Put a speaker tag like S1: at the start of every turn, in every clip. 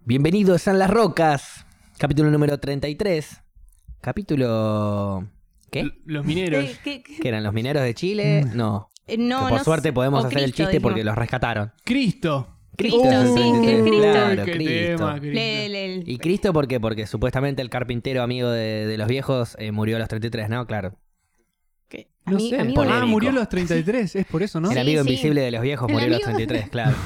S1: Bienvenidos a Las Rocas, capítulo número 33. Capítulo. ¿Qué?
S2: L- Mm. Los mineros.
S3: ¿Qué- qué-
S1: ¿Que eran los mineros de Chile? No.
S3: qué?
S1: Que
S3: eh, No,
S1: por
S3: no
S1: suerte
S3: sé.
S1: podemos
S3: O
S1: hacer el
S3: Cristo,
S1: chiste porque
S3: dijimos.
S1: los rescataron.
S2: Cristo.
S3: Cristo, sí,
S1: sí,
S3: que Cristo.
S1: Claro,
S2: Qué
S1: Cristo.
S2: tema, Cristo.
S3: Le- le- le-
S1: ¿Y Cristo por qué? Porque supuestamente el carpintero amigo de, de los viejos eh, murió a los 33, ¿no? Claro.
S3: que-
S2: No
S3: ami-
S2: sé.
S3: amigo
S1: por
S3: de-
S2: ah,
S1: Polémico.
S2: murió a los 33, es por eso, ¿no?
S1: El
S3: Sí,
S1: amigo
S3: sí.
S1: invisible de los viejos
S3: El
S1: murió a los
S3: amigo-
S1: 33, claro.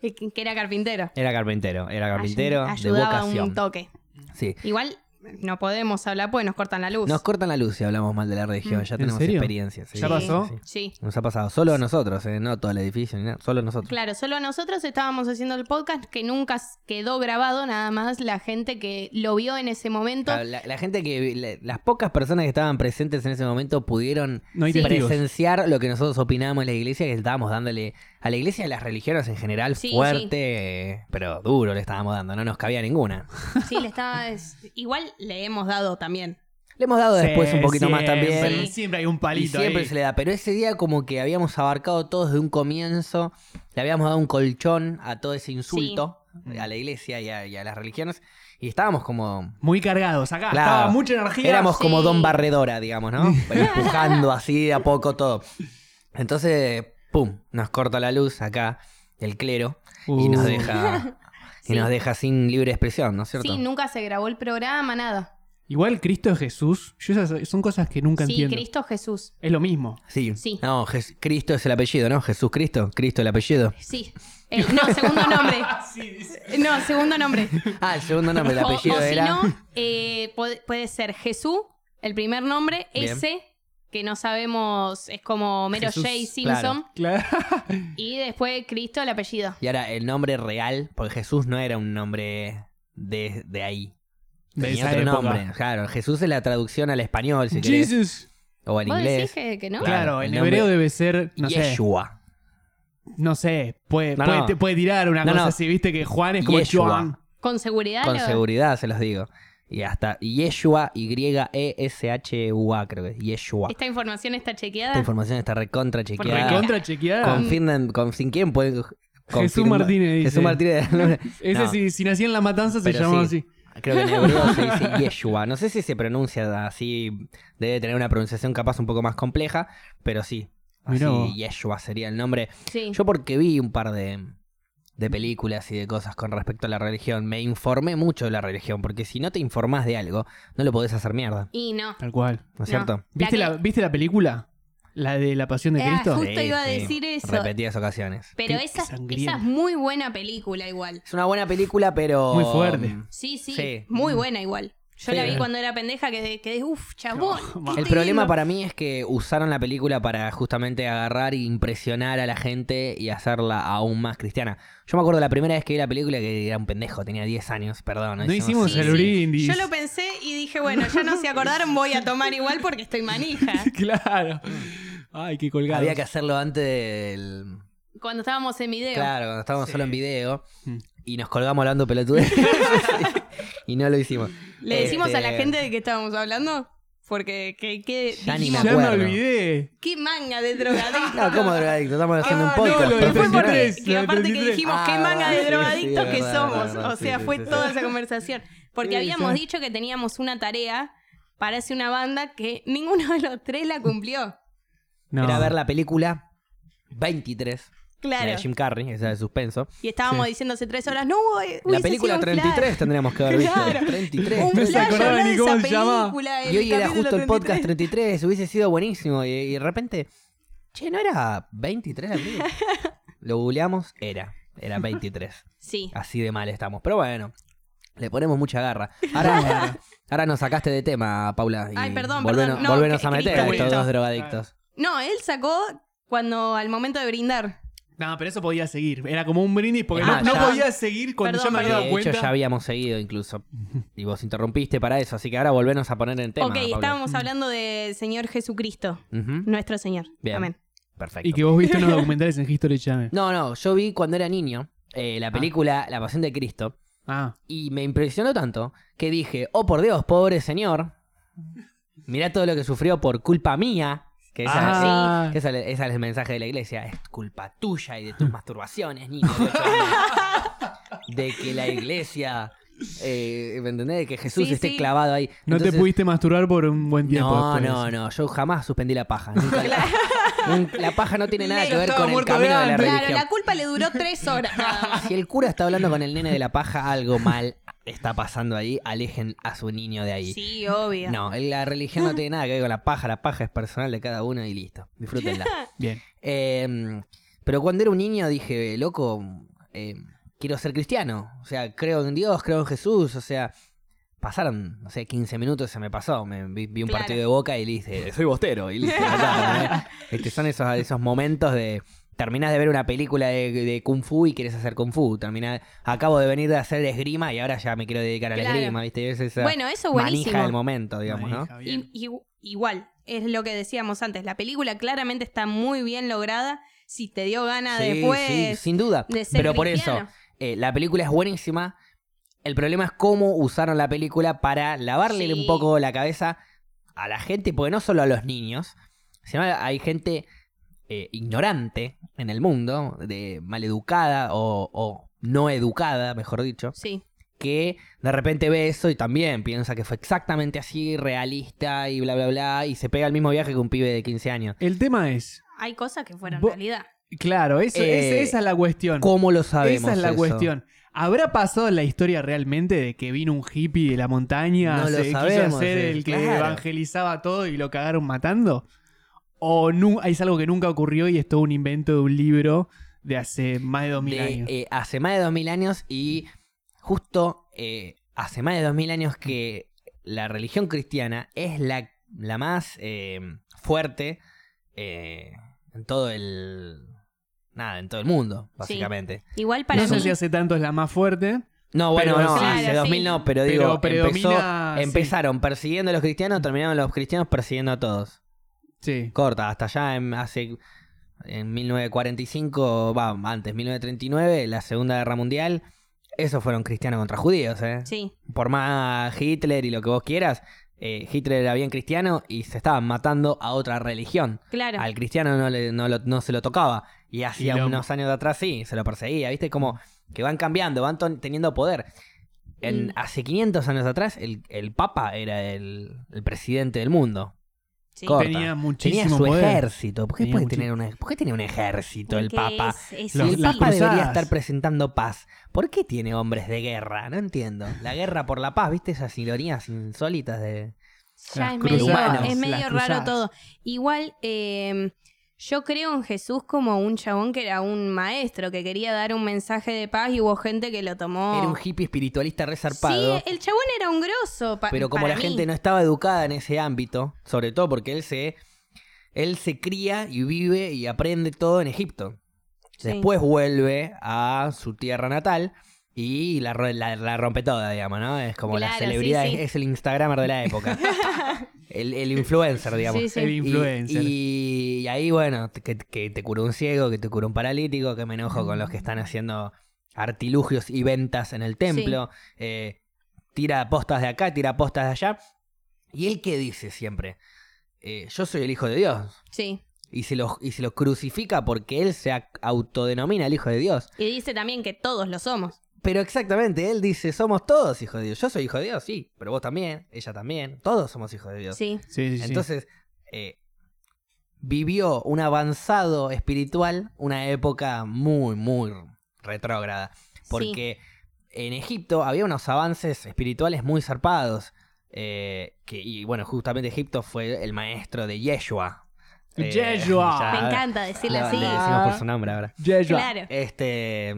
S3: eh, que era carpintero.
S1: Era carpintero, era carpintero
S3: Ay-
S1: de
S3: Ayudaba un
S1: vocación.
S3: toque.
S1: Sí.
S3: Igual no podemos hablar pues nos cortan la luz.
S1: Nos cortan la luz si hablamos mal de la religión,
S3: Mm.
S1: ya
S2: ¿En
S1: tenemos
S2: serio?
S1: experiencia. sí.
S2: ¿Ya pasó?
S1: Sí, sí.
S3: Sí.
S1: Nos ha pasado solo a nosotros, eh, no todo el edificio ni nada, solo a nosotros.
S3: Claro, solo nosotros estábamos haciendo el podcast que nunca s- quedó grabado, nada más la gente que lo vio en ese momento.
S1: Claro, La, la gente que. la- las pocas personas que estaban presentes en ese momento pudieron
S2: No hay
S3: Sí.
S2: testigos.
S1: presenciar lo que nosotros opinamos en la iglesia, que estábamos dándole a la iglesia y a las religiones en general
S3: Sí,
S1: fuerte,
S3: sí.
S1: eh, pero duro le estábamos dando, no nos cabía ninguna.
S3: Sí, le estaba. es- igual le hemos dado también.
S1: Le hemos dado después
S2: Sí,
S1: un poquito más
S2: siempre,
S1: también.
S3: Sí.
S2: Siempre hay un
S1: Y
S2: palito
S1: siempre
S2: ahí.
S1: se le da, pero ese día como que habíamos abarcado todos de un comienzo, le habíamos dado un colchón a todo ese insulto
S2: Sí.
S1: a la iglesia y a, y a las religiones, y estábamos como...
S2: Muy cargados acá,
S1: Claro.
S2: estaba mucha energía.
S1: Éramos como
S3: Sí.
S1: Don Barredora, digamos, ¿no? Empujando así de a poco todo. Entonces, ¡pum! Nos corta la luz acá el clero y
S2: Uh.
S1: nos deja y
S3: Sí.
S1: nos deja sin libre expresión, ¿no es cierto?
S3: Sí, nunca se grabó el programa, nada.
S2: Igual Cristo es Jesús. Yo esas son cosas que nunca
S3: sí,
S2: entiendo.
S3: Cristo Jesús.
S2: Es lo mismo.
S1: Sí.
S3: Sí.
S1: No, Jes- Cristo es el apellido, ¿no? Jesús Cristo, Cristo el apellido.
S3: Sí. Eh, no, segundo nombre. No, segundo nombre.
S1: Ah, el segundo nombre, el
S3: O-
S1: apellido
S3: o, si
S1: era.
S3: no, eh, puede, puede ser Jesús, el primer nombre,
S1: Bien.
S3: ese, que no sabemos, es como Mero
S2: Jesús,
S3: J. Simpson,
S2: Claro.
S3: y después Cristo, el apellido.
S1: Y ahora el nombre real, porque Jesús no era un nombre de, de ahí.
S2: De
S1: Tenía
S2: esa
S1: otro
S2: época.
S1: nombre. Claro, Jesús es la traducción al español, si querés,
S2: Jesus.
S1: o al
S3: ¿Vos decís
S1: inglés.
S3: que, que no?
S2: Claro,
S1: Claro,
S2: en
S1: el nombre-
S2: hebreo debe ser, no sé,
S1: Yeshua.
S2: no sé, puede,
S1: No,
S2: puede,
S1: no.
S2: te puede tirar una
S1: No,
S2: cosa
S1: no.
S2: así, viste que Juan es como
S1: Yeshua.
S2: Joan.
S3: ¿Con seguridad?
S1: Con
S3: lo-
S1: seguridad se los digo. Y hasta Yeshua, Y-E-S-H-U-A, creo que es. Yeshua.
S3: ¿Esta información está chequeada?
S1: Esta información está recontra chequeada.
S2: Recontra chequeada.
S1: Confirman, con, ¿Sin quién pueden
S2: Jesús
S1: confirmar?
S2: Martínez dice.
S1: Jesús Martínez de la Luna.
S2: Ese
S1: No,
S2: si, si nacía en la matanza se
S1: pero
S2: llamaba
S1: sí.
S2: así.
S1: Creo que en hebreo se dice Yeshua. No sé si se pronuncia así. Debe tener una pronunciación capaz un poco más compleja, pero sí. Así,
S2: Mirá vos.
S1: Yeshua sería el nombre.
S3: Sí.
S1: Yo porque vi un par de, de películas y de cosas con respecto a la religión, me informé mucho de la religión, porque si no te informás de algo, no lo podés hacer mierda,
S3: Y no.
S2: Tal cual.
S1: ¿no es
S3: No.
S1: cierto?
S2: ¿Viste
S3: La
S2: la,
S3: que-
S2: ¿Viste la película? La de la pasión de
S3: Ah,
S2: Cristo.
S3: justo iba a decir eso.
S1: Repetidas ocasiones.
S3: Pero
S2: Qué
S3: esa, esa
S2: sangrienta.
S3: es muy buena película igual.
S1: Es una buena película, pero... mm,
S2: Muy fuerte.
S3: Sí, sí,
S1: Sí.
S3: Muy buena igual. Yo
S1: Sí.
S3: la vi cuando era pendeja que quedé, uff, chabón.
S2: No,
S3: ¿qué
S2: mal.
S1: El
S3: estoy
S1: problema
S3: viendo?
S1: para mí es que usaron la película para justamente agarrar e impresionar a la gente y hacerla aún más cristiana. Yo me acuerdo la primera vez que vi la película que era un pendejo, tenía 10 años, perdón.
S2: No hicimos
S1: sí,
S2: el
S1: sí.
S2: brindis.
S3: Yo lo pensé y dije, bueno, ya no se acordaron, voy a tomar igual porque estoy manija.
S2: claro. Ay, qué colgado.
S1: Había que hacerlo antes del...
S3: Cuando estábamos en video.
S1: Claro, cuando estábamos
S2: Sí.
S1: solo en video
S2: Mm.
S1: y nos colgamos hablando pelotudes y no lo hicimos.
S3: Le decimos
S1: Este,
S3: a la gente de qué estábamos hablando, porque qué, qué,
S1: Ya ni me
S2: ya me
S1: acuerdo.
S2: olvidé.
S3: qué manga de drogadicto.
S1: No, ¿cómo drogadicto? Estamos haciendo
S2: Ah,
S1: un podcast.
S2: no, lo
S3: Pero fue
S2: Lo
S3: porque
S2: 33,
S3: que aparte que
S2: 33.
S3: dijimos
S1: Ah,
S3: qué manga
S1: sí,
S3: de
S1: sí,
S3: drogadictos
S1: es
S3: que
S1: verdad,
S3: somos.
S1: es verdad,
S3: o sea,
S1: sí,
S3: fue
S1: sí, sí.
S3: toda esa conversación. Porque
S2: Sí,
S3: habíamos
S2: sí.
S3: dicho que teníamos una tarea para hacer una banda que ninguno de los tres la cumplió.
S2: No.
S1: Era ver la película 23 la
S3: Claro.
S1: de Jim Carrey, esa de suspenso.
S3: Y estábamos diciendo hace tres horas, no, eh,
S1: La
S3: hubiese
S1: película
S3: sido un flash.
S1: 33 tendríamos que haber visto.
S3: Claro.
S1: 33.
S3: Un
S2: No se
S3: flash
S2: acordaba
S3: hablar
S2: ni
S3: de
S2: cómo
S3: esa
S2: se llamaba.
S3: película,
S1: Y hoy era
S3: capítulo
S1: justo el podcast
S3: 33.
S1: 33, hubiese sido buenísimo. Y, y de repente, che, ¿no era 23 la película? Lo googleamos, era. Era 23.
S3: Sí.
S1: Así de mal estamos. Pero bueno, le ponemos mucha garra. Ahora, ahora nos sacaste de tema, Paula. y
S3: Ay, perdón,
S1: volvenos,
S3: perdón. No,
S1: volvenos
S3: que-
S1: a meter
S3: Cristo,
S1: a estos
S3: Cristo.
S1: dos drogadictos.
S3: No, él sacó cuando al momento de brindar.
S2: No, pero eso podía seguir. Era como un brindis porque
S1: Ah,
S2: no, no
S1: ya.
S2: podía seguir cuando
S3: Perdón,
S2: ya me había
S3: perdón.
S2: dado
S1: De hecho,
S2: cuenta.
S1: ya habíamos seguido incluso. Y vos interrumpiste para eso. Así que ahora volvenos a poner en tema.
S3: ok,
S1: Paula.
S3: estábamos hablando del Señor Jesucristo,
S1: Ujú,
S3: nuestro Señor.
S1: Bien.
S3: Amén.
S1: Perfecto.
S2: Y que vos viste unos documentales en History Channel.
S1: No, no, yo vi cuando era niño eh, la película La Pasión de Cristo
S2: Ah,
S1: y me impresionó tanto que dije, oh por Dios, pobre señor, mirá todo lo que sufrió por culpa mía, que esa,
S2: Ah.
S1: que esa- ese es el mensaje de la iglesia, es culpa tuya y de tus masturbaciones, niño. de ocho años". de que la iglesia, eh, ¿me entendés? De que Jesús
S3: Sí,
S1: esté
S3: sí.
S1: clavado ahí.
S2: No te
S1: Entonces-
S2: pudiste masturbar por un buen tiempo.
S1: No,
S2: después.
S1: no, no. Yo jamás suspendí la paja. nunca la, nunca- la paja no tiene nada que
S3: Negro,
S1: ver
S4: estaba
S1: con el
S4: muerto
S1: camino
S4: de
S1: de la
S4: hambre.
S3: Claro,
S1: religión.
S3: la culpa le duró tres horas. Ah, nada más.
S1: Si el cura está hablando con el nene de la paja, algo mal está pasando ahí. Alejen a su niño de ahí.
S3: Sí, obvio.
S1: No, la religión no tiene nada que ver con la paja. La paja es personal de cada uno y listo. Disfrútenla.
S2: Bien.
S1: Eh, pero cuando era un niño dije, loco, eh, quiero ser cristiano. O sea, creo en Dios, creo en Jesús. O sea, pasaron, no sé, 15 minutos se me pasó. Me vi, vi un
S3: Claro.
S1: partido de boca y le dije, soy bostero. Y listo, ya está, ¿eh? Este, son esos, esos momentos de. Terminás de ver una película de, de Kung Fu y quieres hacer Kung Fu. Terminás, acabo de venir de hacer esgrima y ahora ya me quiero dedicar a la
S3: Claro.
S1: esgrima, ¿viste? Es esa
S3: Bueno, eso
S1: manija del
S3: buenísimo.
S1: momento, digamos, ¿no?
S2: Manija, bien.
S3: Y- y- igual, es lo que decíamos antes. La película claramente está muy bien lograda. Si te dio gana
S1: Sí,
S3: después
S1: sí, sin duda.
S3: de ser
S1: Pero por eso,
S3: cristiano.
S1: Eh, la película es buenísima. El problema es cómo usaron la película para lavarle
S3: Sí.
S1: un poco la cabeza a la gente, porque no solo a los niños, sino hay gente eh, ignorante en el mundo, de maleducada o, o no educada, mejor dicho,
S3: Sí.
S1: que de repente ve eso y también piensa que fue exactamente así, realista y bla, bla, bla, y se pega el mismo viaje que un pibe de 15 años.
S2: El tema es,
S3: Hay cosas que fueron
S2: Bo-
S3: realidad.
S2: claro, eso,
S1: Eh,
S2: ese- esa es la cuestión.
S1: ¿Cómo lo sabemos?
S2: Esa es la
S1: eso?
S2: cuestión. ¿Habrá pasado en la historia realmente de que vino un hippie de la montaña,
S1: No lo
S2: se quiso
S1: sabemos,
S2: hacer
S1: eh,
S2: el que
S1: claro.
S2: evangelizaba todo y lo cagaron matando? ¿O nu- es algo que nunca ocurrió y es todo un invento de un libro de hace más de 2000
S1: de,
S2: años?
S1: eh, hace más de 2000 años y justo eh, hace más de 2000 años que la religión cristiana es la, la más eh, fuerte eh, en todo el... Nada, en todo el mundo, básicamente.
S3: Igual para
S2: no sé
S3: mí.
S2: si hace tanto es la más fuerte.
S1: No, bueno,
S2: Pero
S1: no,
S3: sí.
S1: hace
S3: Claro,
S1: 2000
S3: sí.
S1: no, pero
S2: Pero
S1: digo, empezó-
S2: predomina, sí.
S1: empezaron persiguiendo a los cristianos, terminaron los cristianos persiguiendo a todos.
S2: Sí.
S1: Corta, hasta allá en, hace... En 1945, va, antes, 1939, la Segunda Guerra Mundial, esos fueron cristianos contra judíos, ¿eh?
S3: Sí.
S1: por más Hitler y lo que vos quieras, eh, Hitler era bien cristiano y se estaban matando a otra religión.
S3: Claro.
S1: Al cristiano no, le- no lo- no se lo tocaba. Y hacía
S2: Y lo-
S1: unos años de atrás sí, se lo perseguía, ¿viste? Como que van cambiando, van ton- teniendo poder. En,
S3: Mm.
S1: Hace 500 años atrás, el, el Papa era el, el presidente del mundo.
S3: Sí.
S1: Corta.
S2: Tenía muchísimo
S1: Tenía su
S2: poder.
S1: ejército. ¿Por qué,
S2: Tenía
S1: puede
S2: muchi-
S1: tener una- por qué tenía un ejército el
S3: Porque
S1: Papa?
S3: es- es
S1: Si
S2: Los-
S1: el
S3: así.
S2: las
S1: Papa debería
S2: cruzadas.
S1: estar presentando paz, ¿por qué tiene hombres de guerra? No entiendo. La guerra por la paz, ¿viste? Esas ironías insólitas de...
S3: Ya
S2: Las
S3: es medio,
S2: cruzadas,
S3: es medio
S2: las
S3: raro
S2: cruzadas.
S3: todo. Igual, eh, yo creo en Jesús como un chabón que era un maestro, que quería dar un mensaje de paz y hubo gente que lo tomó.
S1: Era un hippie espiritualista resarpado.
S3: Sí, el chabón era un grosso. pa-
S1: pero como
S3: para
S1: la
S3: mí.
S1: gente no estaba educada en ese ámbito, sobre todo porque él se... Él se cría y vive y aprende todo en Egipto.
S3: Sí.
S1: Después vuelve a su tierra natal y la, ro- la- la rompe toda, digamos, ¿no? Es como la
S3: Claro, sí,
S1: celebridad,
S3: sí.
S1: Es, es el Instagramer de la época. el, el influencer, digamos.
S3: Sí, sí.
S2: El
S1: Y-
S2: influencer.
S1: Y, y ahí, bueno, te- que, que te curó un ciego, que te curó un paralítico, que me enojo con los que están haciendo artilugios y ventas en el templo. eh, tira postas de acá, tira postas de allá. ¿Y él qué dice siempre? Eh, yo soy el hijo de Dios.
S3: Sí.
S1: Y se, lo, y se lo crucifica porque él se ac- autodenomina el hijo de Dios.
S3: Y dice también que todos lo somos.
S1: Pero exactamente, él dice, somos todos hijos de Dios. Yo soy hijo de Dios, sí, pero vos también, ella también, todos somos hijos de Dios.
S3: Sí.
S2: Sí, sí, sí.
S1: Entonces, eh, vivió un avanzado espiritual, una época muy, muy retrógrada. Porque en Egipto había unos avances espirituales muy zarpados. eh, que, y bueno, justamente Egipto fue el maestro de Yeshua. Eh,
S2: Yeshua.
S1: ya
S3: Me encanta decirlo
S1: le-
S3: así.
S1: Le decimos por su nombre ahora.
S2: Yeshua.
S3: Claro.
S1: Este.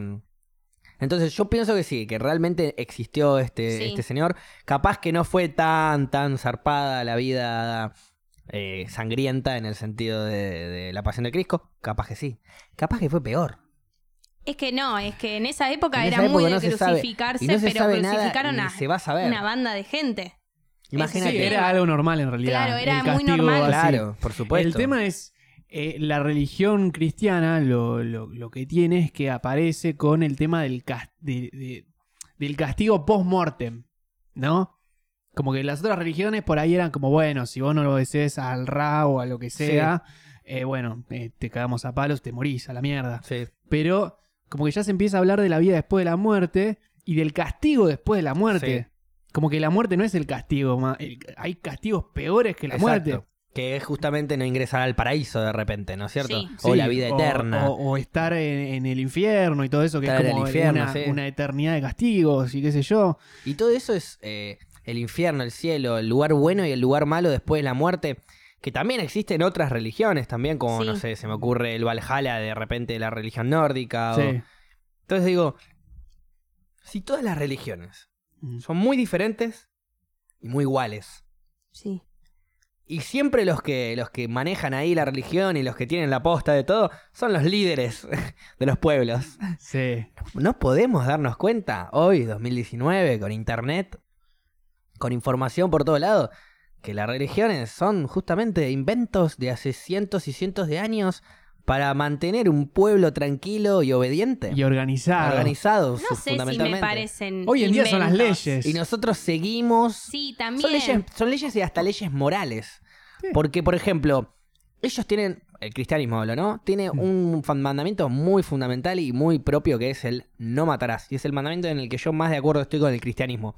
S1: Entonces yo pienso que sí, que realmente existió este,
S3: Sí.
S1: este señor. Capaz que no fue tan, tan zarpada la vida eh, sangrienta en el sentido de, de la pasión de Cristo. Capaz que sí. Capaz que fue peor.
S3: Es que no, es que en esa época
S1: En
S3: era
S1: esa época
S3: muy de
S1: no se sabe.
S3: crucificarse,
S1: Y no se
S3: pero
S1: sabe nada
S3: crucificaron
S1: ni
S3: a
S1: se va a saber.
S3: una banda de gente.
S1: Imagínate.
S2: Sí, era algo normal en realidad.
S3: Claro, era
S2: el
S3: muy
S2: castigo
S3: normal.
S2: así.
S1: Claro, por supuesto.
S2: El tema es, eh, la religión cristiana lo, lo- lo que tiene es que aparece con el tema del, cas- de- de- del castigo post-mortem, ¿no? Como que las otras religiones por ahí eran como, bueno, si vos no lo desees al Ra o a lo que sea, eh, bueno, eh, te cagamos a palos, te morís a la mierda.
S1: Sí.
S2: Pero como que ya se empieza a hablar de la vida después de la muerte y del castigo después de la muerte. Como que la muerte no es el castigo, ma- el- hay castigos peores que la
S1: Exacto.
S2: muerte.
S1: Que es justamente no ingresar al paraíso de repente, ¿no es cierto?
S3: Sí.
S1: O
S2: Sí,
S1: la vida
S2: o-
S1: eterna.
S2: O, o estar en, en el infierno y todo eso, que
S1: Estar en
S2: es
S1: el
S2: como
S1: infierno,
S2: una,
S1: sí.
S2: una eternidad de castigos y qué sé yo.
S1: Y todo eso es eh, el infierno, el cielo, el lugar bueno y el lugar malo después de la muerte. Que también existen otras religiones, también, como,
S3: Sí.
S1: no sé, se me ocurre el Valhalla de repente de la religión nórdica. o-
S2: Sí.
S1: Entonces digo, si todas las religiones
S2: Mm.
S1: son muy diferentes y muy iguales,
S3: Sí.
S1: Y siempre los que, los que manejan ahí la religión y los que tienen la posta de todo son los líderes de los pueblos.
S2: Sí.
S1: No podemos darnos cuenta hoy, 2019, con internet, con información por todo lado, que las religiones son justamente inventos de hace cientos y cientos de años para mantener un pueblo tranquilo y obediente,
S2: Y organizado.
S1: organizado,
S3: No
S1: su-
S3: sé si
S1: fundamentalmente.
S3: me parecen.
S2: Hoy en día son las
S3: inventos.
S2: leyes.
S1: Y nosotros seguimos
S3: Sí, también.
S1: son leyes, son leyes y hasta leyes morales.
S2: Sí.
S1: Porque, por ejemplo, ellos tienen, el cristianismo hablo, ¿no? Tiene
S2: Mm.
S1: un fan- mandamiento muy fundamental y muy propio que es el no matarás. Y es el mandamiento en el que yo más de acuerdo estoy con el cristianismo.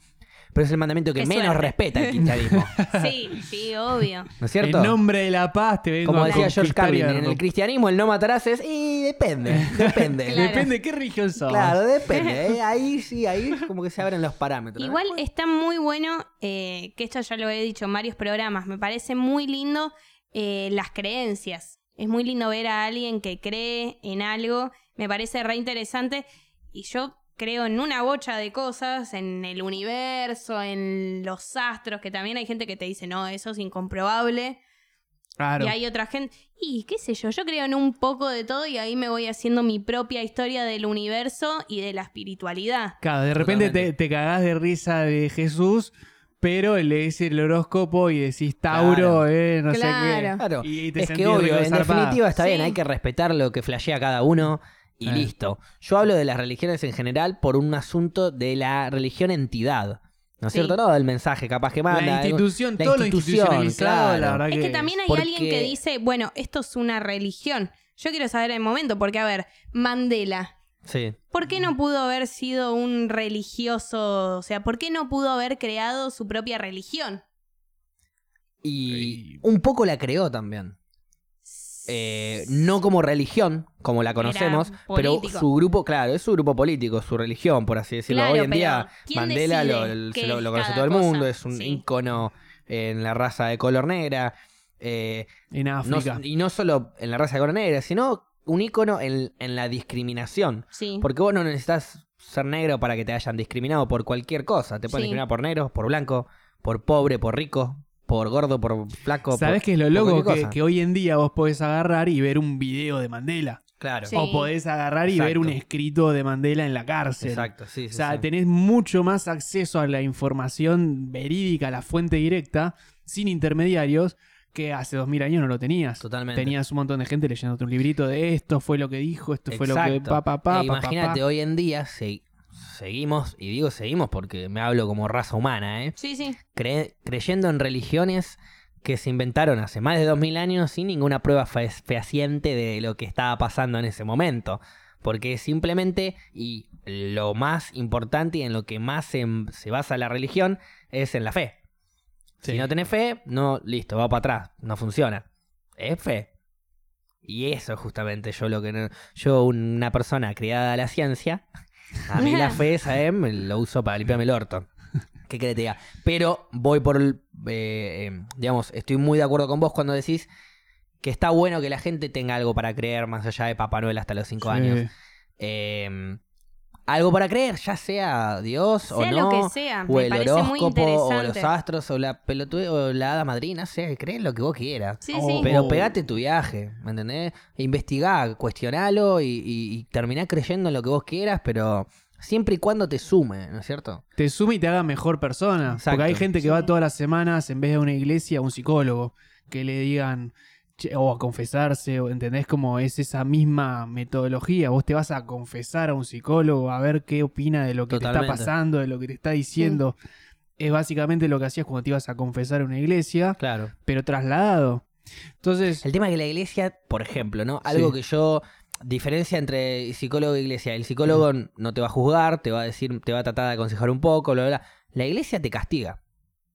S1: Pero es el mandamiento que
S3: Qué
S1: menos
S3: suerte.
S1: respeta el cristianismo.
S3: Sí, sí, obvio.
S1: ¿No es
S2: En
S1: cierto?
S2: nombre de la paz te vengo
S1: Como
S2: a
S1: decía George
S2: conquistar y
S1: Carlin,
S2: a
S1: en el
S2: romper.
S1: cristianismo el no matarás es... Y depende, depende.
S3: Claro.
S2: Depende de qué religión sos.
S1: Claro, depende. ¿eh? Ahí sí, ahí como que se abren los parámetros.
S3: Igual está muy bueno, eh, que esto ya lo he dicho en varios programas, me parece muy lindo eh, las creencias. Es muy lindo ver a alguien que cree en algo, me parece re interesante y yo creo en una bocha de cosas, en el universo, en los astros, que también hay gente que te dice, no, eso es incomprobable.
S2: Claro.
S3: Y hay otra gente, y qué sé yo, yo creo en un poco de todo y ahí me voy haciendo mi propia historia del universo y de la espiritualidad.
S2: Claro, de repente te,
S1: Totalmente.
S2: te cagás de risa de Jesús, pero lees el horóscopo y decís Tauro,
S1: Claro.
S2: eh, no
S3: Claro.
S2: sé qué.
S1: Claro,
S2: Y te
S1: es
S2: sentís
S1: que obvio,
S2: re
S1: en
S2: zarpado.
S1: definitiva está
S3: Sí.
S1: bien, hay que respetar lo que flashea cada uno y
S2: Eh.
S1: listo. Yo hablo de las religiones en general por un asunto de la religión entidad. ¿No es
S3: Sí.
S1: cierto? No, del mensaje capaz que manda. eh,
S2: La institución,
S1: la
S2: todo lo
S1: institución,
S2: institucionalizado,
S1: claro.
S2: la verdad
S3: Es que también hay
S1: porque-
S3: alguien que dice, bueno, esto es una religión. Yo quiero saber el momento, porque a ver, Mandela,
S1: Sí,
S3: ¿por qué no pudo haber sido un religioso? O sea, ¿por qué no pudo haber creado su propia religión?
S1: Y
S2: Y-
S1: un poco la creó también. Eh, no como religión, como la conocemos, pero
S3: político.
S1: su grupo, claro, es su grupo político, su religión, por así decirlo.
S3: Claro,
S1: Hoy en
S3: pero
S1: día
S3: ¿quién
S1: Mandela lo,
S3: decide
S1: lo-
S3: qué
S1: se lo- lo
S3: es
S1: conoce
S3: cada
S1: todo el mundo,
S3: cosa?
S1: es un
S3: Sí.
S1: ícono en la raza de color negra. Eh,
S2: En
S1: No-
S2: África.
S1: y no solo en la raza de color negra, sino un icono en, en la discriminación.
S3: Sí,
S1: Porque vos no necesitas ser negro para que te hayan discriminado por cualquier cosa. Te pueden
S3: Sí.
S1: discriminar por negro, por blanco, por pobre, por rico, por gordo, por flaco.
S2: ¿Sabés
S1: por-
S2: qué es lo
S1: por
S2: loco?
S1: cualquier
S2: Que,
S1: cosa.
S2: que hoy en día vos podés agarrar y ver un video de Mandela.
S1: Claro.
S3: Sí.
S2: O podés agarrar y ver
S1: Exacto.
S2: un escrito de Mandela en la cárcel.
S1: Exacto, sí,
S2: O
S1: sí,
S2: sea,
S1: sí.
S2: tenés mucho más acceso a la información verídica, a la fuente directa, sin intermediarios, que hace dos mil años no lo tenías.
S1: Totalmente.
S2: Tenías un montón de gente leyéndote un librito de esto fue lo que dijo, esto fue lo que
S1: Exacto.
S2: pa pa pa,
S1: E
S2: pa, pa,
S1: imagínate,
S2: pa.
S1: hoy en día se- seguimos, y digo seguimos porque me hablo como raza humana, ¿eh?
S3: sí, sí.
S1: cre- creyendo en religiones que se inventaron hace más de 2000 años sin ninguna prueba fe- fehaciente de lo que estaba pasando en ese momento. Porque simplemente, y lo más importante y en lo que más se, se basa la religión, es en la fe.
S2: Sí.
S1: Si no tenés fe, no, listo, va para atrás, no funciona. Es fe. Y eso es justamente yo lo que no- Yo, una persona criada a la ciencia, a mí la fe, ¿sabes? Me Lo uso para limpiarme el orto. ¿Qué querés que te diga? Pero voy por el. eh, eh, digamos, estoy muy de acuerdo con vos cuando decís que está bueno que la gente tenga algo para creer más allá de Papá Noel hasta los 5 años.
S2: Sí.
S1: Eh, algo para creer, ya sea Dios o
S3: sea
S1: no
S3: lo que sea,
S1: o
S3: me
S1: el
S3: parece muy
S1: horóscopo, o los
S3: interesante.
S1: astros, o la pelotude, o la hada madrina, o sea, creen lo que vos quieras.
S3: Sí,
S2: Oh,
S3: sí.
S1: Pero
S2: Oh.
S1: pegate tu viaje, ¿me entendés? Investigá, cuestionalo y, y, y terminá creyendo en lo que vos quieras, pero siempre y cuando te sume, ¿no es cierto?
S2: Te suma y te haga mejor persona.
S1: Exacto.
S2: Porque hay gente que
S3: Sí.
S2: va todas las semanas, en vez de a una iglesia, a un psicólogo, que le digan, che, o a confesarse, o entendés como es esa misma metodología. Vos te vas a confesar a un psicólogo a ver qué opina de lo que te
S1: Totalmente.
S2: está pasando, de lo que te está diciendo. Es básicamente lo que hacías cuando te ibas a confesar a una iglesia,
S1: Claro.
S2: pero trasladado. Entonces,
S1: El tema de la iglesia, por ejemplo, ¿no? Algo
S2: Sí.
S1: que yo diferencia entre psicólogo e iglesia. El psicólogo no te va a juzgar, te va a decir, te va a tratar de aconsejar un poco, bla, bla. bla. La iglesia te castiga.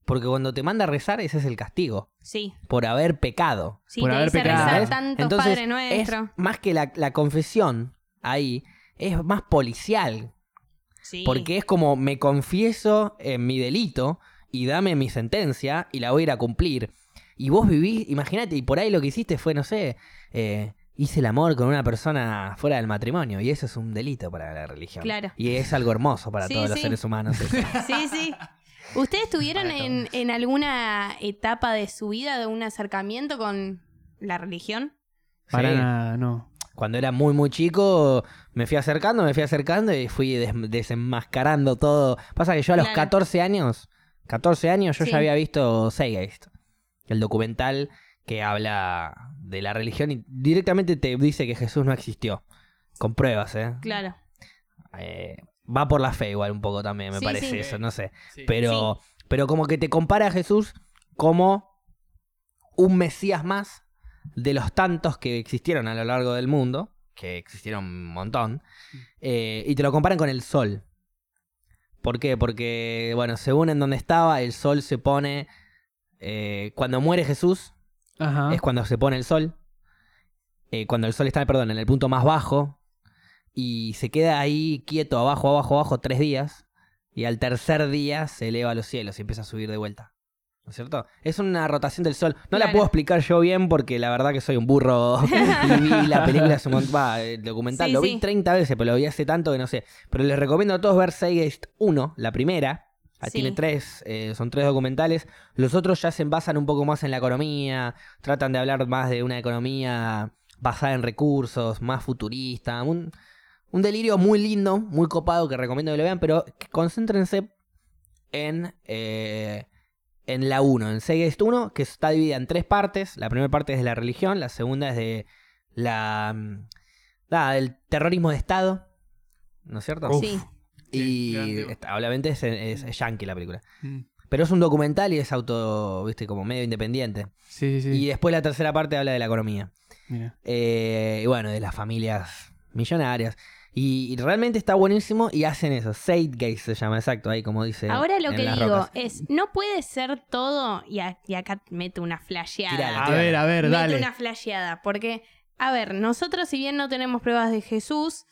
S1: Porque cuando te manda a rezar, ese es el castigo.
S3: Sí,
S1: Por haber pecado.
S3: sí,
S2: Por
S3: te
S2: haber
S3: dice
S2: pecado.
S3: rezar
S1: ¿Entendés?
S3: tantos
S1: Entonces,
S3: Padre Nuestro.
S1: Es más que la, la confesión ahí, es más policial.
S3: Sí.
S1: Porque es como me confieso en mi delito y dame mi sentencia y la voy a ir a cumplir. Y vos vivís, imagínate, y por ahí lo que hiciste fue, no sé, eh, hice el amor con una persona fuera del matrimonio. Y eso es un delito para la religión.
S3: Claro.
S1: Y es algo hermoso para
S3: Sí,
S1: todos los
S3: sí.
S1: seres humanos. eso.
S3: Sí, sí. ¿Ustedes tuvieron en, en alguna etapa de su vida de un acercamiento con la religión?
S2: Para
S1: Sí.
S2: nada, no.
S1: Cuando era muy, muy chico, me fui acercando, me fui acercando y fui des- desenmascarando todo. Pasa que yo a los
S3: Claro.
S1: 14 años, 14 años yo
S3: Sí.
S1: ya había visto Seigeist, el documental que habla de la religión y directamente te dice que Jesús no existió. Con pruebas, ¿eh?
S3: Claro.
S1: Eh, va por la fe igual un poco también, me
S3: Sí,
S1: parece
S3: sí.
S1: eso, no sé. Pero, pero como que te compara a Jesús como un Mesías más de los tantos que existieron a lo largo del mundo, que existieron un montón, eh, y te lo comparan con el sol. ¿Por qué? Porque, bueno, según en donde estaba, el sol se pone... eh, cuando muere Jesús,
S2: Ajá.
S1: es cuando se pone el sol. eh, cuando el sol está, perdón, en el punto más bajo. Y se queda ahí quieto, abajo, abajo, abajo, tres días. Y al tercer día se eleva a los cielos y empieza a subir de vuelta. ¿No es cierto? Es una rotación del sol. No la
S3: Claro.
S1: puedo explicar yo bien porque la verdad que soy un burro. y vi la película hace un montón. va, el documental.
S3: Sí,
S1: lo vi
S3: sí.
S1: 30 veces, pero lo vi hace tanto que no sé. Pero les recomiendo a todos ver Seigeist 1, la primera. Ah,
S3: Sí.
S1: Tiene tres, eh, son tres documentales. Los otros ya se envasan un poco más en la economía, tratan de hablar más de una economía basada en recursos, más futurista, un, un delirio muy lindo, muy copado que recomiendo que lo vean, pero que concéntrense en, eh, en la 1, en Seigest 1, que está dividida en tres partes. La primera parte es de la religión, la segunda es de la mm, nada, del terrorismo de Estado, ¿no es cierto?
S2: Uf,
S3: Sí.
S2: qué gran
S1: y
S2: tema.
S1: está- obviamente es, es- es yankee la película.
S2: Mm.
S1: Pero es un documental y es auto, viste, como medio independiente.
S2: Sí, sí, sí.
S1: Y después la tercera parte habla de la economía.
S2: Mira.
S1: Eh, y bueno, de las familias millonarias. Y, y realmente está buenísimo y hacen eso. Zeitgeist se llama, exacto, ahí como dice.
S3: Ahora lo
S1: eh, en
S3: que
S1: las
S3: digo
S1: rocas.
S3: es, no puede ser todo, y, a- y acá meto una flasheada.
S1: Tirala,
S2: A
S1: Tírala.
S2: ver, a ver,
S3: Meto
S2: dale.
S3: una flasheada, porque, a ver, nosotros si bien no tenemos pruebas de Jesús,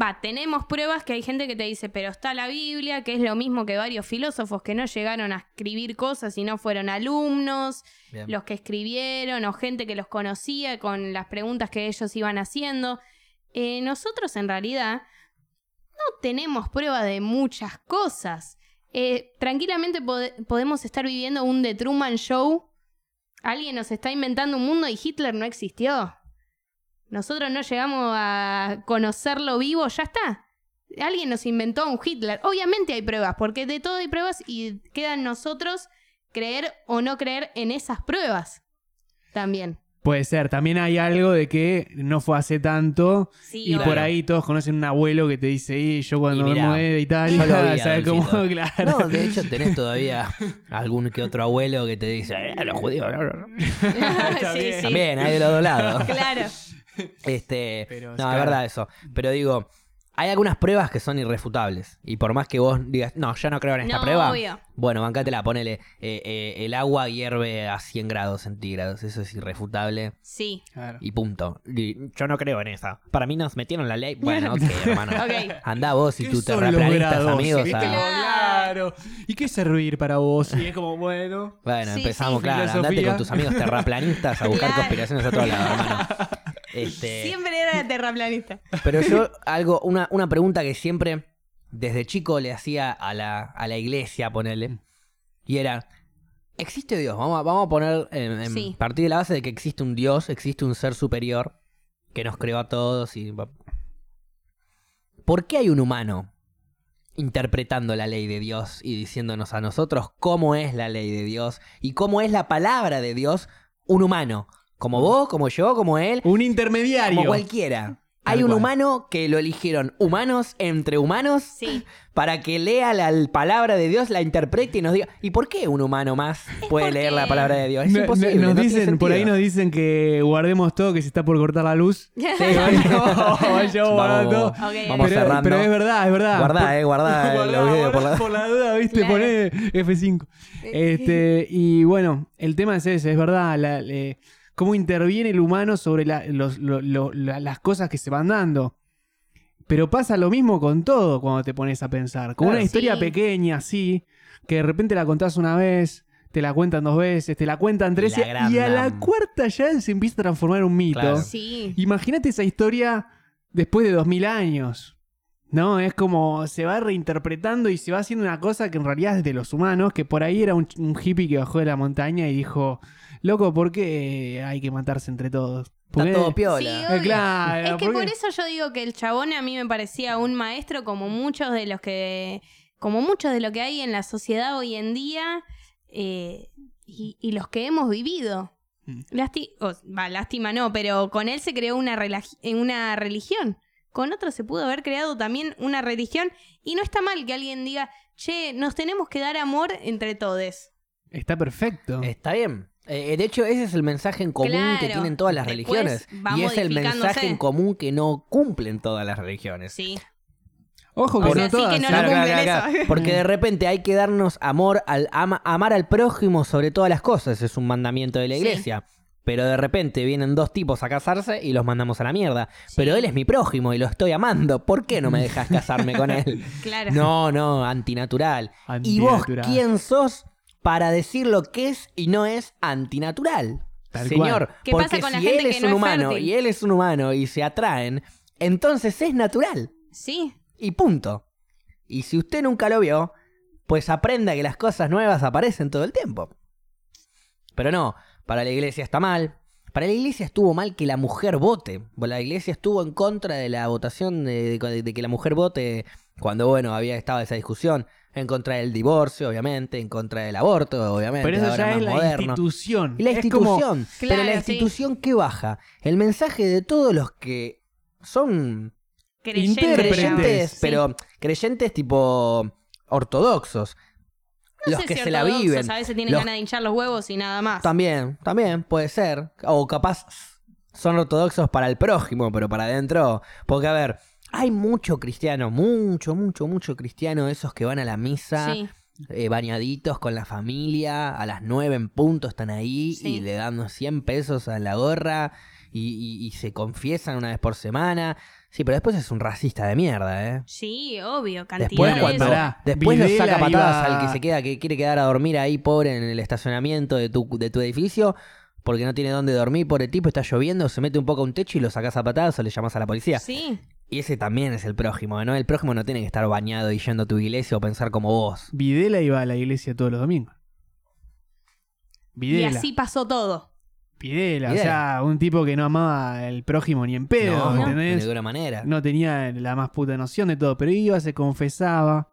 S3: va, tenemos pruebas que hay gente que te dice, pero está la Biblia, que es lo mismo que varios filósofos que no llegaron a escribir cosas y no fueron alumnos,
S1: Bien.
S3: los que escribieron o gente que los conocía con las preguntas que ellos iban haciendo. Eh, nosotros en realidad no tenemos prueba de muchas cosas. Eh, tranquilamente pode- podemos estar viviendo un The Truman Show. Alguien nos está inventando un mundo y Hitler no existió. Nosotros no llegamos a conocerlo vivo, ya está. Alguien nos inventó a un Hitler. Obviamente hay pruebas, porque de todo hay pruebas y queda en nosotros creer o no creer en esas pruebas. También.
S2: Puede ser. También hay algo de que no fue hace tanto.
S3: Sí,
S2: Y por
S1: Claro.
S2: ahí todos conocen un abuelo que te dice, "Y yo cuando
S1: Y
S2: me
S1: mirá,
S2: mudé de Italia,
S1: yo lo vi a
S2: ¿sabes cómo?
S1: Adolfito.
S2: Claro.
S1: No, de hecho tenés todavía algún que otro abuelo que te dice, "Eh, los judíos. no, no, no".
S3: sí, sí.
S1: También, hay de los dos lados.
S3: Claro.
S1: Este,
S2: Pero,
S1: no,
S2: claro.
S1: es verdad eso. Pero digo, hay algunas pruebas que son irrefutables. Y por más que vos digas, no, yo no creo en esta
S3: No,
S1: prueba.
S3: obvio.
S1: Bueno, bancátela, ponele. eh, eh, el agua hierve a 100 grados centígrados. Eso es irrefutable.
S3: Sí.
S2: Claro.
S1: Y punto. Y yo no creo en esa. Para mí nos metieron la ley. Bueno, ok, hermano.
S3: Ok.
S1: Andá vos y
S2: ¿Qué
S1: tú
S2: son los
S1: terraplanistas,
S2: grados?
S1: amigos.
S2: ¿Viste?
S1: a-
S2: Como,
S1: Ah.
S2: claro. ¿Y qué es servir para vos? Y es como, bueno.
S1: Bueno,
S3: Sí,
S1: empezamos,
S3: sí.
S1: claro. Andate
S2: Filosofía.
S1: con tus amigos terraplanistas a buscar
S3: Claro.
S1: conspiraciones a todos lados, hermano. Este...
S3: Siempre era terraplanista.
S1: Pero yo, algo, una, una pregunta que siempre desde chico le hacía a la, a la iglesia, ponele, y era: ¿existe Dios? Vamos a, vamos a poner, en, en-
S3: Sí.
S1: partir de la base de que existe un Dios, existe un ser superior que nos creó a todos. Y... va- ¿Por qué hay un humano interpretando la ley de Dios y diciéndonos a nosotros cómo es la ley de Dios y cómo es la palabra de Dios un humano? Como vos, como yo, como él,
S2: Un intermediario.
S1: como cualquiera. Hay
S2: Tal
S1: un
S2: cual.
S1: humano que lo eligieron humanos entre humanos
S3: Sí.
S1: para que lea la l- palabra de Dios, la interprete y nos diga, ¿y por qué un humano más puede
S3: porque-
S1: leer la palabra de Dios? Es
S2: No- no-
S1: imposible.
S2: nos
S1: no tiene
S2: dicen, por ahí
S1: sentido.
S2: nos dicen que guardemos todo, que se está por cortar la luz.
S1: Sí,
S2: Vaya- vaya
S1: Vamos,
S2: guardando.
S3: Ok, ok.
S1: Vamos
S2: pero,
S1: cerrando.
S2: pero es verdad, es verdad.
S1: Guardá, eh, guardá, eh, los videos por la-
S2: por la duda, viste,
S3: Claro.
S2: poné F5.
S3: Eh,
S2: Este, y bueno, el tema es ese, es verdad, la- eh, cómo interviene el humano sobre la- los- lo- lo- la- las cosas que se van dando. Pero pasa lo mismo con todo cuando te pones a pensar. Con
S1: Claro.
S2: una historia
S3: Sí.
S2: pequeña así, que de repente la contás una vez, te la cuentan dos veces, te la cuentan tres
S1: La
S2: y, y a
S1: agrandan.
S2: la cuarta ya se empieza a transformar en un mito.
S1: Claro.
S3: Sí.
S2: Imagínate esa historia después de 2000 años. ¿No? Es como se va reinterpretando y se va haciendo una cosa que en realidad es de los humanos, que por ahí era un, ch- un hippie que bajó de la montaña y dijo, loco, ¿por qué hay que matarse entre todos? ¿Por
S1: Está
S2: qué?"
S1: todo
S3: Sí,
S1: piola.
S2: Eh, claro,
S3: Es que
S2: ¿por
S3: por
S2: qué?
S3: eso yo digo que el chabón a mí me parecía un maestro como muchos de los que como muchos de lo que hay en la sociedad hoy en día eh, y, y los que hemos vivido.
S2: Mm.
S3: Lasti- o, va, lástima no, pero con él se creó una, relagi- eh, una religión. Con otro se pudo haber creado también una religión y no está mal que alguien diga, che, nos tenemos que dar amor entre todos.
S2: Está perfecto.
S1: Está bien. Eh, de hecho, ese es el mensaje en común que
S3: Claro.
S1: tienen todas las
S3: Después
S1: religiones.
S3: va
S1: Y es el
S3: modificándose.
S1: mensaje en común que no cumplen todas las religiones.
S3: Sí.
S2: Ojo que
S3: O sea,
S2: no
S3: sí que
S2: todas. ¿eh?
S3: no lo
S1: Claro, claro,
S3: cumplen
S1: claro,
S3: eso.
S1: claro. Porque de repente hay que darnos amor al ama- amar al prójimo sobre todas las cosas, es un mandamiento de la
S3: Sí.
S1: iglesia. Pero de repente vienen dos tipos a casarse y los mandamos a la mierda. Pero él es mi prójimo y lo estoy amando. ¿Por qué no me dejas casarme con él?
S3: Claro.
S1: No, no, antinatural. ¿Y
S2: Antinatural.
S1: vos quién sos para decir lo que es y no es antinatural?
S2: Tal
S1: Señor,
S2: cual.
S3: ¿Qué
S1: porque
S3: pasa con la
S1: si
S3: gente
S1: él es
S3: que
S1: un
S3: no es
S1: humano
S3: fértil?
S1: y él es un humano y se atraen, entonces es natural
S3: Sí.
S1: y punto. Y si usted nunca lo vio, pues aprenda que las cosas nuevas aparecen todo el tiempo. Pero no, para la iglesia está mal. Para la iglesia estuvo mal que la mujer vote. La iglesia estuvo en contra de la votación de, de- de que la mujer vote cuando, bueno, había estado esa discusión. En contra del divorcio, obviamente. En contra del aborto, obviamente.
S2: Pero eso
S1: ahora
S2: ya
S1: más
S2: es la
S1: moderno.
S2: institución.
S1: Y La
S2: Es como-
S1: institución. pero
S3: Claro,
S1: la
S3: sí.
S1: institución que baja. El mensaje de todos los que son
S3: Creyente,
S2: Intérpretes.
S1: creyentes,
S3: Sí.
S1: pero creyentes tipo ortodoxos.
S3: No
S1: los
S3: sé
S1: que
S3: si
S1: se la
S3: ortodoxos,
S1: viven.
S3: A veces tienen
S1: Los-
S3: ganas de hinchar los huevos y nada más.
S1: También, también puede ser. O capaz son ortodoxos para el prójimo, pero para adentro. Porque, a ver, hay mucho cristiano, mucho, mucho, mucho cristiano, esos que van a la misa.
S3: Sí.
S1: eh, bañaditos con la familia, a las 9 en punto están ahí
S3: Sí.
S1: y le dan 100 pesos a la gorra y, y- y se confiesan una vez por semana. Sí, pero después es un racista de mierda, ¿eh?
S3: Sí, obvio, cantidad
S1: Después,
S3: de
S1: cuando,
S3: eso.
S2: pará,
S1: después lo
S2: Videla
S1: saca patadas
S2: iba-
S1: al que se queda, que quiere quedar a dormir ahí, pobre, en el estacionamiento de tu, de tu edificio, porque no tiene dónde dormir, pobre tipo, está lloviendo, se mete un poco a un techo y lo sacas a patadas o le llamas a la policía.
S3: Sí,
S1: Y ese también es el prójimo, ¿no? El prójimo no tiene que estar bañado y yendo a tu iglesia o pensar como vos.
S2: Videla iba a la iglesia todos los domingos.
S3: y
S2: Videla.
S3: así pasó todo.
S2: Videla, o
S1: Videla.
S2: sea, un tipo que no amaba al prójimo ni en pedo,
S1: no, no, de
S2: ¿entendés?
S1: ninguna manera.
S2: No tenía la más puta noción de todo, pero iba, se confesaba.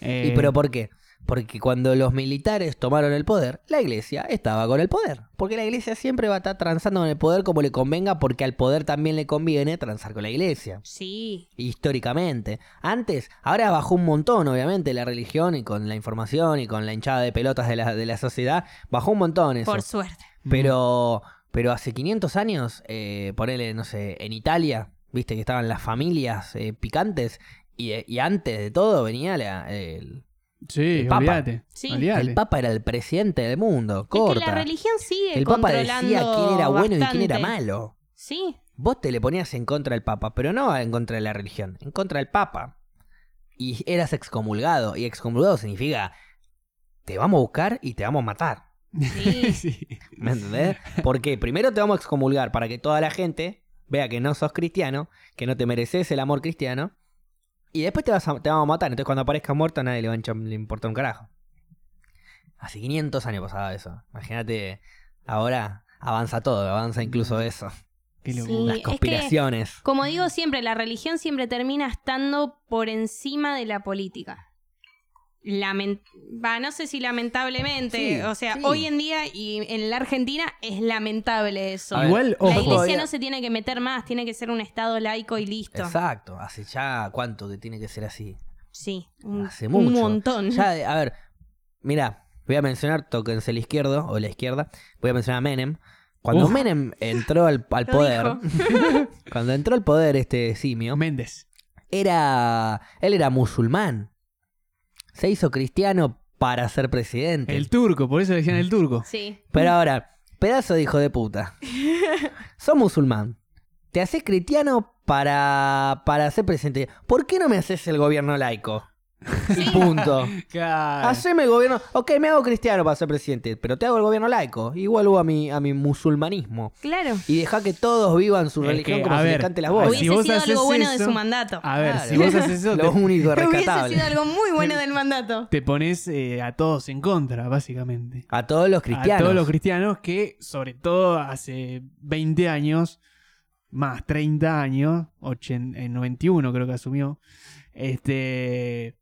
S2: Eh,
S1: ¿Y pero por qué? Porque cuando los militares tomaron el poder, la iglesia estaba con el poder. Porque la iglesia siempre va a estar transando con el poder como le convenga, porque al poder también le conviene transar con la iglesia.
S3: Sí,
S1: históricamente. Antes, ahora bajó un montón, obviamente, la religión y con la información y con la hinchada de pelotas de la, de la sociedad, bajó un montón eso.
S3: por suerte.
S2: mm,
S1: Pero, pero hace 500 años, eh, ponele, no sé, en Italia, viste que estaban las familias eh, picantes y, eh, y antes de todo venía la, el,
S2: sí,
S1: el Papa.
S2: olvídate.
S3: Sí.
S2: olvídate.
S1: el Papa era el presidente del mundo,
S3: Es que la
S1: corta.
S3: religión sigue
S1: el Papa
S3: controlando
S1: decía quién era bueno y quién era
S3: bastante.
S1: malo.
S3: Sí,
S1: Vos te le ponías en contra del Papa, pero no en contra de la religión, en contra del Papa. Y eras excomulgado, y excomulgado significa te vamos a buscar y te vamos a matar.
S3: sí.
S2: Sí.
S1: ¿Me entendés? Porque primero te vamos a excomulgar para que toda la gente vea que no sos cristiano, que no te mereces el amor cristiano, y después te, vas a- te vamos a matar. Entonces cuando aparezcas muerto a nadie le va a hinchar- le importa un carajo. Hace 500 años pasaba eso. Imagínate, ahora avanza todo, avanza incluso eso.
S2: Qué
S3: Sí.
S2: locura.
S1: Las
S3: Mm. es que-
S1: conspiraciones.
S3: Como digo siempre, la religión siempre termina estando por encima de la política. lament- va, no sé si lamentablemente,
S1: Sí,
S3: o sea,
S1: sí.
S3: hoy en día y en la Argentina es lamentable eso.
S1: A ver,
S2: Igual,
S3: la
S2: ojo.
S3: iglesia
S1: todavía-
S3: no se tiene que meter más, tiene que ser un estado laico y listo.
S1: Exacto, hace ya cuánto que tiene que ser así.
S3: Sí, un,
S1: Hace
S3: un
S1: mucho.
S3: montón.
S1: Ya, eh, a ver, mira, voy a mencionar, tóquense el izquierdo o la izquierda, voy a mencionar a Menem. Cuando
S2: Uf.
S1: Menem entró al, al
S3: Lo
S1: poder, cuando entró al poder este simio,
S2: Méndez.
S1: era él era musulmán. Se hizo cristiano para ser presidente.
S2: El turco, por eso le decían el turco.
S3: Sí.
S1: Pero ahora, pedazo de hijo de puta. Sos musulmán. Te haces cristiano para, para ser presidente. ¿Por qué no me haces el gobierno laico? Y punto.
S2: Claro.
S1: Haceme el gobierno. Ok, me hago cristiano para ser presidente, pero te hago el gobierno laico. Y vuelvo a mi, a mi musulmanismo.
S3: Claro.
S1: Y deja que todos vivan su
S2: Es
S1: religión
S2: que,
S1: como
S2: a
S1: se les
S2: ver,
S1: cante las
S2: a ver,
S1: voces.
S3: Hubiese
S2: si vos
S3: sido
S2: haces
S3: algo bueno de
S2: eso- ah,
S3: su mandato.
S2: A ver,
S1: Claro.
S2: si vos haces eso,
S1: Lo
S2: te,
S1: único
S3: Hubiese
S1: rescatable.
S3: sido algo muy bueno del mandato.
S2: te pones eh, a todos en contra, básicamente.
S1: A todos los cristianos.
S2: A todos los cristianos que, sobre todo hace 20 años, más 30 años, eh, 80, en 91 creo que asumió, este...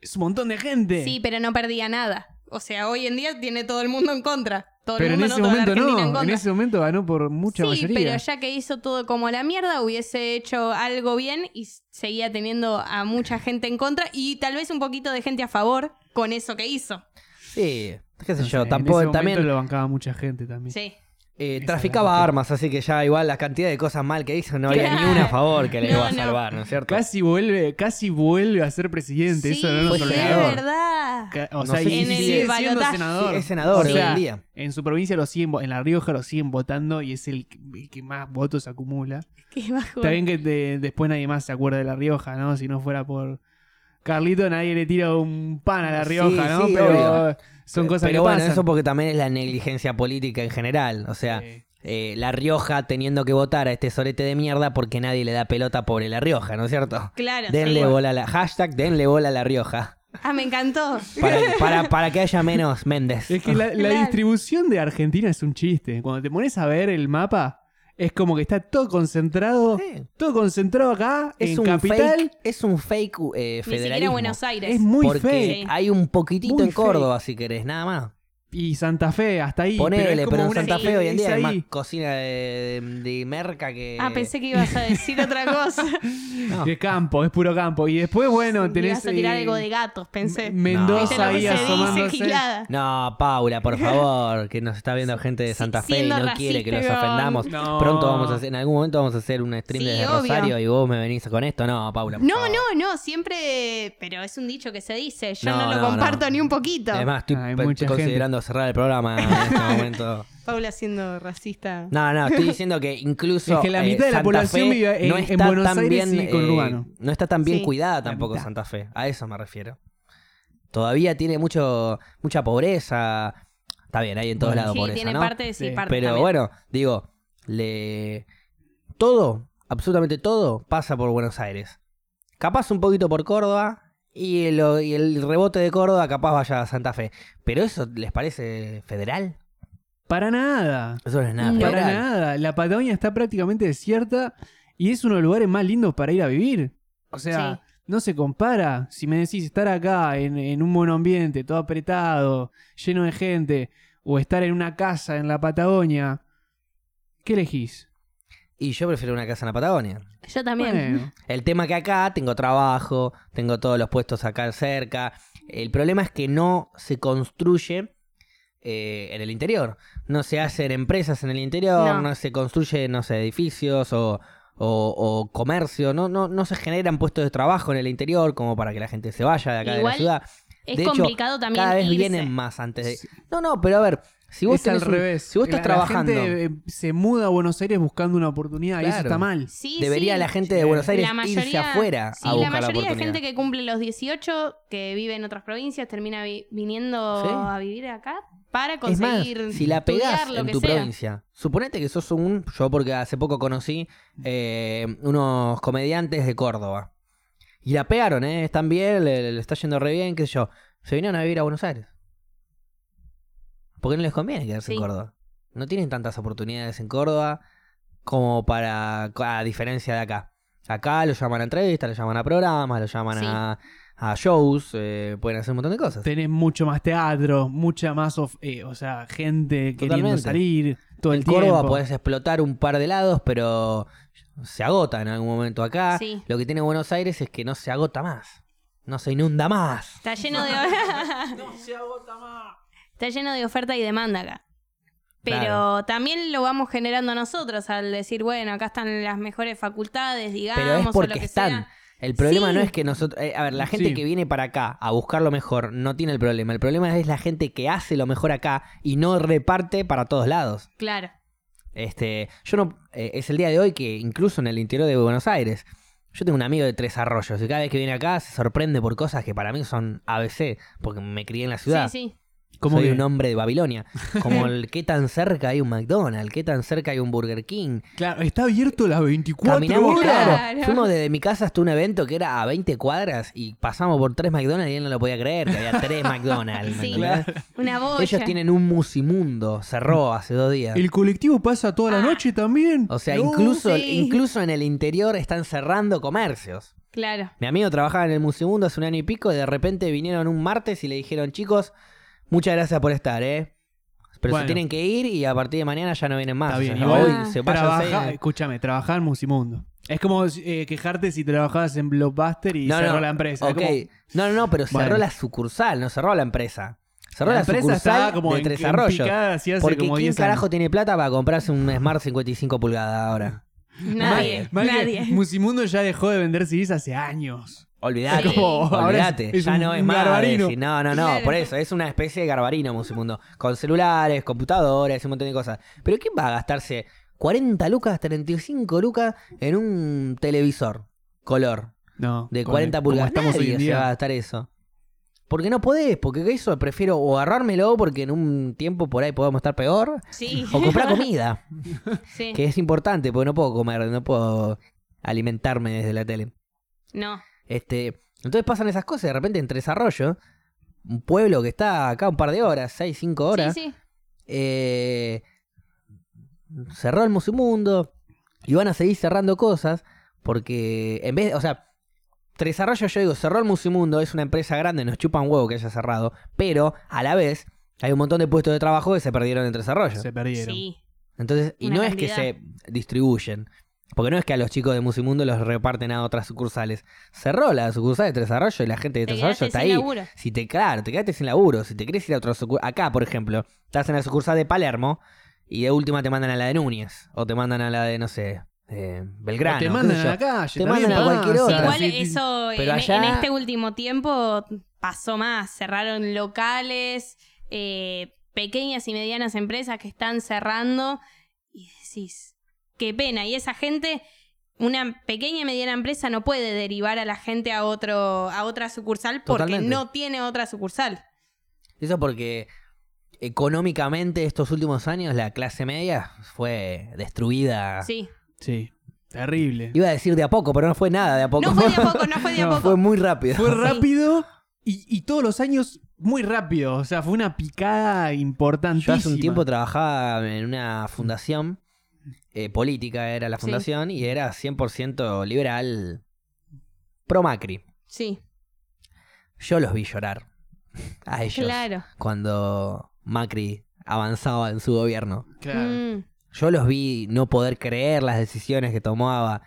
S2: Es un montón de gente.
S3: Sí, pero no perdía nada. O sea, hoy en día tiene todo el mundo en contra. Todo
S2: pero
S3: el
S2: en
S3: mundo
S2: ese
S3: no, toda la
S2: momento
S3: Argentina
S2: no.
S3: en
S2: En
S3: contra.
S2: ese momento ganó por mucha
S3: sí,
S2: mayoría.
S3: pero ya que hizo todo como la mierda, hubiese hecho algo bien y s- seguía teniendo a mucha gente en contra y tal vez un poquito de gente a favor con eso que hizo.
S1: Sí, qué sé
S2: No sé,
S1: yo.
S2: en
S1: Tampoco,
S2: ese momento
S1: también
S2: lo bancaba mucha gente también.
S3: Sí.
S1: eh,
S2: Esa
S1: traficaba
S2: era la-
S1: armas, así que ya igual la cantidad de cosas mal que hizo no había
S3: Claro.
S1: ni una a favor que le
S3: No,
S1: iba a
S3: no.
S1: salvar, ¿no es cierto?
S2: Casi vuelve, casi vuelve a ser presidente.
S3: sí,
S2: eso no nos
S3: es
S1: olvidamos.
S3: verdad.
S2: Ca-
S1: No
S2: O sea,
S1: sé
S2: y
S1: si
S2: y
S1: en el
S2: sigue siendo
S3: balotaje.
S2: senador.
S1: Sí, es senador
S2: O
S1: hoy
S2: sea,
S1: en día.
S2: En su provincia lo siguen, vo- en La Rioja lo siguen votando y es el, que- el que más votos acumula.
S3: Qué bajo.
S2: Está bien que te- después nadie más se acuerda de La Rioja, ¿no? Si no fuera por Carlito, nadie le tira un pan a La
S1: Sí,
S2: Rioja, ¿no?
S1: sí,
S2: Pero
S1: obvio.
S2: son cosas
S1: Pero
S2: que
S1: bueno,
S2: pasan.
S1: eso porque también es la negligencia política en general. O sea,
S2: Sí.
S1: eh, La Rioja teniendo que votar a este sorete de mierda porque nadie le da pelota pobre La Rioja, ¿no es cierto?
S3: Claro.
S1: denle
S3: sí.
S1: bola a la... Hashtag denle bola a La Rioja.
S3: Ah, me encantó.
S1: Para, para, para que haya menos Méndez.
S2: Es que la, la
S3: Claro.
S2: distribución de Argentina es un chiste. Cuando te pones a ver el mapa, es como que está todo concentrado,
S1: Sí.
S2: todo concentrado acá,
S1: Es
S2: en
S1: un
S2: capital.
S1: fake, es un fake eh,
S3: Ni siquiera
S1: federalismo.
S3: Buenos Aires.
S2: Es muy
S1: porque
S2: fake.
S3: Sí.
S1: hay un poquitito
S2: Muy
S1: en Córdoba, si querés, nada más.
S2: Y Santa Fe, hasta ahí.
S1: Ponele,
S2: es
S1: pero,
S2: como
S1: en
S2: una-
S1: Santa Fe hoy en
S2: es
S1: día es más
S2: ahí.
S1: cocina de, de merca que...
S3: Ah, pensé que ibas a decir otra cosa.
S1: No.
S2: Que campo, es puro campo. Y después, bueno, tenés.
S3: Ibas a tirar
S2: eh,
S3: algo de gatos, pensé.
S2: M- Mendoza
S3: Viste lo que
S2: ahí
S3: se dice,
S2: asomándose.
S3: gilada.
S1: No, Paula, por favor, que nos está viendo gente de
S3: Sí,
S1: Santa Fe y
S3: siendo
S1: no quiere que los
S3: racista,
S1: ofendamos.
S2: no.
S1: Pronto vamos a hacer, en algún momento vamos a hacer un stream
S3: Sí,
S1: desde
S3: obvio.
S1: Rosario y vos me venís con esto. No, Paula. por
S3: No,
S1: favor.
S3: no, no, siempre. Pero es un dicho que se dice. Yo
S1: No,
S3: no, lo
S1: no,
S3: comparto
S1: no.
S3: ni un poquito.
S1: Además, estoy
S2: Hay
S1: pe-
S2: mucha
S1: considerando cerrar el programa en este momento.
S3: Paula siendo racista.
S1: No, no, estoy diciendo que incluso.
S2: Es que la
S1: eh,
S2: mitad de la
S1: Santa
S2: población
S1: Fe
S2: vive en-
S1: no
S2: en
S1: está
S2: Buenos
S1: tan
S2: Aires
S1: bien,
S2: y con
S1: eh,
S2: Urbano.
S1: No está tan bien
S3: Sí.
S1: cuidada tampoco
S2: mitad.
S1: Santa Fe. A eso me refiero. Todavía tiene mucho mucha pobreza. Está bien, hay en todos
S2: Bueno.
S1: lados
S3: sí,
S1: pobreza.
S3: tiene
S1: ¿no?
S3: parte de sí,
S2: Sí.
S3: parte
S1: Pero
S3: también.
S1: bueno, digo, le todo, absolutamente todo, pasa por Buenos Aires. Capaz un poquito por Córdoba y el, y el rebote de Córdoba capaz vaya a Santa Fe. Pero eso les parece federal?
S2: Para nada.
S1: Eso no es nada
S3: No.
S2: Para
S1: federal.
S2: nada. La Patagonia está prácticamente desierta y es uno de los lugares más lindos para ir a vivir. O sea,
S3: Sí.
S2: no se compara. Si me decís estar acá en, en un buen ambiente, todo apretado, lleno de gente, o estar en una casa en la Patagonia, ¿qué elegís?
S1: Y yo prefiero una casa en la Patagonia.
S3: Yo también.
S2: Bueno,
S1: El tema que acá tengo trabajo, tengo todos los puestos acá cerca. El problema es que no se construye eh, en el interior. No se hacen empresas en el interior,
S3: No.
S1: no, se construyen, no sé, edificios o, o- o comercio. No, no, no se generan puestos de trabajo en el interior como para que la gente se vaya de acá de la
S3: Igual,
S1: ciudad.
S3: Es
S1: De hecho,
S3: complicado también.
S1: Cada vez
S3: irse.
S1: vienen más antes de... No, no, pero a ver, si vos,
S2: es al
S1: tenés un-
S2: revés.
S1: si vos estás
S2: La- la
S1: trabajando...
S2: gente, eh, se muda a Buenos Aires buscando una oportunidad y eso
S1: Claro.
S2: está mal.
S3: Sí,
S1: Debería
S3: sí.
S1: la gente de
S2: Sí.
S1: Buenos Aires
S3: La mayoría,
S1: irse afuera
S3: sí,
S1: a buscar la,
S3: la mayoría de
S1: oportunidad.
S3: gente que cumple los 18, que vive en otras provincias, termina vi- viniendo
S1: Sí.
S3: a vivir acá para
S1: Es más,
S3: conseguir.
S1: si la
S3: estudiar,
S1: pegás
S3: lo
S1: en
S3: que
S1: tu
S3: sea.
S1: provincia, suponete que sos un. Yo, porque hace poco conocí eh, unos comediantes de Córdoba. Y la pegaron, ¿eh? Están bien, le, le está yendo re bien, qué sé yo. Se vinieron a vivir a Buenos Aires. Porque no les conviene quedarse en
S3: Sí.
S1: Córdoba. No tienen tantas oportunidades en Córdoba como para. A diferencia de acá. Acá lo llaman a entrevistas, lo llaman a programas, lo llaman
S3: Sí.
S1: a, a shows, eh, pueden hacer un montón de cosas.
S2: Tenés mucho más teatro, mucha más, of- eh, o sea, gente queriendo
S1: Totalmente.
S2: salir todo el
S1: en Córdoba
S2: tiempo.
S1: podés explotar un par de lados, pero se agota en algún momento acá.
S3: Sí.
S1: Lo que tiene Buenos Aires es que no se agota más. No se inunda más.
S3: Está lleno de. no se agota más. Está lleno de oferta y demanda acá. Pero
S1: Claro.
S3: también lo vamos generando nosotros al decir, bueno, acá están las mejores facultades, digamos,
S1: Pero es
S3: o lo
S1: porque
S3: que
S1: están.
S3: sea.
S1: El problema
S3: Sí.
S1: no es que nosotros... eh, a ver, la gente
S2: Sí.
S1: que viene para acá a buscar lo mejor no tiene el problema. El problema es la gente que hace lo mejor acá y no reparte para todos lados.
S3: Claro.
S1: Este, yo no... eh, es el día de hoy que incluso en el interior de Buenos Aires... Yo tengo un amigo de Tres Arroyos y cada vez que viene acá se sorprende por cosas que para mí son ABC, porque me crié en la ciudad.
S3: Sí, sí.
S2: Como
S1: Soy
S2: que-
S1: un hombre de Babilonia. Como el qué tan cerca hay un McDonald's, qué tan cerca hay un Burger King.
S2: Claro, está abierto las 24
S1: Caminamos,
S2: horas.
S1: claro.
S3: Claro.
S1: Fuimos desde mi casa hasta un evento que era a 20 cuadras y pasamos por tres McDonald's y él no lo podía creer que había tres McDonald's. ¿me
S3: Sí.
S1: entendés?
S3: Una boya.
S1: Ellos tienen un musimundo, cerró hace dos días.
S2: El colectivo pasa toda la
S3: Ah.
S2: noche también.
S1: O sea,
S2: No.
S1: incluso,
S3: sí.
S1: incluso en el interior están cerrando comercios.
S3: Claro.
S1: Mi amigo trabajaba en el Musimundo hace un año y pico y de repente vinieron un martes y le dijeron, chicos, muchas gracias por estar, ¿eh? Pero
S2: Bueno.
S1: se tienen que ir y a partir de mañana ya no vienen más.
S2: Está bien,
S1: O sea,
S2: igual
S1: hoy se
S2: Trabaja- eh,
S1: vayan seis-
S2: escúchame, trabajar en Musimundo. Es como eh, quejarte si trabajabas en Blockbuster y cerró la empresa. Es
S1: ok.
S2: como-
S1: No, no, no, pero cerró
S2: Bueno.
S1: la sucursal, no cerró la empresa. Cerró la,
S2: la empresa
S1: sucursal
S2: estaba como
S1: de
S2: en,
S1: Tres
S2: en
S1: Arroyos.
S2: picada así hace
S1: Porque
S2: como
S1: ¿quién
S2: 10 años.
S1: carajo tiene plata para comprarse un Smart 55 pulgadas ahora?
S3: Nadie.
S2: Mal que
S3: Nadie.
S2: Musimundo ya dejó de vender CDs hace años.
S1: Olvidate,
S3: Es como-
S1: olvidate.
S2: ahora es- es
S1: ya
S2: un-
S1: no es
S2: un
S1: más de
S2: garbarino.
S1: decir, no, no, no,
S3: Claro.
S1: por eso, es una especie de garbarino Musimundo. Con celulares, computadoras, un montón de cosas. Pero ¿quién va a gastarse 40 lucas, 35 lucas en un televisor color
S2: No.
S1: de
S2: con-
S1: 40
S2: como
S1: pulgadas?
S2: estamos
S1: Nadie
S2: hoy en
S1: se va a
S2: día.
S1: gastar eso. Porque no podés, porque eso prefiero o agarrármelo porque en un tiempo por ahí podemos estar peor,
S3: Sí.
S1: o comprar comida,
S3: Sí.
S1: que es importante, porque no puedo comer, no puedo alimentarme desde la tele.
S3: No.
S1: Este, entonces pasan esas cosas, de repente en Tres Arroyos, un pueblo que está acá un par de horas, 6, 5 horas,
S3: Sí, sí.
S1: eh, cerró el Musimundo y van a seguir cerrando cosas porque en vez, o sea, Tres Arroyos yo digo, cerró el Musimundo, es una empresa grande, nos chupan huevo que haya cerrado, pero a la vez hay un montón de puestos de trabajo que se perdieron en Tres Arroyos.
S2: Se perdieron.
S3: Sí.
S1: Entonces, y
S3: Una
S1: no es
S3: cantidad.
S1: que se distribuyen. Porque no es que a los chicos de Musimundo los reparten a otras sucursales. Cerró la sucursal de Tres Arroyos y la gente de
S3: Te
S1: Tres
S3: quedaste
S1: Arroyos está
S3: sin
S1: ahí.
S3: laburo.
S1: Si te, claro, te quedaste sin laburo. Si te querés ir a otra sucursal. Acá, por ejemplo, estás en la sucursal de Palermo y de última te mandan a la de Núñez. O te mandan a la de, no sé, eh, Belgrano.
S2: O te
S1: qué
S2: mandan
S1: sé
S2: a
S1: yo.
S2: la calle.
S1: Te
S2: también
S1: mandan a
S2: pasa.
S1: cualquier otra.
S3: Igual
S2: Sí, sí.
S3: eso
S1: Pero
S3: en,
S1: allá-
S3: en este último tiempo pasó más. Cerraron locales, eh, pequeñas y medianas empresas que están cerrando. Y decís, qué pena. Y esa gente, una pequeña y mediana empresa no puede derivar a la gente a, otro, a otra sucursal porque
S1: Totalmente.
S3: no tiene otra sucursal.
S1: Eso porque económicamente estos últimos años la clase media fue destruida.
S3: Sí.
S2: Sí. Terrible.
S1: Iba a decir de a poco, pero no fue nada de a poco.
S3: No fue de a poco, no fue de a
S2: No,
S3: poco.
S1: Fue muy rápido.
S2: Fue rápido y, y todos los años muy rápido. O sea, fue una picada importante.
S1: Yo hace un tiempo trabajaba en una fundación, eh, política era la
S3: Sí.
S1: fundación, y era 100% liberal, pro Macri.
S3: Sí,
S1: Yo los vi llorar a ellos
S3: claro.
S1: cuando Macri avanzaba en su gobierno.
S3: Mm,
S1: Yo los vi no poder creer las decisiones que tomaba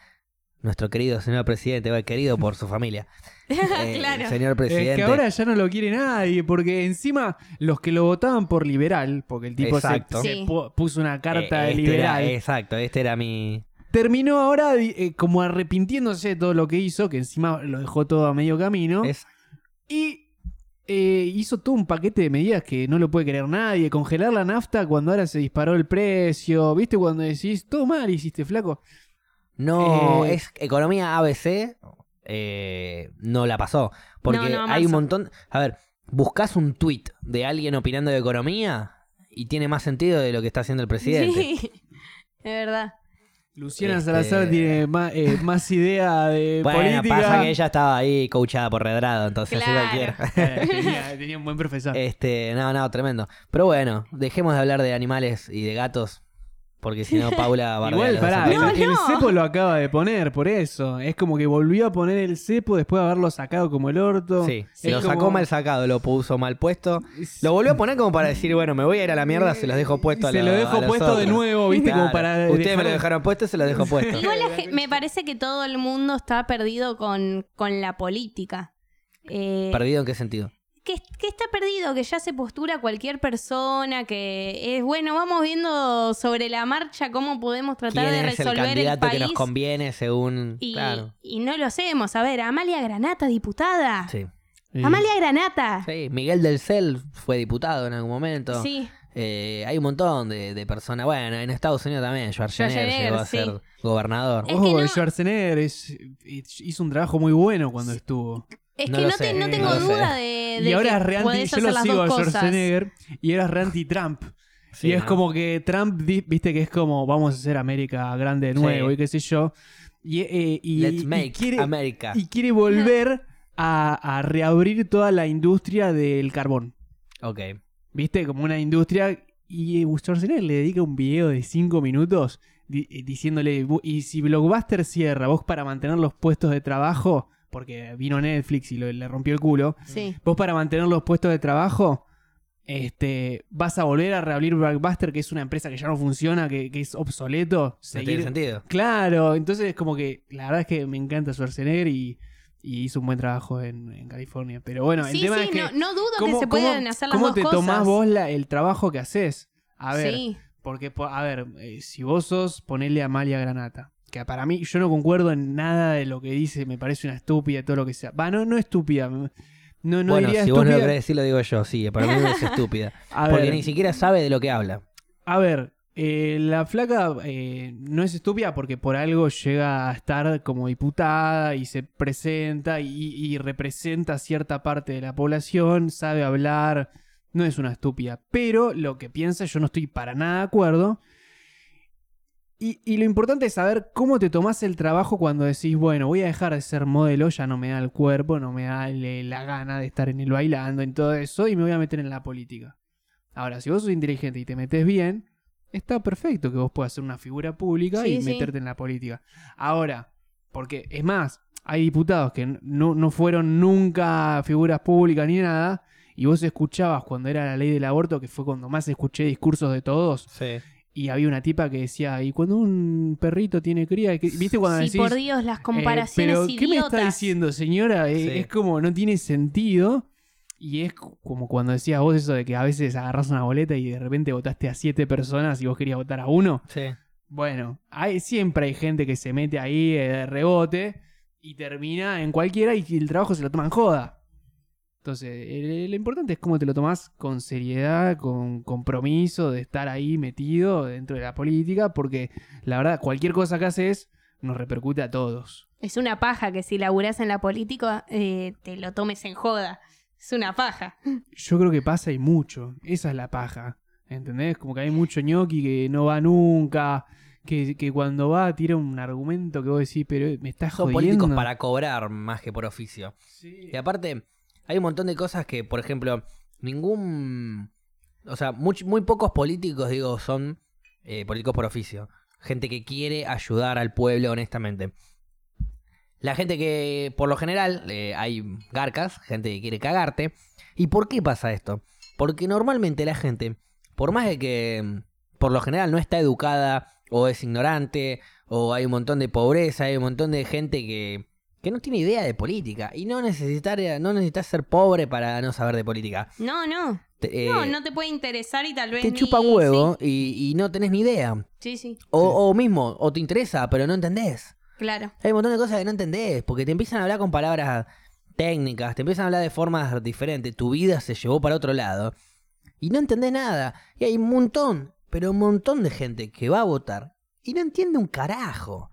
S1: nuestro querido señor presidente, bueno, querido por su familia. Eh,
S3: Claro.
S1: Señor presidente. Eh,
S2: Es que ahora ya no lo quiere nadie, porque encima los que lo votaban por liberal, porque el tipo se-
S1: Exacto.
S2: se,
S3: Sí.
S2: pu- puso una carta
S1: eh,
S2: de
S1: este
S2: liberal,
S1: era- exacto, este era mi...
S2: terminó ahora eh, como arrepintiéndose de todo lo que hizo, que encima lo dejó todo a medio camino,
S1: es-
S2: y eh, hizo todo un paquete de medidas que no lo puede creer nadie, congelar la nafta cuando ahora se disparó el precio, viste cuando decís, todo mal hiciste flaco.
S1: No,
S2: Eh,
S1: es economía ABC, eh, no la pasó. Porque
S3: No, no,
S1: hay un
S3: Marzo.
S1: montón. A ver, buscas un tweet de alguien opinando de economía y tiene más sentido de lo que está haciendo el presidente.
S3: Sí, de verdad.
S2: Luciana
S1: Este-
S2: Salazar tiene más, eh, más idea de
S1: Bueno,
S2: política.
S1: pasa que ella estaba ahí coachada por Redrado, entonces así
S3: Claro.
S1: cualquiera.
S2: Eh, tenía, tenía un buen
S1: Eh,
S2: profesor.
S1: Este, no, no, tremendo. Pero bueno, dejemos de hablar de animales y de gatos Porque si no, Paula va a
S2: Igual, pará, el,
S3: No,
S2: el
S3: no.
S2: cepo lo acaba de poner, por eso. Es como que volvió a poner el cepo después de haberlo sacado como el orto.
S1: Sí,
S2: Es
S1: lo
S2: como-
S1: sacó mal sacado, lo puso mal puesto. Lo volvió a poner como para decir, bueno, me voy a ir a la mierda, se los dejo puesto a
S2: Eh, Se
S1: la-
S2: lo
S1: a
S2: dejo
S1: los
S2: puesto de
S1: otros.
S2: nuevo, ¿viste? Como
S1: Claro,
S2: para.
S1: Ustedes me
S2: dejar-
S1: lo dejaron puesto, se lo dejo puesto.
S3: Igual la ge- me parece que todo el mundo está perdido con, con la política. Eh,
S1: ¿Perdido en qué sentido?
S3: que, que está perdido, que ya se postura cualquier persona, que es bueno, vamos viendo sobre la marcha cómo podemos tratar
S1: ¿Quién
S3: de
S1: es el
S3: resolver el,
S1: candidato
S3: país.
S1: que nos conviene según...
S3: y,
S1: Claro.
S3: y no lo hacemos. A ver, Amalia Granata, diputada.
S1: Sí.
S2: Sí.
S3: Amalia Granata.
S1: Sí, Miguel del Cel fue diputado en algún momento.
S3: Sí.
S1: Eh, hay un montón de, de personas. Bueno, en Estados Unidos también. Schwarzenegger
S3: Schwarzenegger,
S1: llegó a
S3: sí.
S1: ser gobernador.
S3: Es
S2: Ojo,
S3: que no-
S2: Schwarzenegger es- hizo un trabajo muy bueno cuando estuvo.
S3: Es
S1: No
S3: que
S1: lo
S3: no, te-
S1: sé,
S3: no
S1: no
S3: tengo
S1: lo sé.
S3: duda de, Eh, de
S2: y ahora
S3: que
S2: es re anti,
S3: podés
S2: yo
S3: hacer
S2: lo
S3: las
S2: sigo a
S3: dos cosas.
S2: Schwarzenegger y era re anti-Trump.
S1: Sí,
S2: y es
S1: ¿no?
S2: como que Trump, di- viste que es como vamos a hacer América grande de nuevo
S1: Sí.
S2: y qué sé yo. Y, eh, y-
S1: Let's
S2: y
S1: make
S2: quiere,
S1: America.
S2: y quiere volver a, a reabrir toda la industria del carbón.
S1: Ok.
S2: Viste, como una industria. Y eh, Schwarzenegger le dedica un video de 5 minutos di- eh, diciéndole, "Bu- y si Blockbuster cierra, vos para mantener los puestos de trabajo, porque vino Netflix y lo- le rompió el culo,
S3: Sí.
S2: vos para mantener los puestos de trabajo, este, vas a volver a reabrir Blockbuster, que es una empresa que ya no funciona, que, que es obsoleto.
S1: No tiene
S2: Seguir...
S1: sentido.
S2: Claro, entonces es como que la verdad es que me encanta Schwarzenegger y, y hizo un buen trabajo en, en California. Pero bueno, el
S3: sí,
S2: tema
S3: sí,
S2: es que...
S3: no, no dudo
S2: ¿Cómo-
S3: que se
S2: cómo-
S3: puedan hacer las
S2: cómo
S3: dos
S2: te
S3: cosas.
S2: tomás vos la- el trabajo que haces? A ver,
S3: Sí.
S2: porque, po- a ver, eh, si vos sos, ponele a Amalia Granata. Que para mí, yo no concuerdo en nada de lo que dice, me parece una estúpida, todo lo que sea. Va, no, no estúpida. No, no
S1: bueno, si
S2: diría
S1: vos no
S2: estúpida.
S1: lo querés decir, lo digo yo. Sí, para mí es estúpida.
S2: a
S1: Porque
S2: ver,
S1: ni siquiera sabe de lo que habla.
S2: a ver, eh, la flaca eh, no es estúpida porque por algo llega a estar como diputada y se presenta y, y representa cierta parte de la población, sabe hablar, no es una estúpida. Pero lo que piensa, yo no estoy para nada de acuerdo. Y, y lo importante es saber cómo te tomás el trabajo cuando decís, bueno, voy a dejar de ser modelo, ya no me da el cuerpo, no me da el- la gana de estar en el bailando, en todo eso, y me voy a meter en la política. Ahora, si vos sos inteligente y te metes bien, está perfecto que vos puedas ser una figura pública
S3: Sí,
S2: y
S3: sí.
S2: meterte en la política. Ahora, porque es más, hay diputados que no, no fueron nunca figuras públicas ni nada, y vos escuchabas cuando era la ley del aborto, que fue cuando más escuché discursos de todos,
S1: Sí.
S2: y había una tipa que decía, y cuando un perrito tiene cría, que-" ¿viste cuando
S3: Sí,
S2: decís,
S3: por Dios, las
S2: "Eh,
S3: comparaciones
S2: pero ¿qué me
S3: idiotas.
S2: está diciendo, señora? Eh,
S1: Sí.
S2: Es como no tiene sentido. Y es cu- como cuando decías vos eso de que a veces agarras una boleta y de repente votaste a siete personas y vos querías votar a uno.
S1: Sí.
S2: Bueno, hay, siempre hay gente que se mete ahí eh, de rebote y termina en cualquiera y el trabajo se lo toman joda. Entonces, eh, lo importante es cómo te lo tomás con seriedad, con compromiso de estar ahí metido dentro de la política, porque la verdad, cualquier cosa que haces nos repercute a todos.
S3: Es una paja que si laburás en la política eh, te lo tomes en joda. Es una paja.
S2: Yo creo que pasa y mucho. Esa es la paja. ¿Entendés? Como que hay mucho ñoqui que no va nunca, que, que cuando va tira un argumento que vos decís, pero eh, me estás
S1: Son
S2: jodiendo.
S1: políticos para cobrar más que por oficio. Y aparte, hay un montón de cosas que, por ejemplo, ningún. O sea, much- muy, pocos políticos, digo, son eh, políticos por oficio. Gente que quiere ayudar al pueblo, honestamente. La gente que, por lo general, eh, hay garcas, gente que quiere cagarte. ¿Y por qué pasa esto? Porque normalmente la gente, por más de que, mm, por lo general, no está educada o es ignorante, o hay un montón de pobreza, hay un montón de gente que, que no tiene idea de política. Y no necesitar, eh, no necesitas ser pobre para no saber de política.
S3: No, no.
S1: Te-
S3: no,
S1: eh,
S3: no te puede interesar y tal vez.
S1: te
S3: ni-
S1: chupa un huevo y, y no tenés ni idea.
S3: Sí, sí, sí,
S1: O, o mismo, o te interesa, pero no entendés.
S3: claro.
S1: Hay un montón de cosas que no entendés, porque te empiezan a hablar con palabras técnicas, te empiezan a hablar de formas diferentes, tu vida se llevó para otro lado y no entendés nada. Y hay un montón, pero un montón de gente que va a votar y no entiende un carajo.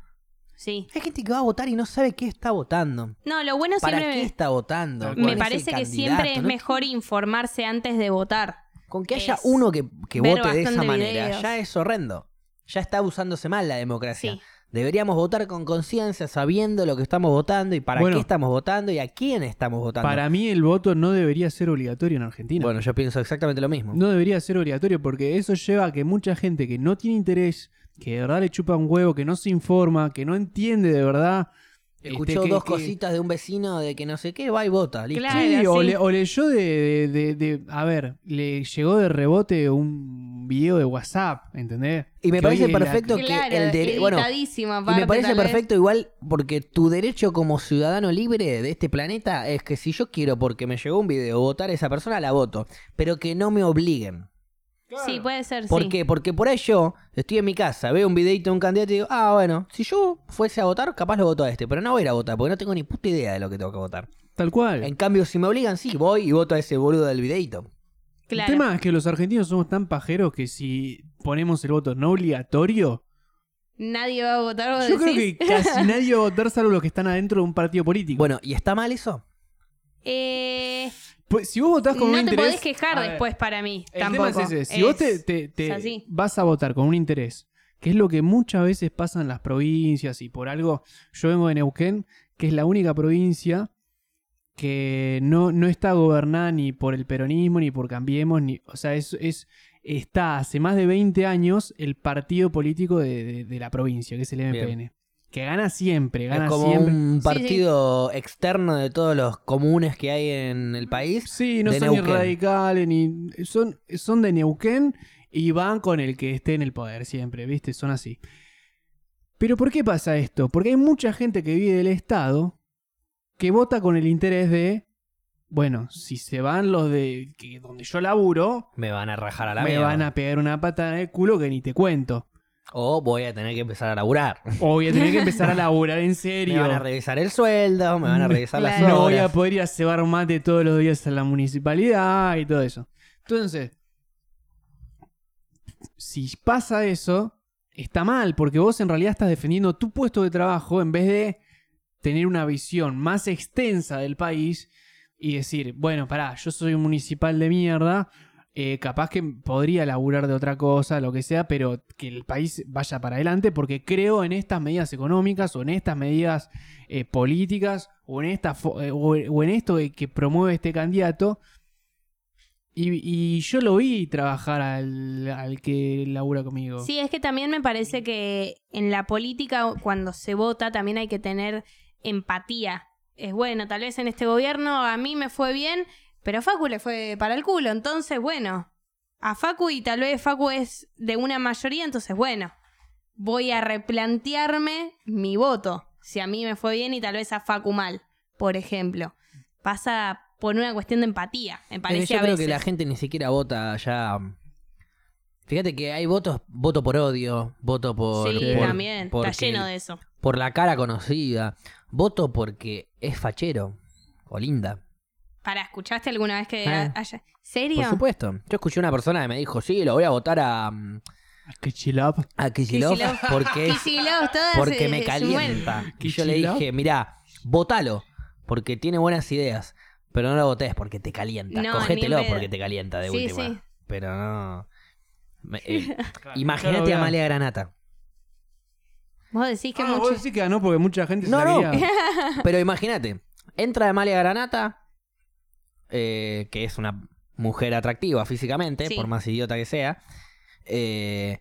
S3: Sí.
S1: Hay gente que va a votar y no sabe qué está votando.
S3: No, lo bueno
S1: ¿Para
S3: siempre.
S1: qué está votando?
S2: Me
S1: ¿Cuál es
S3: me
S1: el
S3: parece que
S1: candidato?
S3: siempre es
S1: No-
S3: mejor informarse antes de votar.
S1: Con que haya
S3: es
S1: uno que, que
S3: ver
S1: vote de esa
S3: bastante
S1: manera
S3: videos.
S1: ya es horrendo. Ya está usándose mal la democracia.
S3: Sí.
S1: Deberíamos votar con conciencia, sabiendo lo que estamos votando y para
S2: Bueno.
S1: qué estamos votando y a quién estamos votando.
S2: Para mí el voto no debería ser obligatorio en Argentina.
S1: Bueno, yo pienso exactamente lo mismo.
S2: No debería ser obligatorio porque eso lleva a que mucha gente que no tiene interés, que de verdad le chupa un huevo, que no se informa, que no entiende de verdad. este,
S1: Escuchó
S2: que-
S1: dos
S2: que-
S1: cositas de un vecino de que no sé qué, va y vota. Listo.
S3: Claro.
S2: Sí, o,
S3: sí.
S2: le- o leyó de, de- de- de- A ver, le llegó de rebote un video de WhatsApp, ¿entendés?
S1: Y me
S2: Que
S1: parece
S2: hoy es la-
S1: perfecto que
S3: Claro,
S1: el dere- bueno,
S3: editadísima
S1: y
S3: aparte,
S1: me parece
S3: tal vez.
S1: perfecto igual porque tu derecho como ciudadano libre de este planeta es que si yo quiero porque me llegó un video votar a esa persona la voto, pero que no me obliguen.
S3: Sí, puede ser,
S1: ¿Por
S3: sí.
S1: qué? Porque por ahí yo estoy en mi casa, veo un videito de un candidato y digo, ah, bueno, si yo fuese a votar, capaz lo voto a este, pero no voy a ir a votar porque no tengo ni puta idea de lo que tengo que votar.
S2: Tal cual.
S1: En cambio, si me obligan, sí, voy y voto a ese boludo del videito.
S3: Claro.
S2: El tema es que los argentinos somos tan pajeros que si ponemos el voto no obligatorio,
S3: Nadie va a votar, vos
S2: yo creo
S3: decís.
S2: que casi nadie va a votar salvo los que están adentro de un partido político.
S1: Bueno, ¿y está mal eso?
S3: Eh,
S2: Pues, si vos votás con
S3: no
S2: un
S3: te
S2: interés...
S3: podés quejar
S2: A ver,
S3: después para mí.
S2: El
S3: tampoco.
S2: tema es ese. Si
S3: Es-
S2: vos te, te- te
S3: es así.
S2: vas a votar con un interés, que es lo que muchas veces pasa en las provincias y por algo, yo vengo de Neuquén, que es la única provincia que no, no está gobernada ni por el peronismo, ni por Cambiemos, ni, o sea, es, es- está hace más de 20 años el partido político de, de- de la provincia, que es el MPN, que gana siempre, gana
S1: es como
S2: siempre.
S1: un
S3: sí.
S1: partido externo de todos los comunes que hay en el país.
S2: Sí, no
S1: de
S2: son ni
S1: Neuquén.
S2: radicales, ni son, son de Neuquén y van con el que esté en el poder siempre, ¿viste? Son así. Pero ¿por qué pasa esto? Porque hay mucha gente que vive del Estado que vota con el interés de, bueno, si se van los de que donde yo laburo,
S1: Me van a rajar a la
S2: me
S1: mierda.
S2: van a pegar una patada en el culo que ni te cuento.
S1: O voy a tener que empezar a laburar.
S2: O voy a tener que empezar a laburar en
S1: Me
S2: serio.
S1: van a revisar el sueldo, me van a revisar las
S3: Claro.
S1: horas.
S2: No voy a poder ir a cebar mate todos los días a la municipalidad y todo eso. Entonces, si pasa eso, está mal, porque vos en realidad estás defendiendo tu puesto de trabajo en vez de tener una visión más extensa del país y decir, bueno, pará, yo soy un municipal de mierda, eh, capaz que podría laburar de otra cosa, lo que sea, pero que el país vaya para adelante porque creo en estas medidas económicas o en estas medidas eh, políticas o en, esta fo- eh, o, o en esto de que promueve este candidato. Y, y yo lo vi trabajar al, al que labura conmigo.
S3: Sí, es que también me parece que en la política, cuando se vota, también hay que tener empatía. Es bueno, tal vez en este gobierno a mí me fue bien, pero a Facu le fue para el culo. Entonces, bueno, a Facu y tal vez Facu es de una mayoría, entonces, bueno, voy a replantearme mi voto. Si a mí me fue bien y tal vez a Facu mal, por ejemplo. Pasa por una cuestión de empatía, me
S1: Es que
S3: parece
S1: yo
S3: a
S1: creo
S3: veces.
S1: que la gente ni siquiera vota ya. Fíjate que hay votos, voto por odio, voto por.
S3: sí,
S1: por-
S3: también, está
S1: porque-
S3: lleno de eso.
S1: Por la cara conocida, voto porque es fachero o linda.
S3: Para, ¿escuchaste alguna vez que
S1: Ah.
S3: haya... ¿Serio?
S1: Por supuesto. Yo escuché una persona que me dijo, sí, lo voy a votar a, mm,
S2: Que chill up.
S1: a Kicillof
S3: Kicillof.
S1: porque, es-
S3: Kicillof, todas,
S1: porque
S3: eh,
S1: me
S3: se
S1: calienta.
S3: mueren.
S1: Y yo le
S2: ¿Kicillof?
S1: dije, mirá, votalo porque tiene buenas ideas, pero no lo votés porque te calienta.
S3: No, ni en
S1: Cogételo
S3: pedo.
S1: porque te calienta de
S3: Sí,
S1: última.
S3: sí.
S1: Pero no... Me- eh,
S2: Claro,
S1: imagínate
S2: mirá.
S1: a Amalia Granata.
S3: Vos decís que
S2: Ah,
S3: mucho...
S2: vos decís que ganó porque mucha gente se
S1: No,
S2: la
S1: no.
S2: quería.
S1: Pero imagínate, entra Amalia Granata, eh, que es una mujer atractiva físicamente,
S3: Sí.
S1: por más idiota que sea, eh,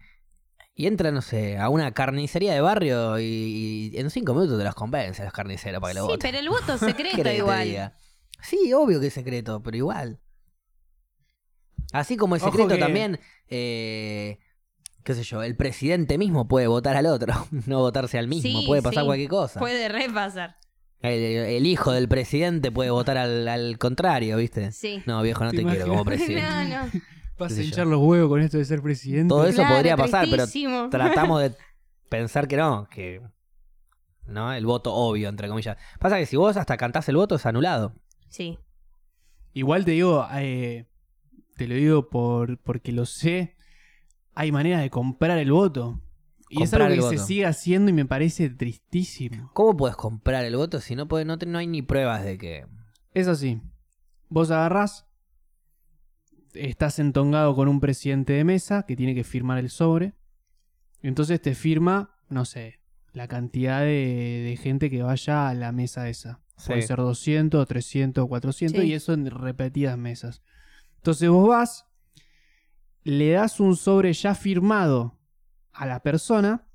S1: y entra, no sé, a una carnicería de barrio y, y en cinco minutos te los convence a los carniceros para que lo
S3: Sí,
S1: voten.
S3: pero el voto es
S1: ¿Qué querés
S3: secreto
S1: que te
S3: igual.
S1: diga? Sí, obvio que es secreto, pero igual. Así como es
S2: Ojo
S1: secreto
S2: que-
S1: también, eh, qué sé yo, el presidente mismo puede votar al otro, no votarse al mismo,
S3: Sí,
S1: puede pasar
S3: sí.
S1: cualquier cosa.
S3: Puede repasar.
S1: El, el hijo del presidente puede votar al, al contrario, ¿viste?
S3: Sí.
S1: No, viejo, no
S2: ¿Te
S1: te, quiero
S2: imaginas?
S1: como presidente.
S3: No, no.
S1: qué
S2: Vas a
S1: sé yo.
S2: hinchar los huevos con esto de ser presidente.
S1: Todo eso
S3: Claro,
S1: podría pasar, pero
S3: tristísimo.
S1: tratamos de pensar que no, que no, el voto obvio, entre comillas. Pasa que si vos hasta cantás el voto es anulado.
S3: Sí.
S2: Igual te digo, eh, te lo digo por porque lo sé, hay maneras de comprar el voto. Y
S1: Comprar el
S2: es algo que
S1: voto.
S2: se sigue haciendo y me parece tristísimo.
S1: ¿Cómo puedes comprar el voto si no, podés- no, te- no hay ni pruebas de que...
S2: Es así. Vos agarrás, estás entongado con un presidente de mesa que tiene que firmar el sobre. Entonces te firma, no sé, la cantidad de, de gente que vaya a la mesa esa. Pueden ser 200, 300, 400
S3: Sí.
S2: y eso en repetidas mesas. Entonces vos vas, le das un sobre ya firmado a la persona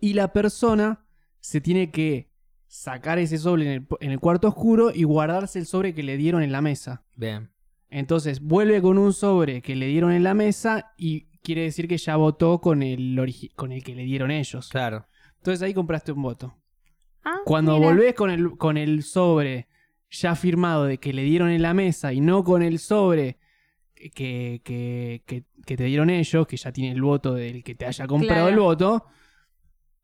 S2: y la persona se tiene que sacar ese sobre en el, en el cuarto oscuro y guardarse el sobre que le dieron en la mesa.
S1: Bien.
S2: Entonces vuelve con un sobre que le dieron en la mesa y quiere decir que ya votó con el, origi- con el que le dieron ellos.
S1: Claro.
S2: Entonces ahí compraste un voto.
S3: Ah,
S2: Cuando
S3: mira.
S2: volvés con el, con el sobre ya firmado de que le dieron en la mesa y no con el sobre que, que, que- que te dieron ellos, que ya tiene el voto del que te haya comprado
S3: Claro.
S2: el voto,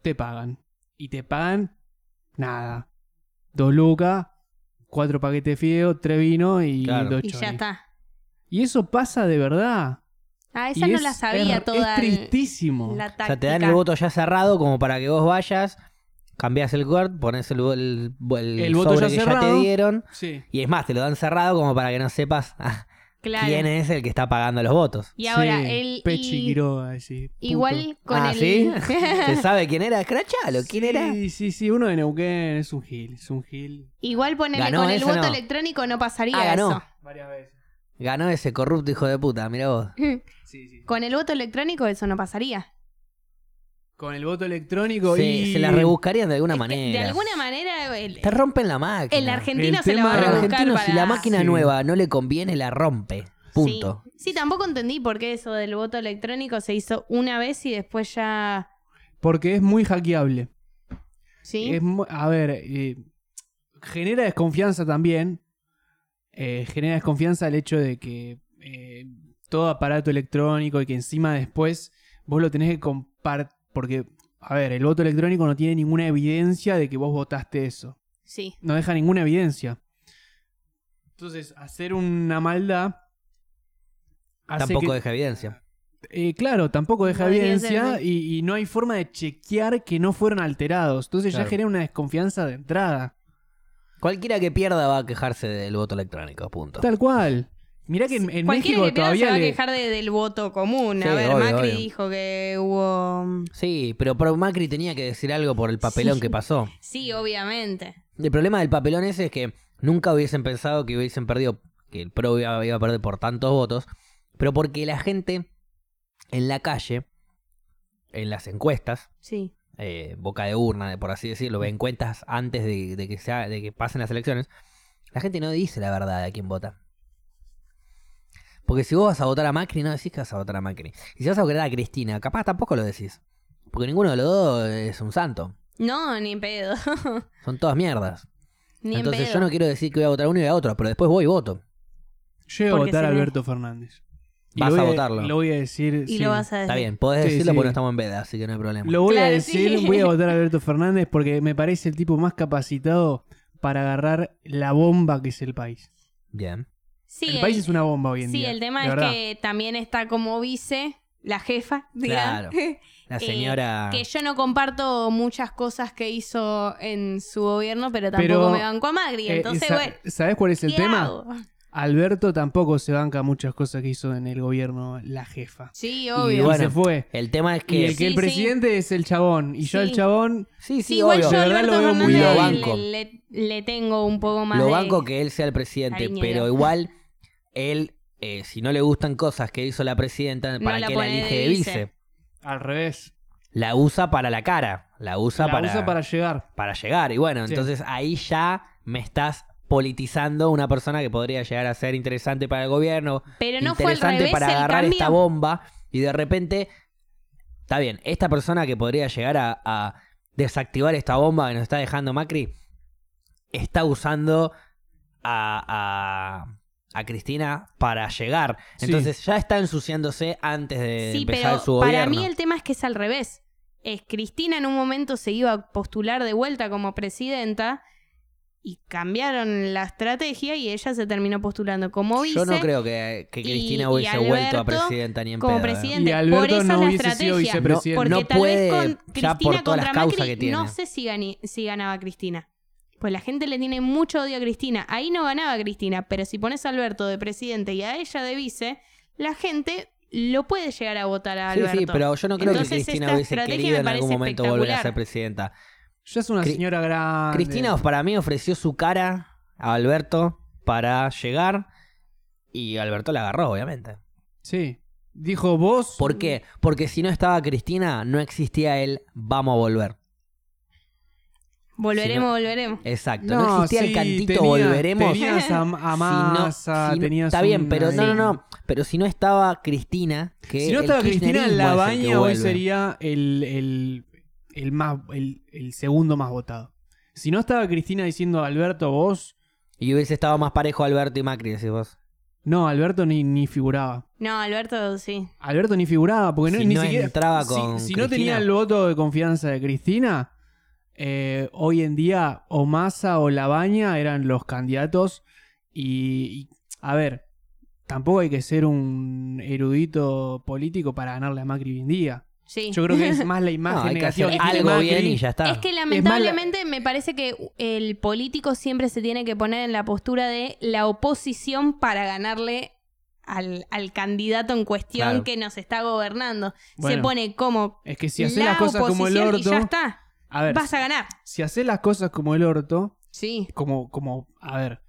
S2: te pagan. Y te pagan nada. Dos lucas, cuatro paquetes de fideo, tres vinos y
S1: Claro.
S2: dos
S3: Y ya
S2: choris.
S3: está.
S2: Y eso pasa de verdad.
S3: Ah, esa
S2: Y
S3: no
S2: es- er,
S3: la sabía
S2: es,
S3: toda.
S2: Es tristísimo.
S3: La
S1: O sea, te dan el voto ya cerrado como para que vos vayas, cambiás el card, pones el, vo- el, vo- el
S2: El voto
S1: sobre
S2: ya
S1: que ya te
S2: cerrado.
S1: dieron.
S2: Sí.
S1: Y es más, te lo dan cerrado como para que no sepas ah,
S3: Claro.
S1: quién es el que está pagando los votos.
S3: Y ahora
S2: Sí,
S3: él.
S2: Pechi
S3: y-
S2: Quiroga, sí, puto.
S3: Igual con
S1: ah,
S3: el.
S1: ¿sí? ¿Se sabe quién era? Escrachalo, ¿quién era?
S2: Sí, sí, sí, uno de Neuquén es un gil, es un gil.
S3: Igual ponerle
S1: Ganó
S3: con el
S1: eso,
S3: voto
S1: no.
S3: electrónico no pasaría
S1: Ah, ganó.
S3: eso.
S2: Varias veces.
S1: Ganó ese corrupto hijo de puta, mira vos.
S2: Sí, sí.
S3: Con el voto electrónico eso no pasaría.
S2: Con el voto electrónico
S1: Se,
S2: y...
S1: se la rebuscarían de alguna
S3: Es que,
S1: manera.
S3: De alguna manera, el,
S1: Te rompen la máquina.
S3: el argentino
S2: El
S3: se la va a
S2: tema-
S1: Al
S3: rebuscar
S1: argentino,
S3: para...
S1: si la máquina
S2: Sí.
S1: nueva no le conviene, la rompe. Punto.
S3: Sí. Sí, tampoco entendí por qué eso del voto electrónico se hizo una vez y después ya...
S2: Porque es muy hackeable.
S3: ¿Sí?
S2: Es mu- a ver, eh, genera desconfianza también. Eh, genera desconfianza el hecho de que eh, todo aparato electrónico y que encima después vos lo tenés que compartir. Porque, a ver, el voto electrónico no tiene ninguna evidencia de que vos votaste eso.
S3: Sí.
S2: no deja ninguna evidencia. Entonces, hacer una maldad. hace
S1: Tampoco
S2: que-
S1: deja evidencia.
S2: eh, claro, tampoco deja
S3: No evidencia,
S2: evidencia
S3: ¿verdad?
S2: y, y no hay forma de chequear que no fueron alterados. Entonces
S1: Claro.
S2: ya genera una desconfianza de entrada.
S1: Cualquiera que pierda va a quejarse del voto electrónico, punto.
S2: Tal cual. Mirá que en, en
S3: Cualquiera
S2: México
S3: que pierda se
S2: todavía
S3: va a
S2: le-
S3: quejar de- del voto común.
S1: Sí,
S3: a ver,
S1: obvio,
S3: Macri
S1: obvio.
S3: dijo que hubo...
S1: Sí, pero Pro Macri tenía que decir algo por el papelón
S3: Sí.
S1: que pasó.
S3: Sí, obviamente.
S1: El problema del papelón ese es que nunca hubiesen pensado que hubiesen perdido, que el PRO iba, iba a perder por tantos votos, pero porque la gente en la calle, en las encuestas,
S3: Sí.
S1: eh, boca de urna, de- por así decirlo,
S2: Mm.
S1: en cuentas antes de, de que sea, de que pasen las elecciones, la gente no dice la verdad de a quién vota. Porque si vos vas a votar a Macri, no decís que vas a votar a Macri. Y si vas a votar a Cristina, capaz tampoco lo decís. Porque ninguno de los dos es un santo.
S3: No, ni en pedo.
S1: Son todas mierdas.
S3: ni en
S1: Entonces
S3: pedo.
S1: yo no quiero decir que voy a votar a uno y a otro, pero después voy y voto.
S2: Yo voy a
S3: Porque
S2: votar a
S3: se me-
S2: Alberto Fernández. Y
S1: Vas
S2: lo voy
S1: a votarlo.
S2: Lo voy a decir. sí.
S3: Y lo vas a decir.
S1: Está bien, podés
S2: Sí,
S1: decirlo
S2: sí.
S1: porque no estamos en veda, así que no hay problema.
S2: Lo voy a
S3: Claro,
S2: decir,
S3: sí.
S2: voy a votar a Alberto Fernández porque me parece el tipo más capacitado para agarrar la bomba que es el país.
S1: Bien.
S3: Sí,
S2: el país es una bomba hoy en
S3: sí,
S2: día.
S3: el tema
S2: de
S3: es
S2: verdad.
S3: que también está como vice la jefa, digamos.
S1: Claro. La
S3: Eh,
S1: señora...
S3: Que yo no comparto muchas cosas que hizo en su gobierno, pero tampoco
S2: Pero,
S3: me banco a Magri.
S2: Eh,
S3: Entonces,
S2: sa-
S3: bueno,
S2: ¿Sabes cuál es el
S3: ¿qué
S2: tema?
S3: hago?
S2: Alberto tampoco se banca muchas cosas que hizo en el gobierno la jefa.
S3: Sí,
S2: Y-
S3: obvio.
S2: Y,
S1: bueno,
S2: se fue.
S1: El tema es
S2: Y
S1: que...
S2: el que el
S3: Sí,
S2: presidente es el chabón. Y yo
S3: Sí.
S2: el chabón.
S1: Sí, sí,
S3: Sí, igual
S1: obvio.
S3: yo a
S2: De verdad
S3: Alberto
S2: lo veo muy
S3: Fernández
S1: banco.
S3: le, le- le tengo un poco más
S1: Lo
S3: de-
S1: banco que él sea el presidente,
S3: cariño,
S1: pero
S3: ¿no?
S1: igual él, eh, si no le gustan cosas que hizo la presidenta,
S3: No
S1: ¿para
S3: la
S1: que la
S3: pone de
S1: elige de
S3: vice.
S1: vice?
S2: Al revés.
S1: La usa para la cara, la usa,
S2: la
S1: para,
S2: usa para llegar.
S1: para llegar. Y bueno,
S2: Sí.
S1: entonces ahí ya me estás politizando una persona que podría llegar a ser interesante para el gobierno,
S3: Pero no fue al
S1: interesante
S3: revés
S1: para
S3: el
S1: agarrar
S3: cambio.
S1: esta bomba, y de repente, está bien, esta persona que podría llegar a, a desactivar esta bomba que nos está dejando Macri, está usando a, a- a Cristina para llegar.
S2: Sí.
S1: Entonces ya está ensuciándose antes de
S3: Sí,
S1: empezar
S3: pero
S1: su gobierno.
S3: para mí el tema es que es al revés. Es Cristina en un momento se iba a postular de vuelta como presidenta y cambiaron la estrategia y ella se terminó postulando como vice.
S1: Yo no creo que, que
S3: y-
S1: Cristina
S3: y
S1: hubiese vuelto a
S3: Alberto
S1: presidenta ni en
S3: como
S1: pedo, ¿eh?
S3: presidente.
S2: Y Alberto
S3: por eso
S2: no
S3: es la
S2: hubiese sido
S3: estrategia.
S2: vicepresidente.
S3: Porque
S1: No
S3: tal
S1: puede,
S3: vez con
S1: ya
S3: Cristina
S1: por todas
S3: contra
S1: las
S3: Macri,
S1: causas que tiene.
S3: no sé si, gani- si ganaba Cristina. Pues la gente le tiene mucho odio a Cristina. Ahí no ganaba Cristina, pero si pones a Alberto de presidente y a ella de vice, la gente lo puede llegar a votar a
S1: Sí,
S3: Alberto.
S1: sí, pero yo no creo
S3: Entonces,
S1: que Cristina
S3: esta
S1: hubiese
S3: estrategia
S1: querido
S3: me
S1: en algún
S3: parece
S1: momento volver a
S3: espectacular.
S1: ser presidenta.
S2: Ya es una
S1: Cri-
S2: señora grande.
S1: Cristina para mí ofreció su cara a Alberto para llegar y Alberto la agarró, obviamente.
S2: Sí. Dijo vos.
S1: ¿Por qué? Porque si no estaba Cristina, no existía el vamos a volver.
S3: Volveremos, volveremos.
S1: Exacto. No, existía el
S2: sí,
S1: cantito
S2: tenía-
S1: volveremos.
S2: Tenías a, a
S1: Si no-
S2: Massa,
S1: si no-
S2: tenías
S1: está bien,
S2: un-
S1: pero no, no,
S2: ahí.
S1: no. Pero si no estaba Cristina, que
S2: Si no
S1: el
S2: estaba Cristina,
S1: kirchnerismo es el que
S2: Labaña hoy
S1: vuelve.
S2: sería el, el, el más, el, el segundo más votado. Si no estaba Cristina diciendo Alberto vos,
S1: Y hubiese estado más parejo Alberto y Macri, decís vos.
S2: no, Alberto ni, ni figuraba.
S3: No, Alberto, sí.
S2: Alberto ni figuraba, porque no,
S1: Si
S2: ni
S1: no
S2: siquiera.
S1: entraba
S2: si-
S1: con
S2: si, no tenía
S1: Cristina.
S2: el voto de confianza de Cristina, eh, hoy en día o Massa o Labaña eran los candidatos. Y, y, a ver, tampoco hay que ser un erudito político para ganarle a Macri hoy en día.
S3: Sí.
S2: Yo creo que es más la imagen
S1: No, hay que hacer
S2: negativa que tiene
S1: algo
S2: Macri.
S1: bien y ya está.
S3: Es que
S2: más, la-
S3: lamentablemente me parece que el político siempre se tiene que poner en la postura de la oposición para ganarle al, al candidato en cuestión
S1: Claro.
S3: que nos está gobernando. se
S2: Bueno.
S3: pone como
S2: Es que si haces
S3: la
S2: las cosas como el
S3: oposición y
S2: orto.
S3: ya está,
S2: A ver,
S3: vas a ganar.
S2: si haces las cosas como el orto,
S3: Sí.
S2: como, como, a ver,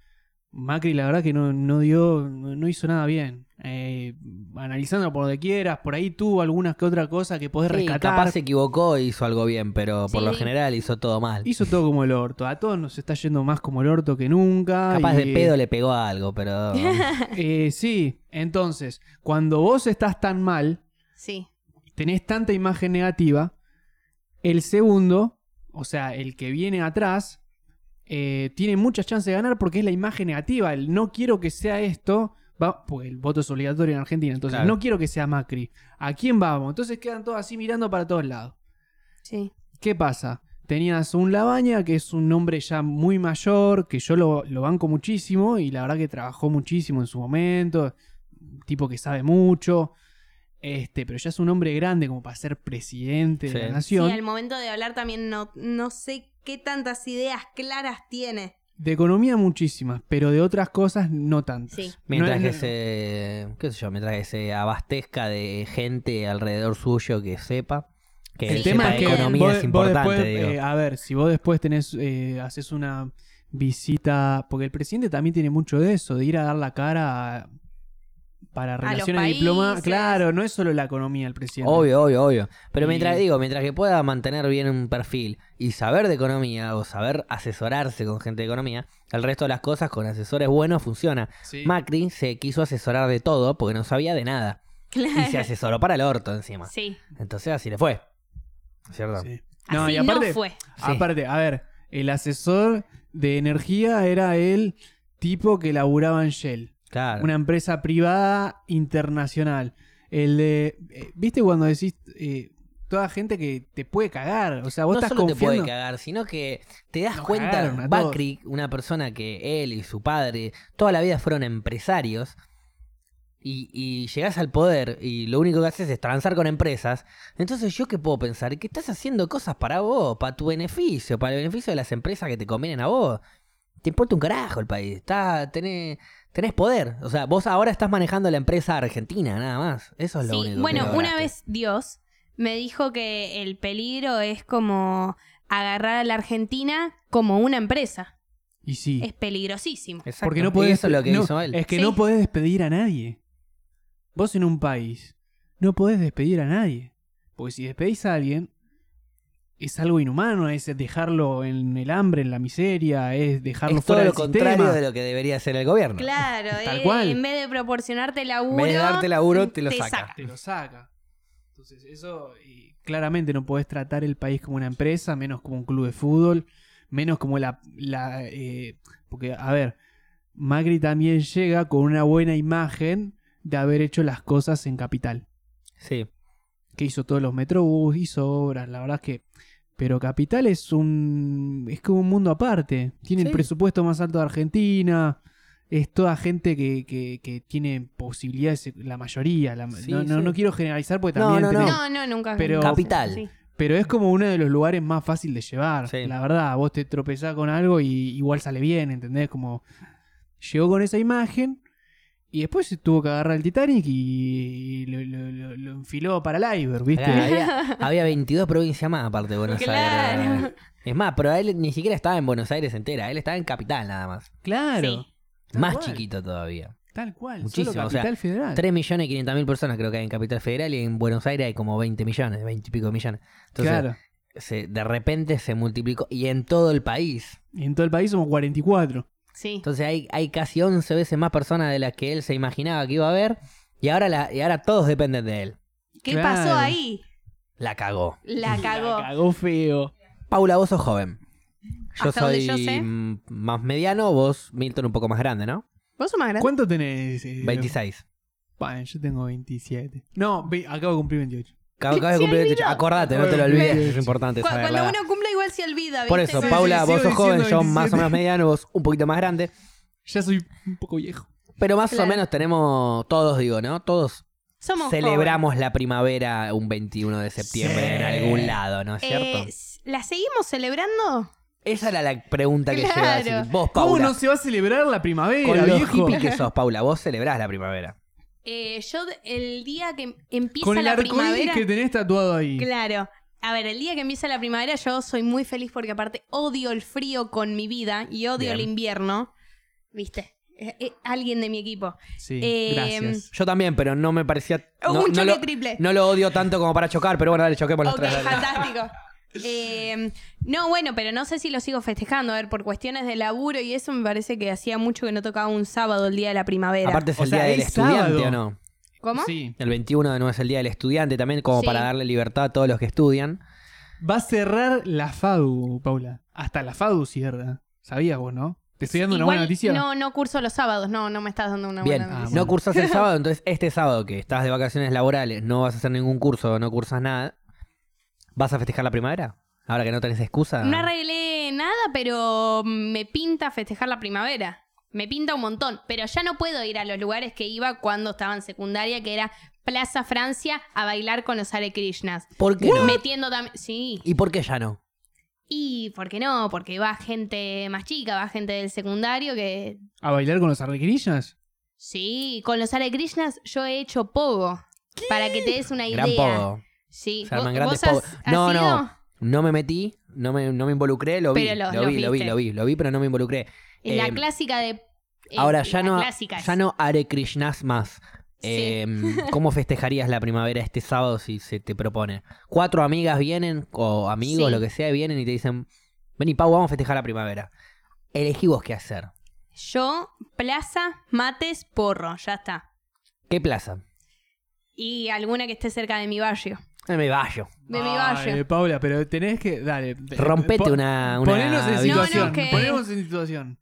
S2: Macri la verdad que no, no dio, no no hizo nada bien. Eh, analizándolo por donde quieras, por ahí tuvo algunas que otra cosa que podés
S1: Sí,
S2: rescatar.
S1: capaz se equivocó e hizo algo bien, pero por
S3: Sí.
S1: lo general hizo todo mal.
S2: Hizo todo como el orto. A todos nos está yendo más como el orto que nunca.
S1: Capaz
S2: y-
S1: de pedo le pegó a algo, pero.
S2: Eh, sí, entonces, cuando vos estás tan mal,
S3: Sí.
S2: tenés tanta imagen negativa, el segundo, o sea, el que viene atrás, eh, tiene muchas chances de ganar porque es la imagen negativa. El no quiero que sea esto, va, porque el voto es obligatorio en Argentina, entonces
S1: Claro.
S2: no quiero que sea Macri. ¿A quién vamos? Entonces quedan todos así mirando para todos lados.
S3: Sí.
S2: ¿Qué pasa? Tenías un Labaña, que es un hombre ya muy mayor, que yo lo, lo banco muchísimo y la verdad que trabajó muchísimo en su momento, un tipo que sabe mucho, este, pero ya es un hombre grande como para ser presidente de la
S1: Sí.
S3: Sí,
S2: nación.
S3: al momento de hablar también no, no sé qué tantas ideas claras tiene.
S2: De economía muchísimas, pero de otras cosas no tantas.
S3: Sí.
S1: Mientras
S2: No
S1: que
S2: es-
S1: se. qué sé yo, mientras que se abastezca de gente alrededor suyo que sepa. Que
S2: El
S3: Sí,
S2: tema
S1: sepa
S2: es
S1: de
S2: que
S1: economía
S2: vos-
S1: es
S2: vos
S1: importante,
S2: después,
S1: digo.
S2: eh, a ver, si vos después tenés, eh, haces una visita, porque el presidente también tiene mucho de eso, de ir a dar la cara a- para
S3: los
S2: relaciones diplomáticas.
S3: países.
S2: Claro, no es solo la economía el presidente.
S1: Obvio, obvio, obvio. Pero
S2: Y-
S1: mientras digo, mientras que pueda mantener bien un perfil y saber de economía o saber asesorarse con gente de economía, el resto de las cosas con asesores buenos funciona.
S2: Sí.
S1: Macri se quiso asesorar de todo porque no sabía de nada. Y se
S3: Claro.
S1: asesoró para el orto encima.
S3: Sí.
S1: Entonces así le fue. ¿Cierto?
S2: Sí. No,
S3: No, Así
S2: y aparte,
S3: no fue.
S1: Sí.
S2: aparte, a ver, el asesor de energía era el tipo que laburaba en Shell,
S1: Claro.
S2: una empresa privada internacional. El de, eh, ¿viste cuando decís eh, toda gente que te puede cagar? O sea, vos
S1: no
S2: estás
S1: solo te puede
S2: confiando.
S1: cagar, sino que te das
S2: Nos
S1: cuenta,
S2: cagaron a todos.
S1: Bakri, una persona que él y su padre toda la vida fueron empresarios, y, y llegás al poder y lo único que haces es transar con empresas, entonces yo qué puedo pensar, que estás haciendo cosas para vos, para tu beneficio, para el beneficio de las empresas que te convienen a vos. Te importa un carajo el país, está, tenés, tenés poder. O sea, vos ahora estás manejando la empresa argentina, nada más. Eso es lo
S3: Sí,
S1: único. que
S3: bueno, una
S1: lograste.
S3: vez Dios me dijo que el peligro es como agarrar a la Argentina como una empresa.
S2: Y sí.
S3: Es peligrosísimo.
S1: Exacto.
S2: Porque no
S1: Y
S2: podés,
S1: Eso es lo que
S2: no,
S1: hizo él.
S2: Es que
S3: Sí.
S2: no podés despedir a nadie. Vos en un país no podés despedir a nadie. Porque si despedís a alguien, es algo inhumano, es dejarlo en el hambre, en la miseria, es dejarlo
S1: es todo
S2: fuera
S1: lo
S2: del
S1: contrario
S2: sistema.
S1: de lo que debería hacer el gobierno.
S3: Claro,
S2: Tal
S3: eh,
S2: cual.
S3: en vez de proporcionarte laburo,
S1: En vez de darte laburo, te lo
S3: te
S1: saca.
S3: saca.
S2: Te lo saca. Entonces eso y claramente no podés tratar el país como una empresa, menos como un club de fútbol, menos como la... la, eh, porque, a ver, Macri también llega con una buena imagen de haber hecho las cosas en Capital.
S1: Sí.
S2: que hizo todos los metrobús, hizo obras, la verdad es que. Pero Capital es un. es como un mundo aparte. Tiene el
S1: Sí.
S2: presupuesto más alto de Argentina. Es toda gente que, que- que tiene posibilidades, la mayoría. la-
S1: Sí,
S2: no, no-
S1: sí.
S2: no quiero generalizar porque
S1: No,
S2: también.
S1: no,
S2: tenemos-
S3: No, no, nunca.
S2: Pero-
S1: Capital.
S3: Sí.
S2: Pero es como uno de los lugares más fácil de llevar.
S1: Sí.
S2: La verdad, vos te tropezás con algo y igual sale bien, ¿entendés? Como. Llegó con esa imagen y después se tuvo que agarrar el Titanic y lo, lo- lo- lo enfiló para el iceberg, ¿viste?
S1: Claro, había, había 22 provincias más aparte de Buenos
S3: Claro.
S1: Aires. Es más, pero él ni siquiera estaba en Buenos Aires entera, él estaba en Capital nada más.
S2: Claro.
S3: Sí.
S2: Tal
S1: más
S2: cual.
S1: chiquito todavía.
S2: Tal cual.
S1: Muchísimo,
S2: solo
S1: o sea,
S2: Capital Federal.
S1: 3 millones y 500 mil personas creo que hay en Capital Federal y en Buenos Aires hay como 20 millones, 20 y pico de millones. Entonces,
S2: claro.
S1: se- de repente se multiplicó y en todo el país.
S2: Y en todo el país somos 44.
S3: Sí.
S1: Entonces hay, hay casi 11 veces más personas de las que él se imaginaba que iba a haber y ahora, la, y ahora todos dependen de él.
S3: ¿Qué
S2: Claro.
S3: pasó ahí?
S1: La cagó.
S3: La cagó.
S2: La cagó feo.
S1: Paula, vos sos joven. Yo
S3: Hasta donde
S1: soy
S3: yo sé.
S1: mm, más mediano, vos, Milton, un poco más grande, ¿no?
S3: ¿Vos sos más grande?
S2: ¿Cuánto tenés? eh,
S1: 26.
S2: Bueno, yo tengo 27. No, ve- acabo de cumplir 28.
S1: Acab- Acabas de
S3: Se
S1: cumplir
S3: olvidó.
S1: 28. Acordate, no te lo
S2: Bueno,
S1: olvides.
S2: bien.
S1: Es importante
S3: Cu-
S1: saber la
S3: cuando
S1: edad.
S3: uno cumple igual se olvida, ¿viste?
S1: Por eso,
S3: Sí,
S1: Paula,
S2: sí,
S1: vos
S2: sigo
S1: sos joven, yo
S2: diciendo
S1: más o
S2: 27.
S1: menos mediano, vos un poquito más grande.
S2: Ya soy un poco viejo.
S1: Pero más o
S3: Claro.
S1: menos tenemos, todos digo, ¿no? Todos
S3: Somos
S1: celebramos la primavera un 21 de septiembre
S2: Sí.
S1: en algún lado, ¿no es
S3: jóvenes.
S1: cierto?
S3: Eh, s- ¿La seguimos celebrando?
S1: Esa era la pregunta que
S3: Claro.
S1: yo iba a decir. Vos,
S2: ¿Cómo
S1: Paula,
S2: no se va a celebrar la
S1: con
S2: primavera,
S1: los
S2: viejo?
S1: hippies que sos, Paula, vos celebrás la primavera.
S3: Eh, yo de- el día que em, empieza
S2: Con el
S3: la
S2: arcoíris
S3: primavera...
S2: que tenés tatuado ahí.
S3: Claro. A ver, el día que empieza la primavera yo soy muy feliz porque aparte odio el frío con mi vida y odio
S1: Bien.
S3: el invierno. ¿Viste? Eh, eh, alguien de mi equipo.
S2: Sí,
S3: Eh,
S2: gracias.
S1: Yo también, pero no me parecía...
S3: Oh,
S1: No,
S3: un
S1: no
S3: choque
S1: lo,
S3: triple.
S1: no lo odio tanto como para chocar, pero bueno, dale, choquemos los
S3: ok,
S1: tres. dale.
S3: fantástico. Eh, no, bueno, pero no sé si lo sigo festejando. A ver, por cuestiones de laburo y eso me parece que hacía mucho que no tocaba un sábado el día de la primavera.
S1: Aparte es
S2: O
S1: el
S2: sea,
S1: día del
S2: es
S1: estudiante,
S2: sábado.
S1: ¿o no?
S3: ¿Cómo?
S2: Sí.
S1: El 21 de nuevo es el día del estudiante también, como
S3: Sí.
S1: para darle libertad a todos los que estudian.
S2: Va a cerrar la FADU, Paula. Hasta la FADU cierra. ¿Sabías vos, no? ¿Te estoy dando una
S3: Igual,
S2: buena noticia?
S3: No, no curso los sábados. No, no me estás dando una
S1: Bien,
S3: buena
S2: Ah,
S3: noticia.
S1: no
S2: bueno.
S1: cursas el sábado, entonces este sábado que estás de vacaciones laborales, no vas a hacer ningún curso, no cursas nada, ¿vas a festejar la primavera? Ahora que no tenés
S2: Ah,
S1: excusa.
S3: No arreglé nada, pero me pinta festejar la primavera. Me pinta un montón, pero ya no puedo ir a los lugares que iba cuando estaba en secundaria, que era Plaza Francia, a bailar con los Hare Krishnas.
S1: ¿Por qué no?
S3: Metiendo también... Sí.
S1: ¿Y por qué ya no?
S3: Y, ¿por qué no? Porque va gente más chica, va gente del secundario que...
S2: ¿A bailar con los arrequerillas?
S3: Sí, con los Hare Krishnas yo he hecho pogo. Para que te des una idea.
S1: Gran podo.
S3: Sí.
S1: Se arman
S3: ¿Vos-
S1: grandes
S3: vos has-
S1: podos.
S3: has
S1: No,
S3: ido?
S1: no. No me metí, no me, no me involucré, lo vi.
S3: Pero los-
S1: lo
S3: los
S1: vi, lo vi,
S3: viste.
S1: lo vi, lo vi, pero no me involucré.
S3: En la
S1: Eh,
S3: clásica de... eh,
S1: Ahora ya
S3: la
S1: no,
S3: clásica
S1: ya
S3: es.
S1: no haré Krishnas más.
S3: Sí.
S1: Em, ¿Cómo festejarías la primavera este sábado si se te propone? Cuatro amigas vienen, o amigos,
S3: Sí.
S1: lo que sea, vienen y te dicen, vení Pau, vamos a festejar la primavera. Elegí vos qué hacer.
S3: Yo, plaza, mates, porro, ya está.
S1: ¿Qué plaza?
S3: Y alguna que esté cerca de mi barrio.
S1: Eh, me vallo.
S3: De mi
S2: Ay,
S3: barrio.
S2: Paula, pero tenés que. Dale. te-
S1: Rompete
S2: Eh, po-
S1: una, una
S2: Ponernos en
S1: vida.
S3: No, no,
S2: situación.
S3: que-
S2: Ponernos en situación.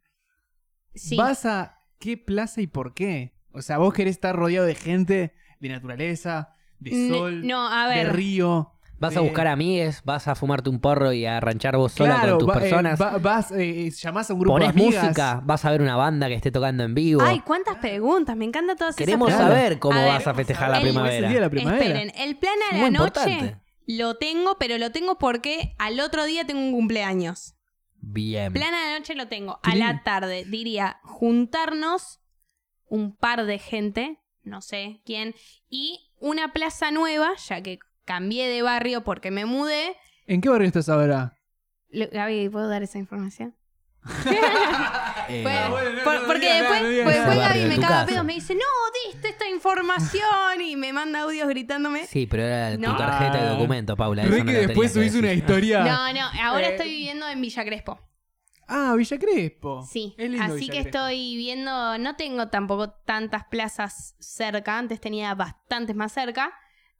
S3: Sí.
S2: ¿Vas a qué plaza y por qué? O sea, vos querés estar rodeado de gente, de naturaleza, de
S3: N-
S2: sol,
S3: No, a
S2: de
S3: ver.
S2: río.
S1: Vas a
S2: de-
S1: buscar amigues, vas a fumarte un porro y a ranchar vos sola
S2: Claro,
S1: con tus
S2: va- eh,
S1: personas.
S2: va- vas, eh, eh, llamás a un grupo de
S1: Ponés
S2: amigas.
S1: música, vas a ver una banda que esté tocando en vivo.
S3: Ay, cuántas preguntas. Me encantan todas
S1: Queremos
S3: esas
S2: Claro.
S1: saber cómo
S3: A ver,
S1: vas a festejar la
S3: ver, ¿cómo
S2: es el
S1: primavera.
S2: día de la
S3: preguntas.
S2: primavera.
S3: Esperen, el plan a
S1: Es
S3: la
S1: muy
S3: noche
S1: importante.
S3: lo tengo, pero lo tengo porque al otro día tengo un cumpleaños.
S1: Bien.
S3: Plan a la noche lo tengo.
S2: Qué
S3: A la
S2: lindo.
S3: tarde diría juntarnos un par de gente, no sé quién, y una plaza nueva, ya que cambié de barrio porque me mudé.
S2: ¿En qué barrio estás ahora?
S3: Lo- Gaby, ¿puedo dar esa información?
S1: Eh,
S3: Bueno,
S2: bueno, no,
S3: por-
S2: no
S3: porque
S2: digas nada,
S3: después,
S2: no digas
S3: pues,
S1: nada.
S3: después
S1: Barrio
S3: Gaby
S1: de
S3: me
S1: tu
S3: caga a
S1: casa.
S3: pedos, me dice, no, diste esta información y me manda audios gritándome.
S1: Sí, pero era tu
S3: No.
S1: tarjeta de
S2: Ah.
S1: documento, Paula. eso
S2: Re
S1: no
S2: que
S1: lo
S2: después
S1: tenías
S2: subís
S1: que
S2: una
S1: decir.
S2: historia.
S3: No, no, ahora
S2: Eh.
S3: estoy viviendo en Villa Crespo.
S2: Ah, Villa Crespo.
S3: Sí,
S2: Es lindo
S3: así
S2: Villa
S3: que
S2: Crespo.
S3: estoy viendo, no tengo tampoco tantas plazas cerca, antes tenía bastantes más cerca,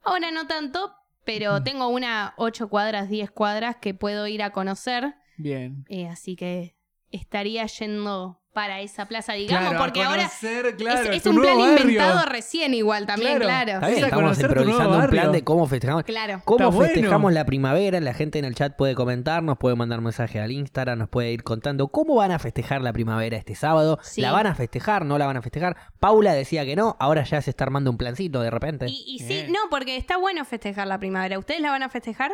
S3: ahora no tanto, pero
S2: Ujú.
S3: tengo una 8 cuadras, 10 cuadras que puedo ir a conocer,
S2: Bien.
S3: eh, así que estaría yendo para esa plaza, digamos, porque
S2: a
S3: ahora es-
S2: conocer, claro,
S3: es,
S2: tu
S3: un plan
S2: nuevo barrio.
S3: inventado recién igual también,
S2: Claro.
S3: claro.
S1: Está bien,
S2: Vas a
S1: estamos
S2: conocer tu
S1: improvisando
S2: nuevo
S1: un plan
S2: barrio.
S1: de cómo festejamos.
S3: Claro.
S1: ¿Cómo
S2: Está bueno.
S1: festejamos la primavera? La gente en el chat puede comentarnos, puede mandar mensaje al Instagram, nos puede ir contando cómo van a festejar la primavera este sábado.
S3: Sí.
S1: ¿La van a festejar? ¿No la van a festejar? Paula decía que no, ahora ya se está armando un plancito de repente.
S3: Y, y sí,
S2: Bien.
S3: no, porque está bueno festejar la primavera. ¿Ustedes la van a festejar?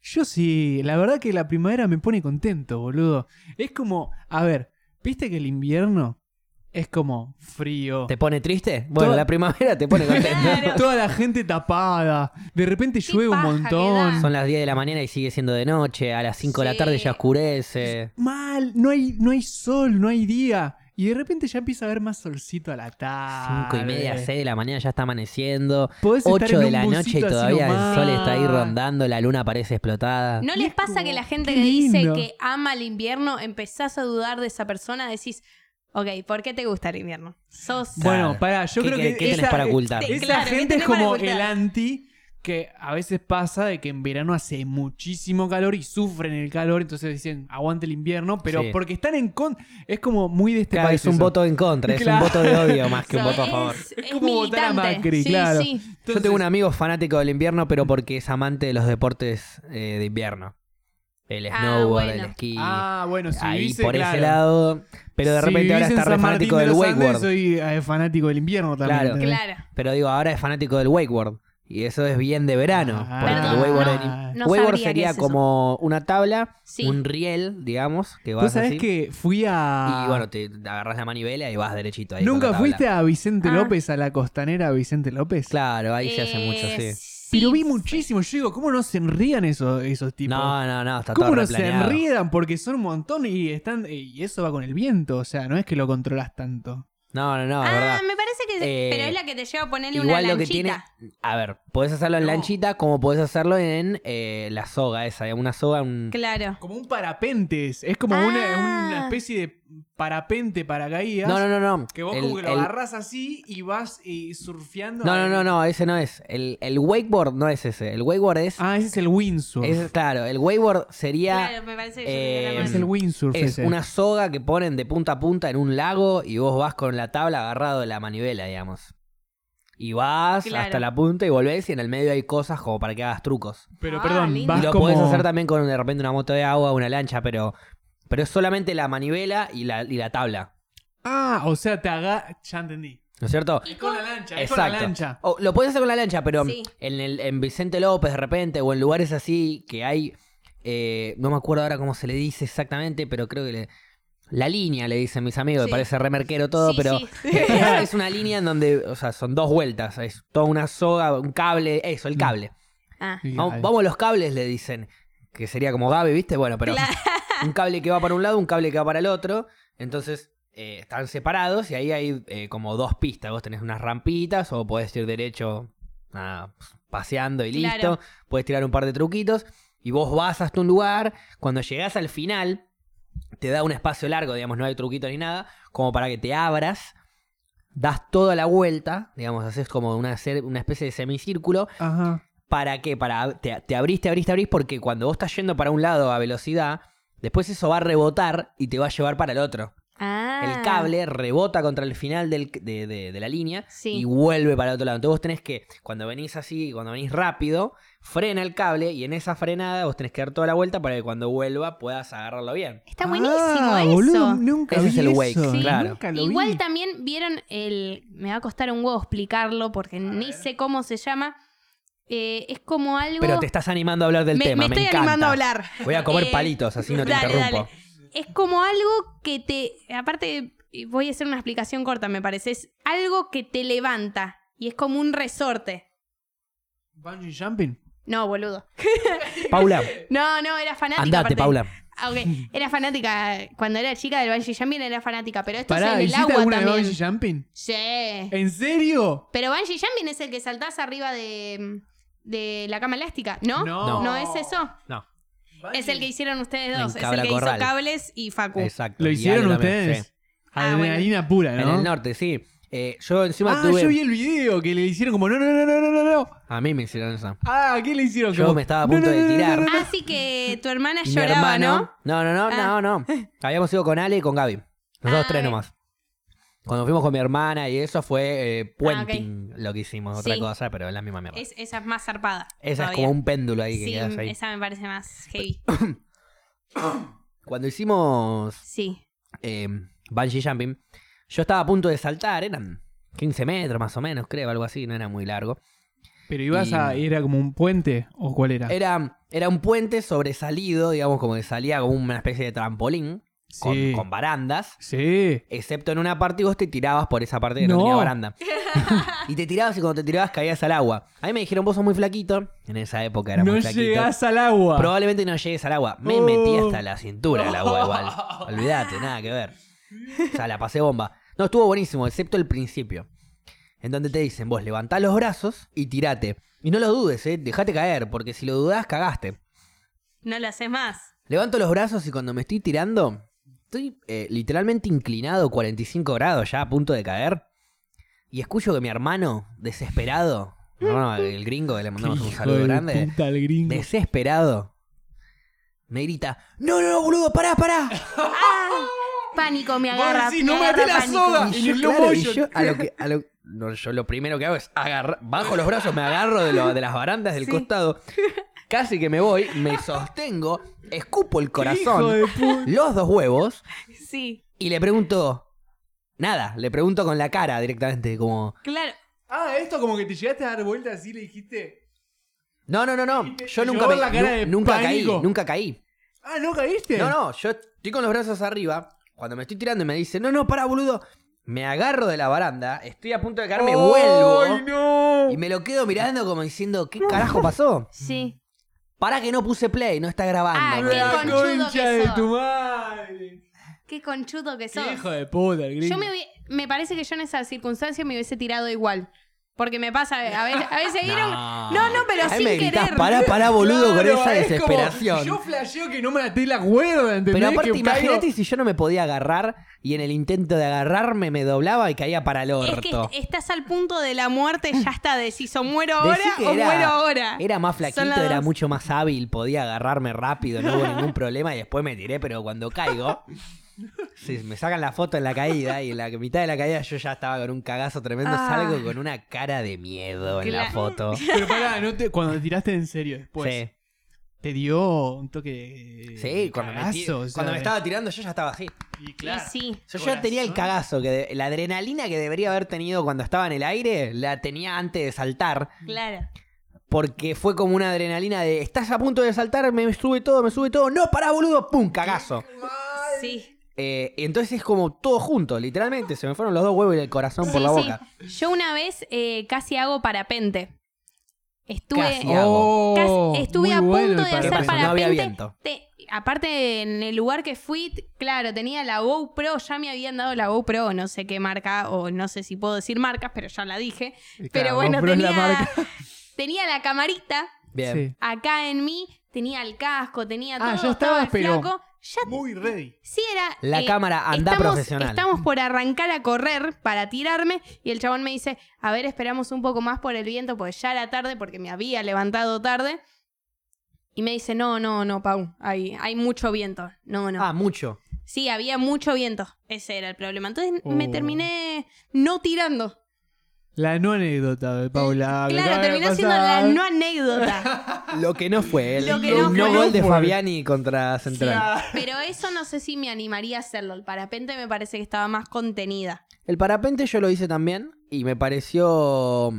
S2: Yo sí, la verdad que la primavera me pone contento, boludo. Es como, a ver, ¿viste que el invierno es como frío?
S1: ¿Te pone triste? Bueno,
S2: Toda-
S1: la primavera te pone contento.
S3: Claro.
S2: Toda la gente tapada, de repente
S3: Qué
S2: llueve un
S3: paja que da.
S2: montón.
S1: Son las 10 de la mañana y sigue siendo de noche, a las 5 de la
S3: Sí.
S1: tarde ya oscurece.
S2: Mal, no hay, no hay sol, no hay día. Y de repente ya empieza a haber más solcito a la
S3: Ah,
S2: tarde.
S1: Cinco y media, seis de la mañana ya está amaneciendo.
S2: Podés estar
S1: 8
S2: en
S1: de
S2: un
S1: la noche
S2: busito
S1: y
S2: así
S1: todavía el
S2: nomás.
S1: sol está ahí rondando, la luna parece explotada.
S3: ¿No
S2: Y
S3: les
S2: es
S3: pasa
S2: como,
S3: que la gente
S2: qué
S3: que dice
S2: lindo.
S3: que ama el invierno, empezás a dudar de esa persona? Decís, ok, ¿por qué te gusta el invierno? Sos...
S2: Bueno,
S1: Claro.
S2: pará, yo
S1: ¿Qué-
S2: creo
S1: qué-
S2: que.
S1: qué tenés para ocultar?
S2: Esa este
S3: Claro, este ¿qué
S2: gente es
S3: tenés para
S2: como
S3: ocultar?
S2: el anti que a veces pasa de que en verano hace muchísimo calor y sufren el calor, entonces dicen aguante el invierno, pero
S1: Sí.
S2: porque están en contra. Es como muy de este
S1: Claro,
S2: país.
S1: es un
S2: eso.
S1: voto en contra, es un
S2: Claro.
S1: voto de odio más que un
S3: sos-
S1: voto a favor.
S3: Es,
S2: Es
S3: es
S2: como votar a
S3: militante.
S2: Macri,
S3: sí,
S2: claro.
S3: sí.
S1: Yo tengo un amigo fanático del invierno, pero porque es amante de los deportes eh, de invierno. El
S3: Ah,
S1: snowboard,
S3: bueno.
S1: el esquí.
S2: Ah, bueno, si
S1: ahí
S2: vivís,
S1: por
S2: claro.
S1: ese lado. Pero de
S2: Si
S1: repente ahora
S2: vivís en
S1: está re
S2: San Martín
S1: fanático
S2: de
S1: del
S2: los Andes,
S1: wakeboard.
S2: soy eh, fanático del invierno también.
S1: Claro.
S2: ¿entendés?
S3: Claro.
S1: Pero digo, ahora es fanático del wakeboard. Y eso es bien de verano.
S2: Ah.
S1: porque
S3: Perdón,
S1: el wakeboard,
S3: no,
S1: en-
S3: no
S1: wakeboard
S3: sabría qué
S1: sería
S3: es eso.
S1: como una tabla,
S3: Sí.
S1: un riel, digamos, que vas
S2: Vos sabés
S1: así.
S2: que fui a.
S1: Y bueno, te agarras la manivela y vas derechito ahí. con
S2: Ah. ¿Nunca
S1: la tabla.
S2: fuiste a Vicente
S3: Ah.
S2: López, a la costanera Vicente López?
S1: Claro, ahí se hace
S3: Eh,
S1: mucho, sí.
S2: Pero vi
S3: sí.
S2: muchísimo. Yo digo, ¿cómo no se enrían esos, esos tipos?
S1: No, no, no, está
S2: ¿Cómo
S1: todo
S2: no se
S1: replaneado.
S2: enriedan? Porque son un montón y están. Y eso va con el viento. O sea, no es que lo controlas tanto.
S1: No, no, no, es verdad.
S3: Ah, me parece que...
S1: Eh,
S3: pero es la que te lleva a ponerle una
S1: Igual lo que tiene.
S3: lanchita.
S1: A ver, podés hacerlo en
S2: No.
S1: lanchita como podés hacerlo en eh, la soga esa. Una soga, un.
S3: Claro.
S2: Como un parapente. Es es como una,
S3: Ah.
S2: una especie de parapente paracaídas.
S1: No, no, no, no.
S2: Que vos
S1: El-
S2: como que lo
S1: el-
S2: agarrás así y vas eh, surfeando.
S1: No,
S2: al-
S1: no, no, no, ese no es. El, el wakeboard no es ese. El wakeboard es.
S2: Ah, ese es el windsurf.
S1: es claro, el wakeboard sería.
S3: Claro, me parece que yo
S1: eh,
S3: tenía la
S2: es
S3: mano.
S2: el windsurf.
S1: es
S2: ese.
S1: una soga que ponen de punta a punta en un lago y vos vas con la tabla agarrado de la manivela, digamos. Y vas
S3: Claro.
S1: hasta la punta y volvés y en el medio hay cosas como para que hagas trucos.
S2: Pero
S3: Ah,
S2: perdón,
S3: lindo.
S2: vas
S1: y lo
S2: como...
S1: podés hacer también con de repente una moto de agua, una lancha, pero, pero es solamente la manivela y la, y la tabla.
S2: Ah, o sea, te haga... Ya entendí.
S1: ¿No es cierto?
S2: Es con la lancha, es con la
S1: Exacto.
S2: lancha.
S1: O lo puedes hacer con la lancha, pero
S3: Sí.
S1: en, el, en Vicente López de repente o en lugares así que hay, eh, no me acuerdo ahora cómo se le dice exactamente, pero creo que le- la línea le dicen mis amigos,
S3: Sí.
S1: me parece remerquero todo,
S3: Sí,
S1: pero
S3: sí.
S1: es una línea en donde, o sea, son dos vueltas, es toda una soga, un cable, eso, el cable.
S3: Ah.
S2: Sí,
S1: Vamos,
S2: ahí.
S1: vamos los cables, le dicen. Que sería como Gaby, ¿viste? Bueno, pero
S3: Claro.
S1: un cable que va para un lado, un cable que va para el otro. Entonces eh, están separados y ahí hay eh, como dos pistas. Vos tenés unas rampitas o podés ir derecho nada, paseando y listo.
S3: Claro.
S1: Podés tirar un par de truquitos y vos vas hasta un lugar. Cuando llegás al final, te da un espacio largo, digamos, no hay truquito ni nada, como para que te abras. Das toda la vuelta, digamos, haces como una, cer- una especie de semicírculo
S2: Ajá.
S1: ¿Para qué? Para, te, te abrís, te abrís, te abrís, porque cuando vos estás yendo para un lado a velocidad, después eso va a rebotar y te va a llevar para el otro.
S3: Ah.
S1: El cable rebota contra el final del- de, de- de la línea
S3: Sí.
S1: y vuelve para el otro lado. Entonces vos tenés que, cuando venís así, cuando venís rápido, frena el cable y en esa frenada vos tenés que dar toda la vuelta para que cuando vuelva puedas agarrarlo bien.
S3: Está buenísimo
S2: Ah,
S3: eso.
S2: boludo, nunca
S1: Ese
S2: vi
S1: es el wake,
S2: eso.
S1: Sí. claro.
S2: Nunca lo vi.
S3: Igual también vieron el. Me va a costar un huevo explicarlo porque ni sé cómo se llama. Eh, es como algo.
S1: Pero te estás animando a hablar del
S3: me,
S1: tema,
S3: me estoy
S1: encanta.
S3: animando a hablar.
S1: Voy a comer
S3: Eh,
S1: palitos, así no te
S3: dale,
S1: interrumpo.
S3: dale. Es como algo que te. Aparte, eh, voy a hacer una explicación corta, me parece. Es algo que te levanta y es como un resorte.
S2: Bungee jumping.
S3: No, boludo.
S1: Paula,
S3: No, no, era fanática.
S1: andate,
S3: aparte.
S1: Paula.
S3: Ah, ok. Era fanática. Cuando era chica del Banshee Jumping era fanática, pero esto
S2: Pará,
S3: es en el
S2: ¿hiciste
S3: agua
S2: alguna de
S3: también.
S2: bungee jumping?
S3: Sí.
S2: ¿En serio?
S3: Pero Banshee Jumping es el que saltás arriba de, mm, de la cama elástica, ¿no?
S1: No.
S3: ¿No es eso?
S1: No,
S3: Es el que hicieron ustedes dos.
S1: En
S3: Es el
S1: Cabra
S3: que
S1: Corral.
S3: hizo cables y Facu.
S1: exacto.
S2: Uh, ¿Lo
S1: Y
S2: hicieron
S1: Ale también,
S2: ustedes?
S1: sí.
S3: Ah,
S2: Adrenalina pura, ¿no?
S1: En el norte, sí. Eh, yo encima
S2: Ah,
S1: tuve.
S2: yo vi el video que le hicieron como no, no, no, no, no, no, no.
S1: A mí me hicieron eso.
S2: Ah, ¿qué le hicieron?
S1: Yo
S2: Como,
S1: me estaba a
S2: "No,
S1: punto
S2: no,
S1: de
S2: no, no,
S1: tirar".
S2: no, no".
S3: Así que tu hermana
S1: Y mi
S3: lloraba,
S1: hermano. No,
S3: ¿no?
S1: no, no, no,
S3: Ah.
S1: no. Habíamos ido con Ale y con Gaby. Nosotros
S3: Ah,
S1: tres
S3: ok.
S1: nomás. Cuando fuimos con mi hermana y eso fue eh, puenting lo que hicimos, otra
S3: Ah, Sí.
S1: cosa, pero es la misma mierda.
S3: Es- esa es más zarpada.
S1: Esa es
S3: todavía.
S1: como un péndulo ahí que
S3: Sí,
S1: quedas ahí.
S3: esa me parece más heavy.
S1: Cuando hicimos
S3: Sí.
S1: eh, bungee jumping, yo estaba a punto de saltar, eran 15 metros más o menos, creo, algo así, no era muy largo.
S2: Pero ibas
S1: Y-
S2: a. ¿Era como un puente? ¿O cuál era?
S1: Era, era un puente sobresalido, digamos, como que salía como una especie de trampolín con-
S2: Sí.
S1: con barandas.
S2: Sí.
S1: Excepto en una parte y vos te tirabas por esa parte que no,
S2: No.
S1: tenía baranda. y te tirabas y cuando te tirabas caías al agua. A mí me dijeron, vos sos muy flaquito. En esa época era
S2: No
S1: muy flaquito.
S2: llegás al agua.
S1: Probablemente no llegues al agua. Me
S2: Oh.
S1: metí hasta la cintura al agua igual. Olvídate, nada que ver. O sea, la pasé bomba. No, estuvo buenísimo, excepto el principio. En donde te dicen, vos levantá los brazos y tirate. Y no lo dudes, ¿eh? dejate caer, porque si lo dudás, cagaste.
S3: No lo haces más.
S1: Levanto los brazos y cuando me estoy tirando, estoy eh, literalmente inclinado 45 grados ya a punto de caer. Y escucho que mi hermano, desesperado, mi hermano, el gringo, que le mandamos un
S2: Hijo
S1: saludo
S2: de
S1: grande,
S2: puta, el gringo.
S1: desesperado, me grita, no, no, no, boludo, pará, pará.
S3: ¡Ah! Pánico, me agarra.
S2: decís,
S3: me
S2: "No
S3: agarra
S2: maté la
S3: pánico.
S2: soga".
S1: Y
S2: En
S1: yo,
S2: el slow
S1: claro, y
S2: motion.
S1: yo a lo que- a lo- no, yo lo primero que hago es agarrar, bajo los brazos, me agarro de, lo- de las barandas del
S3: Sí.
S1: costado, casi que me voy, me sostengo, escupo el
S2: Hijo
S1: corazón,
S2: de puta.
S1: los dos huevos,
S3: Sí,
S1: y le pregunto, nada, le pregunto con la cara directamente, como,
S3: claro.
S2: Ah, esto como que te llegaste a dar vuelta así y le dijiste.
S1: no, no, no,
S2: Y
S1: no,
S2: te-
S1: yo
S2: te
S1: nunca,
S2: llevó
S1: me-
S2: la cara
S1: nu-
S2: de
S1: nunca caí,
S2: pánico.
S1: nunca caí.
S2: Ah, ¿no caíste?
S1: No, no, yo estoy con los brazos arriba. Cuando me estoy tirando y me dice, no, no, para, boludo. Me agarro de la baranda, estoy a punto de caer, me
S2: ¡Ay,
S1: vuelvo.
S2: no!
S1: Y me lo quedo mirando como diciendo, ¿qué carajo pasó?
S3: Sí.
S1: Para que no puse play, no está
S3: Ah,
S1: grabando.
S3: qué
S2: La
S1: boludo.
S3: conchudo
S2: concha
S3: que
S2: de
S3: sos.
S2: tu madre.
S3: Qué conchudo que sos.
S2: Qué hijo de puta, el gringo.
S3: Yo me, hubie- me parece que yo en esa circunstancia me hubiese tirado igual. Porque me pasa, a veces, a veces ir a un- No, no, pero
S1: Ahí
S3: sin
S1: me gritás,
S3: querer.
S1: pará, pará, boludo,
S2: Claro,
S1: con esa
S2: es como,
S1: desesperación.
S2: yo flasheo que no me até la cuerda, ¿entendés?
S1: Pero aparte,
S2: Que
S1: imagínate
S2: caigo-
S1: si yo no me podía agarrar y en el intento de agarrarme me doblaba y caía para el
S3: Es que
S1: orto.
S3: est- estás al punto de la muerte, ya está, decís o muero
S1: Decí
S3: ahora
S1: que
S3: o
S1: era-
S3: muero ahora.
S1: Era más
S3: Son
S1: flaquito,
S3: las
S1: era
S3: dos.
S1: mucho más hábil, podía agarrarme rápido, no hubo ningún problema y después me tiré, pero cuando caigo, si me sacan la foto en la caída y en la mitad de la caída yo ya estaba con un cagazo tremendo,
S3: Ah.
S1: salgo con una cara de miedo en la
S3: Cla-
S1: foto.
S2: Pero pará, no te- cuando te tiraste en serio después,
S1: sí,
S2: te dio un toque de-
S1: sí, cuando, me, ti-
S2: cagazo, o sea,
S1: cuando me estaba tirando yo ya estaba así.
S2: Y
S3: Y
S2: claro.
S3: sí.
S1: Yo ya tenía el cagazo, que de- la adrenalina que debería haber tenido cuando estaba en el aire, la tenía antes de saltar.
S3: Claro.
S1: Porque fue como una adrenalina de estás a punto de saltar, me sube todo, me sube todo. No, pará, boludo, pum, cagazo.
S3: Sí.
S1: Eh, entonces es como todo junto, literalmente. Se me fueron los dos huevos y el corazón por
S3: Sí,
S1: la
S3: sí.
S1: boca.
S3: Yo una vez eh, casi hago parapente. Estuve.
S1: Casi.
S2: Oh,
S3: Casi- estuve
S2: muy
S3: a punto
S2: bueno el
S3: de
S1: ¿Qué
S3: hacer
S1: pasó? No
S2: parapente.
S3: parapente.
S1: había viento.
S3: Te- aparte, en el lugar que fui, t- claro, tenía la GoPro, ya me habían dado la GoPro, o no sé qué marca, o no sé si puedo decir marcas, pero ya la dije. pero
S2: Claro,
S3: bueno,
S2: GoPro es
S3: tenía
S2: la
S3: la,
S2: marca.
S3: tenía la camarita
S1: Bien.
S2: Sí.
S3: acá en mí, tenía el casco, tenía
S2: Ah,
S3: todo,
S2: ya
S3: estaba
S2: estabas, pero-
S3: flaco. Ya
S2: Muy ready.
S3: Sí, era.
S1: La cámara, andá
S3: Eh, estamos-
S1: profesional.
S3: Estamos por arrancar a correr, para tirarme, y el chabón me dice: A ver, esperamos un poco más por el viento, porque ya era tarde, porque me había levantado tarde. Y me dice: No, no, no, Pau, hay, hay mucho viento. No, no.
S1: Ah, mucho.
S3: Sí, había mucho viento. Ese era el problema. Entonces me
S2: Oh.
S3: terminé no tirando.
S2: La no anécdota de Paula. que acaba
S3: claro,
S2: Ah, de
S3: terminó siendo la
S2: pasar.
S3: no anécdota.
S1: Lo que no fue. El
S3: Lo que
S1: el
S3: no fue.
S1: gol de
S2: Fue.
S1: Fabiani contra Central.
S2: Claro.
S3: Pero eso no sé si me animaría a hacerlo. El parapente me parece que estaba más contenida.
S1: El parapente yo lo hice también y me pareció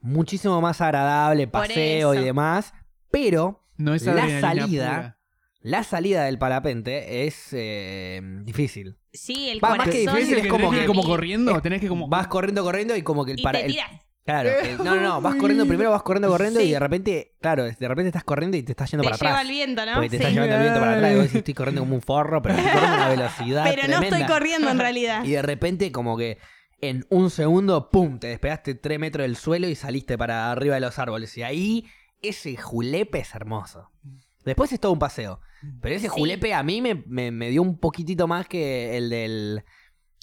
S1: muchísimo más agradable,
S3: Por
S1: paseo y
S3: eso.
S1: demás. Pero
S2: No es
S1: La
S2: adrenalina
S1: salida.
S2: pura.
S1: la salida del parapente es eh, difícil.
S3: Sí, el
S1: Va, más
S3: corazón.
S1: que difícil,
S2: Difícil
S1: es
S2: que
S1: como
S2: tenés que ir
S1: que-
S2: como corriendo, tenés que como
S1: Vas corriendo, corriendo y como que el
S3: Y
S1: para-
S3: te
S1: el-
S3: tiras.
S1: Claro, el- no, no, no, vas corriendo primero, vas corriendo, corriendo y
S3: Sí.
S1: de repente, claro, de repente estás corriendo y te estás yendo
S3: te
S1: para
S3: lleva
S1: atrás.
S3: el viento, ¿no?
S1: Porque te
S3: Sí.
S1: está llevando el viento para atrás. Y vos decís,
S2: Ay.
S1: estoy corriendo como un forro, pero estoy corriendo a una velocidad.
S3: Pero no estoy
S1: tremenda".
S3: corriendo en realidad.
S1: Y de repente, como que en un segundo, ¡pum! Te despegaste 3 metros del suelo y saliste para arriba de los árboles. Y ahí, ese julepe es hermoso. Después es todo un paseo. Pero ese
S3: Sí.
S1: julepe a mí me, me- me dio un poquitito más que el del.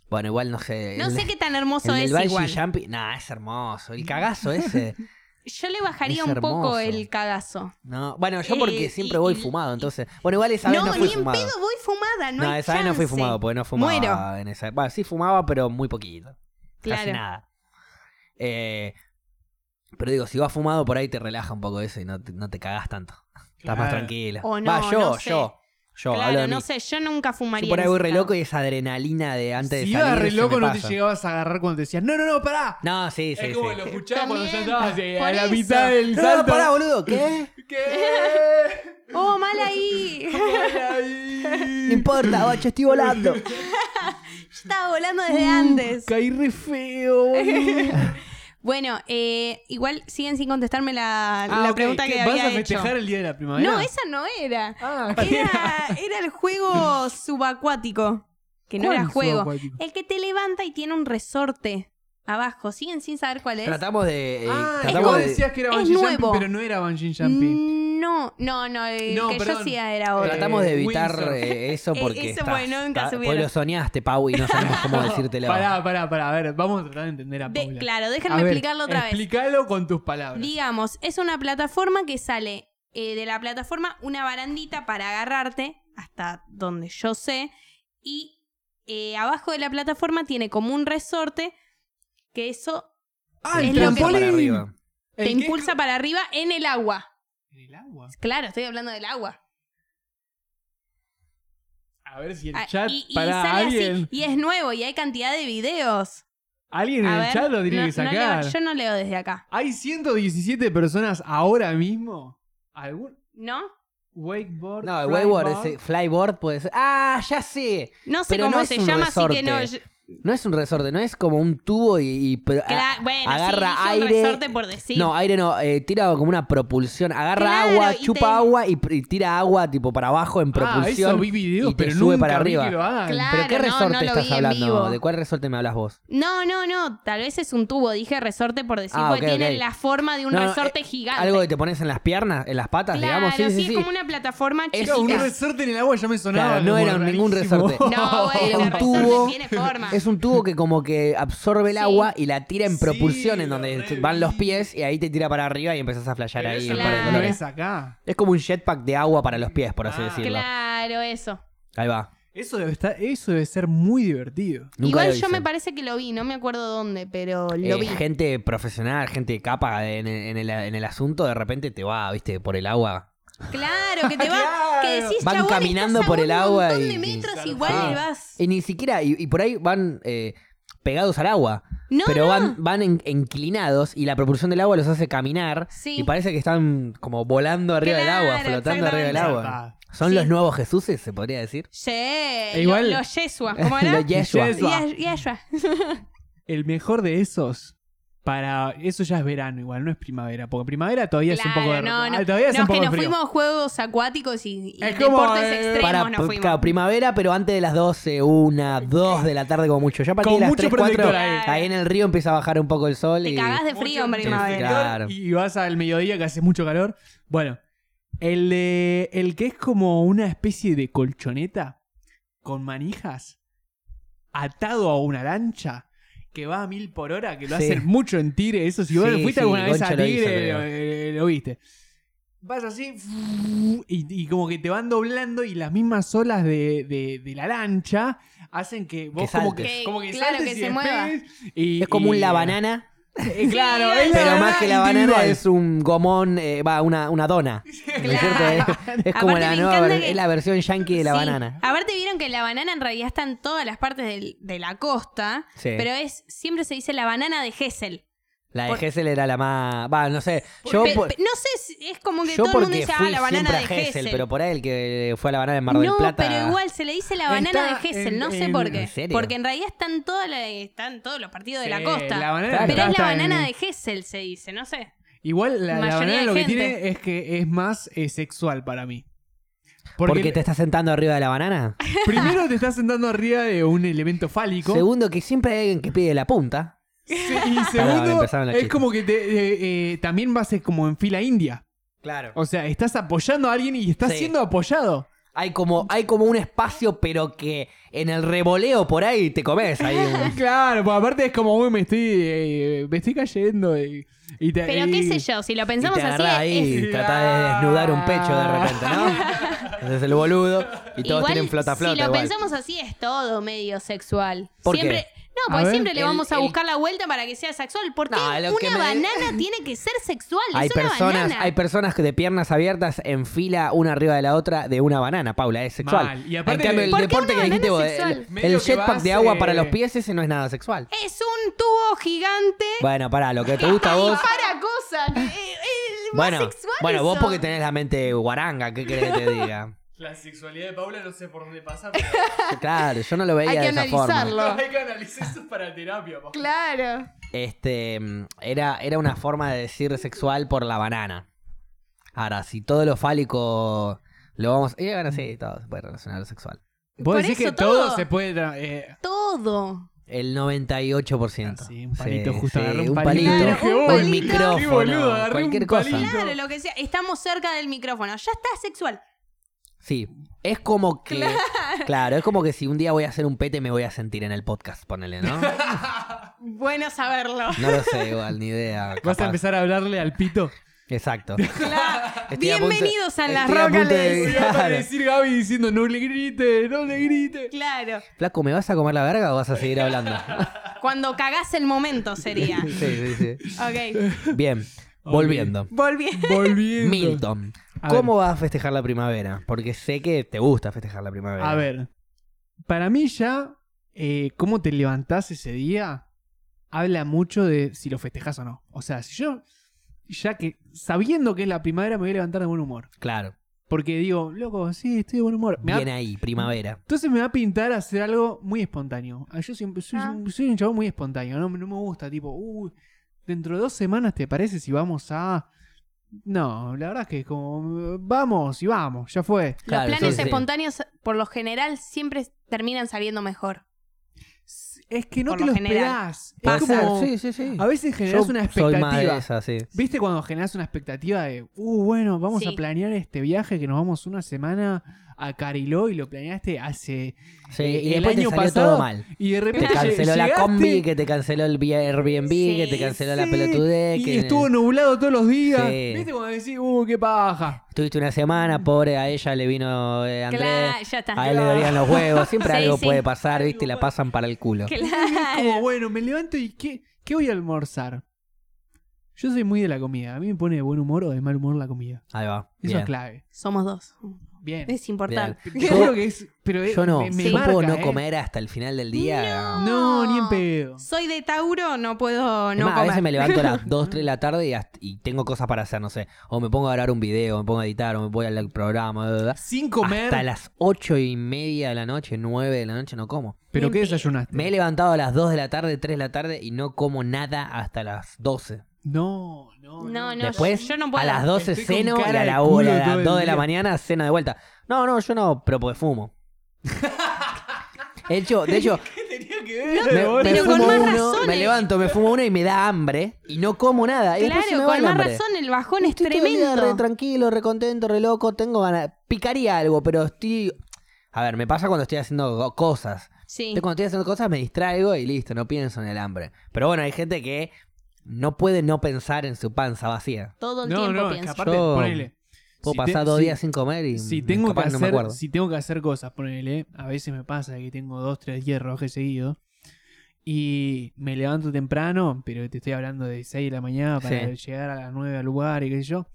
S1: Bueno, igual no sé.
S3: No
S1: el
S3: sé
S1: de-
S3: qué tan hermoso
S1: el del
S3: es
S1: bungee
S3: igual.
S1: jumping- Nah, es hermoso. El cagazo ese.
S3: Yo le bajaría
S1: Es
S3: un poco
S1: hermoso.
S3: el cagazo.
S1: No, bueno, yo
S3: Eh,
S1: porque siempre
S3: y-
S1: voy
S3: y-
S1: fumado, entonces. Bueno, igual esa vez
S3: No,
S1: no, fui
S3: ni en
S1: fumado.
S3: pedo voy fumada, no
S1: no,
S3: hay
S1: esa vez no fui
S3: chance.
S1: fumado, porque no fumaba
S3: Muero.
S1: en esa Bueno, sí fumaba, pero muy poquito. Casi
S3: Claro.
S1: nada. Eh, pero digo, si vas fumado por ahí te relaja un poco eso y no te, no te cagás tanto. Estás más
S2: Claro.
S1: tranquilo.
S3: O no,
S1: Va, yo,
S3: no sé.
S1: yo, yo,
S3: claro,
S1: hablo de mí.
S3: no sé, yo nunca fumaría.
S1: Yo por ahí
S3: en
S1: voy
S3: ese
S1: re
S3: estado.
S1: loco y esa adrenalina de antes de
S2: si
S1: salir.
S2: ibas re
S1: se
S2: loco
S1: me
S2: no
S1: pasa.
S2: te llegabas a agarrar cuando te decías, no, no, no, pará.
S1: No, sí, sí,
S2: es
S1: sí.
S2: como lo
S1: sí.
S2: escuchabas cuando ya
S3: También,
S2: estabas eh, a
S3: por
S2: la
S3: eso.
S2: mitad del
S1: No, no,
S2: salto.
S1: pará, boludo, ¿qué?
S2: ¿Qué?
S3: Oh, mal ahí. Yo
S1: No importa, bacho, estoy volando.
S3: estaba volando desde antes.
S2: Caí re feo. boludo.
S3: Bueno, eh, igual siguen sin contestarme la,
S2: Ah,
S3: la
S2: ok,
S3: pregunta que
S2: ¿qué,
S3: había
S2: ¿Vas a festejar
S3: hecho.
S2: el día de la primavera?
S3: No, esa no era.
S2: Ah,
S3: Era, era el juego subacuático. que no era juego. El que te levanta y tiene un resorte abajo. Siguen sin saber cuál es.
S1: Tratamos de. eh,
S2: Ah, y
S1: tratamos
S2: vos
S1: de- Mm.
S2: decías que era
S3: es
S2: Bungee
S3: nuevo.
S2: Jumping, pero no era Bungee Jumping.
S3: Mm, No, no, no. El
S2: No,
S3: que yo
S2: perdón. Eh,
S3: hacía era otro.
S1: Tratamos de evitar
S2: Windsor.
S1: eh, eso
S3: Eh,
S1: porque.
S3: eso,
S1: estás-
S3: bueno, nunca
S1: está-
S3: subieron.
S1: Vos lo soñaste, Pau, y no sabemos cómo decírtelo.
S2: Pará, pará, pará. A ver, vamos a tratar de entender a
S3: De-
S2: Paula.
S3: claro,
S2: A
S3: déjenme
S2: ver,
S3: explicarlo otra vez.
S2: Explícalo con tus palabras.
S3: Digamos, es una plataforma que sale eh, de la plataforma una barandita para agarrarte, hasta donde yo sé, y eh, abajo de la plataforma tiene como un resorte que eso
S2: ah,
S3: es
S2: el
S3: lo que-
S2: trampolín.
S1: Para arriba.
S2: El
S3: te
S2: que es
S3: impulsa para arriba en el agua.
S2: co- ¿En el agua?
S3: Claro, estoy hablando del agua.
S2: A ver si el
S3: Ah,
S2: chat.
S3: y, y
S2: para
S3: sale
S2: alguien.
S3: así, y es nuevo, y hay cantidad de videos.
S2: Alguien en
S3: A
S2: el
S3: ver,
S2: chat lo tiene
S3: no-
S2: que
S3: no leo-
S2: sacar.
S3: yo no leo desde acá,
S2: Hay 117 personas ahora mismo. ¿Algún?
S3: ¿no?
S2: Wakeboard.
S1: No, el eh,
S2: flyboard?
S1: Wayward, ese flyboard puede ser. ¡Ah, ya sé!
S3: No sé
S1: Pero
S3: cómo
S1: no es
S3: se
S1: un
S3: llama, así que
S1: resorte.
S3: no. yo-
S1: No es un resorte, no es como un tubo y. y pero-
S3: Cla-
S1: a-
S3: bueno,
S1: agarra
S3: sí, dije un
S1: aire.
S3: resorte por decir.
S1: No, aire no, eh, tira como una propulsión. Agarra
S3: Claro,
S1: agua,
S3: y te-
S1: chupa agua y, pr- y tira agua tipo para abajo en
S2: Ah,
S1: propulsión.
S2: eso vi videos,
S1: y te
S2: pero
S1: sube
S2: nunca
S1: para
S2: vi
S1: arriba.
S2: que lo hagan.
S3: Claro.
S1: ¿Pero qué
S3: no,
S1: resorte
S3: no lo
S1: estás
S3: vi en
S1: hablando?
S3: vivo.
S1: ¿De cuál resorte me hablas vos?
S3: No, no, no, tal vez es un tubo, dije resorte por decir,
S1: Ah,
S3: porque
S1: ok, ok.
S3: tiene la forma de un
S1: No, no,
S3: resorte
S1: eh,
S3: gigante.
S1: Algo que te pones en las piernas, en las patas,
S3: claro,
S1: digamos. Sí, sí,
S3: es
S1: sí.
S3: como una plataforma
S1: Es
S3: chiquita.
S2: Claro, un resorte en el agua ya me sonaba.
S1: Claro, no
S2: como
S1: era ningún
S2: rarísimo.
S1: resorte.
S3: No, bueno,
S1: Era un
S3: el resorte
S1: tubo.
S3: tiene forma.
S1: Es un tubo que como que absorbe el
S3: Sí.
S1: agua y la tira en
S2: Sí,
S1: propulsión, en
S2: lo
S1: donde
S2: re
S1: van los
S2: vi.
S1: pies y ahí te tira para arriba y empezás a flashear
S2: Pero
S1: ahí.
S2: eso
S1: en
S3: Claro.
S1: par de
S2: no
S1: colores.
S2: es acá.
S1: Es como un jetpack de agua para los pies, por así
S2: Ah.
S1: decirlo.
S3: Claro, eso.
S1: Ahí va.
S2: Eso debe, estar, eso debe ser muy divertido.
S1: Nunca lo
S3: Igual yo
S1: hice.
S3: me parece que lo vi, no me acuerdo dónde, pero lo
S1: Eh,
S3: vi.
S1: Gente profesional, gente de capa en el, en el- en el asunto, de repente te va, viste, por el agua.
S3: Claro, que te va,
S2: Claro.
S3: que decís,
S1: Van
S3: chabón,
S1: caminando
S3: estás a
S1: por el
S3: un
S1: agua
S3: montón de
S1: y-
S3: metros
S2: y-
S3: igual
S1: Ah.
S3: le vas.
S1: Y ni siquiera, y, y por ahí van eh, pegados al agua.
S3: No,
S1: pero
S3: no.
S1: van, van en- inclinados y la propulsión del agua los hace caminar.
S3: Sí.
S1: Y parece que están como volando arriba del agua,
S3: Claro,
S1: flotando arriba del agua.
S2: Ah,
S1: Son
S3: Sí.
S1: los nuevos Jesuses, se podría decir.
S3: Che,
S2: E igual-
S3: lo- los Yeshua, ¿cómo era?
S1: Los Yeshua.
S2: Yes- Yeshua.
S3: Yes- Yeshua.
S2: El mejor de esos. Para eso ya es verano, igual no es primavera, porque primavera todavía es un poco de
S3: no, no.
S2: ah, todavía es
S3: No,
S2: un poco de
S3: que nos
S2: frío.
S3: fuimos a juegos acuáticos y, y
S2: Es como,
S3: deportes
S2: eh,
S3: extremos
S1: Para
S3: nos
S1: p-
S3: fuimos.
S1: claro, primavera, pero antes de las 12, 1, 2 de la tarde como mucho. Ya a partir
S2: Con
S1: de las
S2: mucho
S1: 3, 4,
S2: protector
S3: ahí.
S1: ahí en el río empieza a bajar un poco el sol.
S3: Te
S1: y...
S3: cagás de frío en
S2: Mucho
S3: primavera.
S1: frío.
S2: calor Y vas al mediodía que hace mucho calor. Bueno, el, de- el que es como una especie de colchoneta con manijas atado a una lancha que va a mil por hora, que lo
S1: Sí.
S2: hacen mucho en Tigre. Eso, si vos
S1: Sí,
S2: fuiste
S1: sí,
S2: alguna vez
S1: Goncha
S2: a
S1: lo hizo,
S2: Tigre,
S1: creo.
S2: lo, eh, lo viste. Vas así y, y como que te van doblando y las mismas olas de, de- de la lancha hacen que vos como
S1: saltes.
S2: que, como que
S3: Claro,
S2: saltes
S3: que
S2: y
S3: se mueva.
S2: despegues y-
S1: Es como un
S2: y-
S1: la banana.
S2: eh, claro, es la
S1: Pero
S2: banana
S1: más que la banana
S2: individual.
S1: es un gomón, eh, va, una, una dona. ¿No es cierto? Es, es como
S3: Aparte
S1: la
S3: me
S1: nueva
S3: encanta
S1: ver-
S3: que-
S1: es la versión yankee de la
S3: Sí.
S1: banana.
S3: Aparte vieron que la banana en realidad está en todas las partes del- de la costa,
S1: Sí.
S3: pero es siempre se dice la banana de Gessel.
S1: La de
S3: por-
S1: Gessel era la más. Va, no sé. Yo,
S3: Pe-
S1: por-
S3: pe- no sé, si- es como que
S1: yo
S3: todo el mundo
S1: porque
S3: dice, ah,
S1: fui
S3: la
S1: siempre
S3: banana
S1: a
S3: de
S1: Gessel,
S3: Gessel.
S1: pero por ahí el que fue a la banana en Mar del
S3: no,
S1: Plata.
S3: pero igual se le dice la banana de
S2: Está
S3: Gessel,
S2: en-
S3: no sé
S2: en-
S3: por qué.
S1: ¿En serio?
S3: Porque en realidad están, todas la- están todos los partidos de la
S2: Sí,
S3: costa.
S2: la banana
S1: Claro.
S3: Pero es la
S2: está en-
S3: banana de Gessel, se dice, no sé.
S2: Igual la, la
S3: Mayoría
S2: banana
S3: de
S2: lo que
S3: gente.
S2: tiene es que es más eh, sexual para mí.
S1: Porque,
S2: Porque,
S1: te estás sentando arriba de la banana.
S2: primero te estás sentando arriba de un elemento fálico.
S1: Segundo, que siempre hay alguien que pide la punta.
S2: Se- y
S1: Perdón,
S2: segundo,
S1: empezaron los
S2: es
S1: chistes.
S2: como que te, eh, eh, también vas eh, como en fila india.
S1: Claro.
S2: O sea, estás apoyando a alguien y estás
S1: Sí.
S2: siendo apoyado.
S1: Hay como, hay como un espacio, pero que en el revoleo por ahí te comes. Ahí un-
S2: Claro, porque aparte es como, uy, me estoy, eh, me estoy cayendo. Y, y te-
S3: Pero
S2: y-
S3: qué sé yo, si lo
S1: Y
S3: pensamos
S1: te
S3: así,
S1: agarrás ahí
S3: es-
S1: y tratás de desnudar un pecho de repente, ¿no? Haces el boludo y todos
S3: igual,
S1: tienen flota flota.
S3: Si lo
S1: igual.
S3: pensamos así, es todo medio sexual.
S1: ¿Por
S3: siempre,
S1: qué?
S3: No,
S2: A
S3: porque
S2: ver.
S3: siempre le
S1: El-
S3: vamos a
S1: el-
S3: buscar la vuelta para que sea sexual. Porque
S1: No, lo que
S3: una
S1: me-
S3: banana tiene que ser sexual.
S1: hay
S3: es una
S1: personas,
S3: banana.
S1: hay personas que de piernas abiertas en fila una arriba de la otra de una banana, Paula, es sexual.
S2: Mal. Y aparte-
S1: en cambio,
S3: ¿Por
S1: el
S3: qué
S1: deporte
S3: una
S1: que dijiste vos,
S3: banana es
S1: el,
S3: sexual?
S1: el
S2: Medio que
S1: jetpack
S2: vas,
S1: de agua
S2: eh,
S1: para los pies, ese no es nada sexual.
S3: Es un tubo gigante
S1: Bueno, pará, lo que te
S3: que
S1: gusta a vos.
S3: dispara cosas. Eh, eh, es más
S1: Bueno,
S3: sexual
S1: bueno, vos
S3: eso.
S1: porque tenés la mente guaranga, ¿qué querés que te diga?
S2: La sexualidad de Paula no sé por dónde pasar.
S1: Claro, yo no lo veía
S3: Hay
S1: de
S3: que
S1: esa forma.
S3: analizarlo.
S2: que analizar eso para terapia.
S3: Claro.
S1: Este mm, era, era una forma de decir sexual por la banana. Ahora, si todo lo fálico lo vamos. Y bueno, sí, todo se puede relacionar a lo sexual.
S2: Vos
S3: Por
S2: decís
S3: eso
S2: que todo,
S3: todo.
S2: se puede. tra- eh,
S3: Todo.
S1: El 98%.
S2: Ah, sí, un palito, justo agarré un
S1: un
S2: palito.
S1: palito.
S3: Claro, un palito.
S1: un
S2: Sí,
S1: micrófono.
S2: boludo, agarré
S1: cualquier
S2: un
S1: cosa.
S2: palito.
S3: Claro, lo que sea. Estamos cerca del micrófono. Ya está sexual.
S1: Sí. Es como que. Claro. es como que si un día voy a hacer un pete me voy a sentir en el podcast, ponele, ¿no?
S3: Bueno saberlo.
S1: No lo sé, igual, ni idea.
S2: Vas
S1: capaz.
S2: a empezar a hablarle al pito.
S1: Exacto.
S3: Claro.
S1: Estoy a punto-
S3: Bienvenidos a las
S1: estoy a punto
S3: rocas.
S1: de-
S3: les-
S2: Y va a aparecer Gaby diciendo: No le grite, no le grite.
S3: Claro.
S1: Flaco, ¿me vas a comer la verga o vas a seguir hablando?
S3: Cuando cagás el momento sería.
S1: sí, sí, sí.
S3: Ok.
S1: Bien, volviendo.
S3: Volviendo.
S2: Volviendo.
S1: Milton,
S2: A
S1: ¿cómo vas a festejar la primavera? Porque sé que te gusta festejar la primavera.
S2: A ver, para mí ya, eh, cómo te levantás ese día habla mucho de si lo festejas o no. O sea, si yo, ya que sabiendo que es la primavera, me voy a levantar de buen humor.
S1: Claro.
S2: Porque digo, loco, sí, estoy de buen humor. Me va-
S1: Bien ahí, primavera.
S2: entonces me va a pintar hacer algo muy espontáneo. Ah, Yo siempre soy,
S3: Ah.
S2: soy un chabón muy espontáneo, no, no me gusta, tipo, uy, dentro de dos semanas, ¿te parece si vamos a...? No, la verdad es que es como, vamos y vamos, ya fue.
S1: Claro,
S3: Los planes
S1: sí, sí.
S3: espontáneos, por lo general, siempre terminan saliendo mejor.
S2: Es que no
S3: Por
S2: te
S3: lo
S2: lo
S3: general.
S2: esperás. Es
S1: Puede ser,
S2: como-
S1: Sí, sí, sí.
S2: A veces generas
S1: Yo
S2: una
S1: Soy más de
S2: expectativa.
S1: esas, sí.
S2: ¿Viste cuando generas una expectativa de, uh, bueno, vamos
S3: Sí.
S2: a planear este viaje que nos vamos una semana a Cariló y lo planeaste hace.
S1: Sí,
S2: eh,
S1: y
S2: el
S1: después te
S2: año
S1: salió
S2: pasado
S1: todo mal.
S2: Y de repente.
S1: Te canceló la
S2: llegaste
S1: combi, que te canceló el vi- Airbnb,
S3: Sí,
S1: que te canceló la
S2: sí,
S1: pelotudez.
S2: Y
S1: que
S2: estuvo nublado todos los días.
S1: Sí.
S2: ¿Viste cuando decís, uh, qué paja?
S1: Tuviste una semana, pobre, a ella le vino eh, Andrés.
S3: Claro, ya está.
S1: A él le dolían los huevos, siempre
S3: Sí,
S1: algo
S3: sí.
S1: puede pasar, ¿viste? Y la
S2: Algo puede-
S1: pasan para el culo.
S3: Claro.
S2: Como, bueno, me levanto y ¿qué, ¿qué voy a almorzar? Yo soy muy de la comida. A mí me pone de buen humor o de mal humor la comida.
S1: Ahí va.
S2: Eso
S1: bien.
S2: es clave.
S3: Somos dos.
S2: Bien.
S3: Es importante.
S2: Yo
S1: Yo-
S2: creo que es. Pero es-
S1: Yo no,
S2: me, me
S1: yo
S2: marca,
S1: puedo no
S2: ¿eh?
S1: comer hasta el final del día.
S2: No, ni en pedo.
S3: Soy de Tauro, no puedo
S1: Es
S3: no
S1: más, a
S3: comer.
S1: veces me levanto a las 2, 3 de la tarde y, hasta- y tengo cosas para hacer, no sé. O me pongo a grabar un video, me pongo a editar, o me voy al programa, bla, bla, bla.
S2: Sin comer.
S1: Hasta las 8 y media de la noche, 9 de la noche, no como.
S2: ¿Pero qué
S3: Bien
S2: desayunaste?
S1: Me he levantado a las 2 de la tarde, 3 de la tarde y no como nada hasta las 12.
S2: No, no.
S3: No, no,
S1: Después,
S3: yo no puedo.
S1: a las 12
S2: Estoy con
S1: ceno y
S2: cara
S1: a
S2: de
S1: la 1,
S2: culo
S1: a
S2: todo
S1: las
S2: el
S1: 2 de la
S2: día.
S1: mañana cena de vuelta. No, no, yo no, pero porque fumo. De hecho, de hecho,
S2: ¿Qué tenía que ver?
S1: me, me
S3: pero con
S1: fumo
S3: más
S1: uno,
S3: razones.
S1: me levanto, me fumo uno y me da hambre y no como nada. Y después se me va
S3: Claro, con
S1: el
S3: más
S1: hambre.
S3: razón, el bajón es
S1: Estoy todo el día re
S3: tremendo.
S1: tranquilo, re contento, re loco, tengo ganas. Picaría algo, pero estoy. A ver, me pasa cuando estoy haciendo go- cosas.
S3: Sí.
S1: Entonces, cuando estoy haciendo cosas me distraigo y listo, no pienso en el hambre. Pero bueno, hay gente que no puede no pensar en su panza vacía.
S3: Todo el
S2: No,
S3: tiempo
S2: no, es que
S3: pienso.
S2: aparte,
S1: Yo-
S2: ponele.
S1: Puedo
S2: si
S1: pasar
S2: te-
S1: dos
S2: si-
S1: días sin comer y
S2: Si tengo, que
S1: capaz
S2: hacer,
S1: no me acuerdo.
S2: si tengo que hacer cosas, ponele. A veces me pasa que tengo dos, tres días de rodaje seguidos. Y me levanto temprano, pero te estoy hablando de 6 de la mañana para llegar a las 9 al lugar y qué sé yo.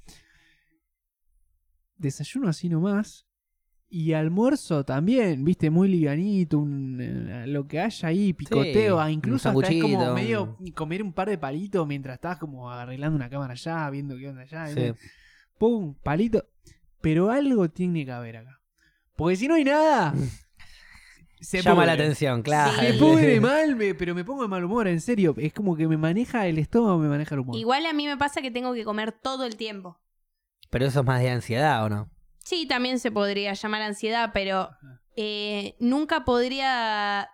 S2: Desayuno así nomás. Y almuerzo también, viste, muy liganito, un, eh, lo que haya ahí, picoteo, ah,
S1: un
S2: incluso hasta es como
S1: sanguchito,
S2: medio comer un par de palitos mientras estás como arreglando una cámara allá, viendo qué onda allá.
S1: Sí.
S2: ¿viste? pum, palito. Pero algo tiene que haber acá. Porque si no hay nada, se
S1: Llama
S2: pudre.
S1: la atención, claro.
S3: Sí.
S2: Se pudre mal, me- pero me pongo de mal humor, en serio. Es como que me maneja el estómago, me maneja el humor.
S3: Igual a mí me pasa que tengo que comer todo el tiempo.
S1: Pero eso es más de ansiedad, ¿o no?
S3: Sí, también se podría llamar ansiedad, pero eh, nunca podría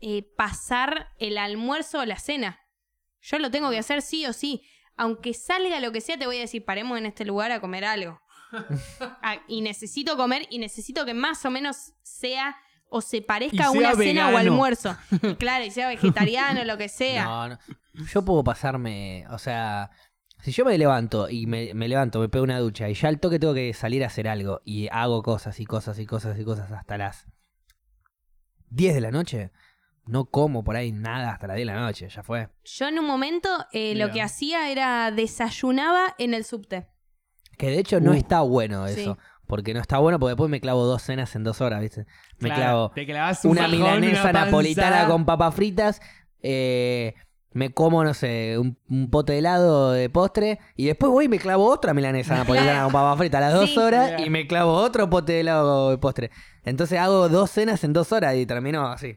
S3: eh, pasar el almuerzo o la cena. Yo lo
S2: Ah.
S3: tengo que hacer sí o sí. Aunque salga lo que sea, te voy a decir, paremos en este lugar a comer algo. Ah, y necesito comer y necesito que más o menos sea o se
S2: Y
S3: parezca
S2: sea
S3: a una cena o
S2: vegano.
S3: almuerzo. Y claro, y sea vegetariano, lo que sea.
S1: No, no. Yo puedo pasarme, o sea, si yo me levanto y me, me levanto, me pego una ducha y ya al toque tengo que salir a hacer algo y hago cosas y cosas y cosas y cosas hasta las 10 de la noche, no como por ahí nada hasta las 10 de la noche, ya fue.
S3: Yo en un momento eh, lo
S2: Mira.
S3: que hacía era desayunaba en el subte.
S1: Que de hecho no
S2: Uh.
S1: está bueno
S3: Sí.
S1: eso, porque no está bueno porque después me clavo dos cenas en dos horas, ¿viste? Me clavo
S2: Te clavas un
S1: una
S2: fajón,
S1: milanesa
S2: una panza.
S1: napolitana con papas fritas. eh, me como, no sé, un, un pote de helado de postre. Y después voy y me clavo otra milanesa napolitana con papas fritas a las dos
S3: Sí.
S1: horas.
S2: Claro.
S1: Y me clavo otro pote de helado de postre. Entonces hago dos cenas en dos horas y termino así.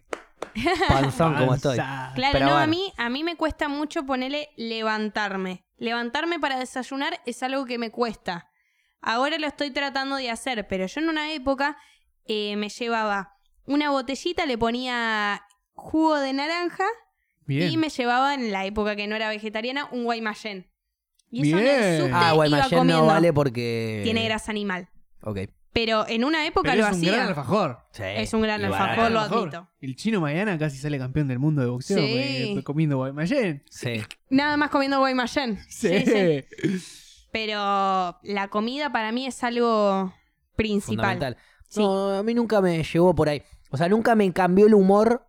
S1: Panzón como estoy. Ah,
S2: Panza.
S3: Claro,
S1: Pero
S3: no, a
S1: bueno.
S3: mí a mí me cuesta mucho ponerle levantarme. Levantarme para desayunar es algo que me cuesta. Ahora lo estoy tratando de hacer, pero yo en una época eh, me llevaba una botellita, le ponía jugo de naranja
S2: Bien.
S3: y me llevaba en la época que no era vegetariana un guaymallén. Y eso en
S2: Bien.
S3: el subte
S1: Ah,
S3: iba
S1: Guaymallén no
S3: comiendo.
S1: vale porque.
S3: Tiene grasa animal.
S1: Ok.
S3: Pero en una época
S2: Pero
S3: lo
S2: es un
S3: hacía.
S2: gran alfajor.
S1: Sí,
S3: Es un gran
S1: y barato.
S3: alfajor, lo admito.
S2: El chino Mariana casi sale campeón del mundo de boxeo
S3: Sí.
S2: eh, fue comiendo Guaymallén.
S1: Sí.
S3: Nada más comiendo guaymallén.
S2: Sí.
S3: Pero la comida para mí es algo principal.
S1: Fundamental.
S3: Sí.
S1: No, a mí nunca me llevó por ahí. O sea, nunca me cambió el humor.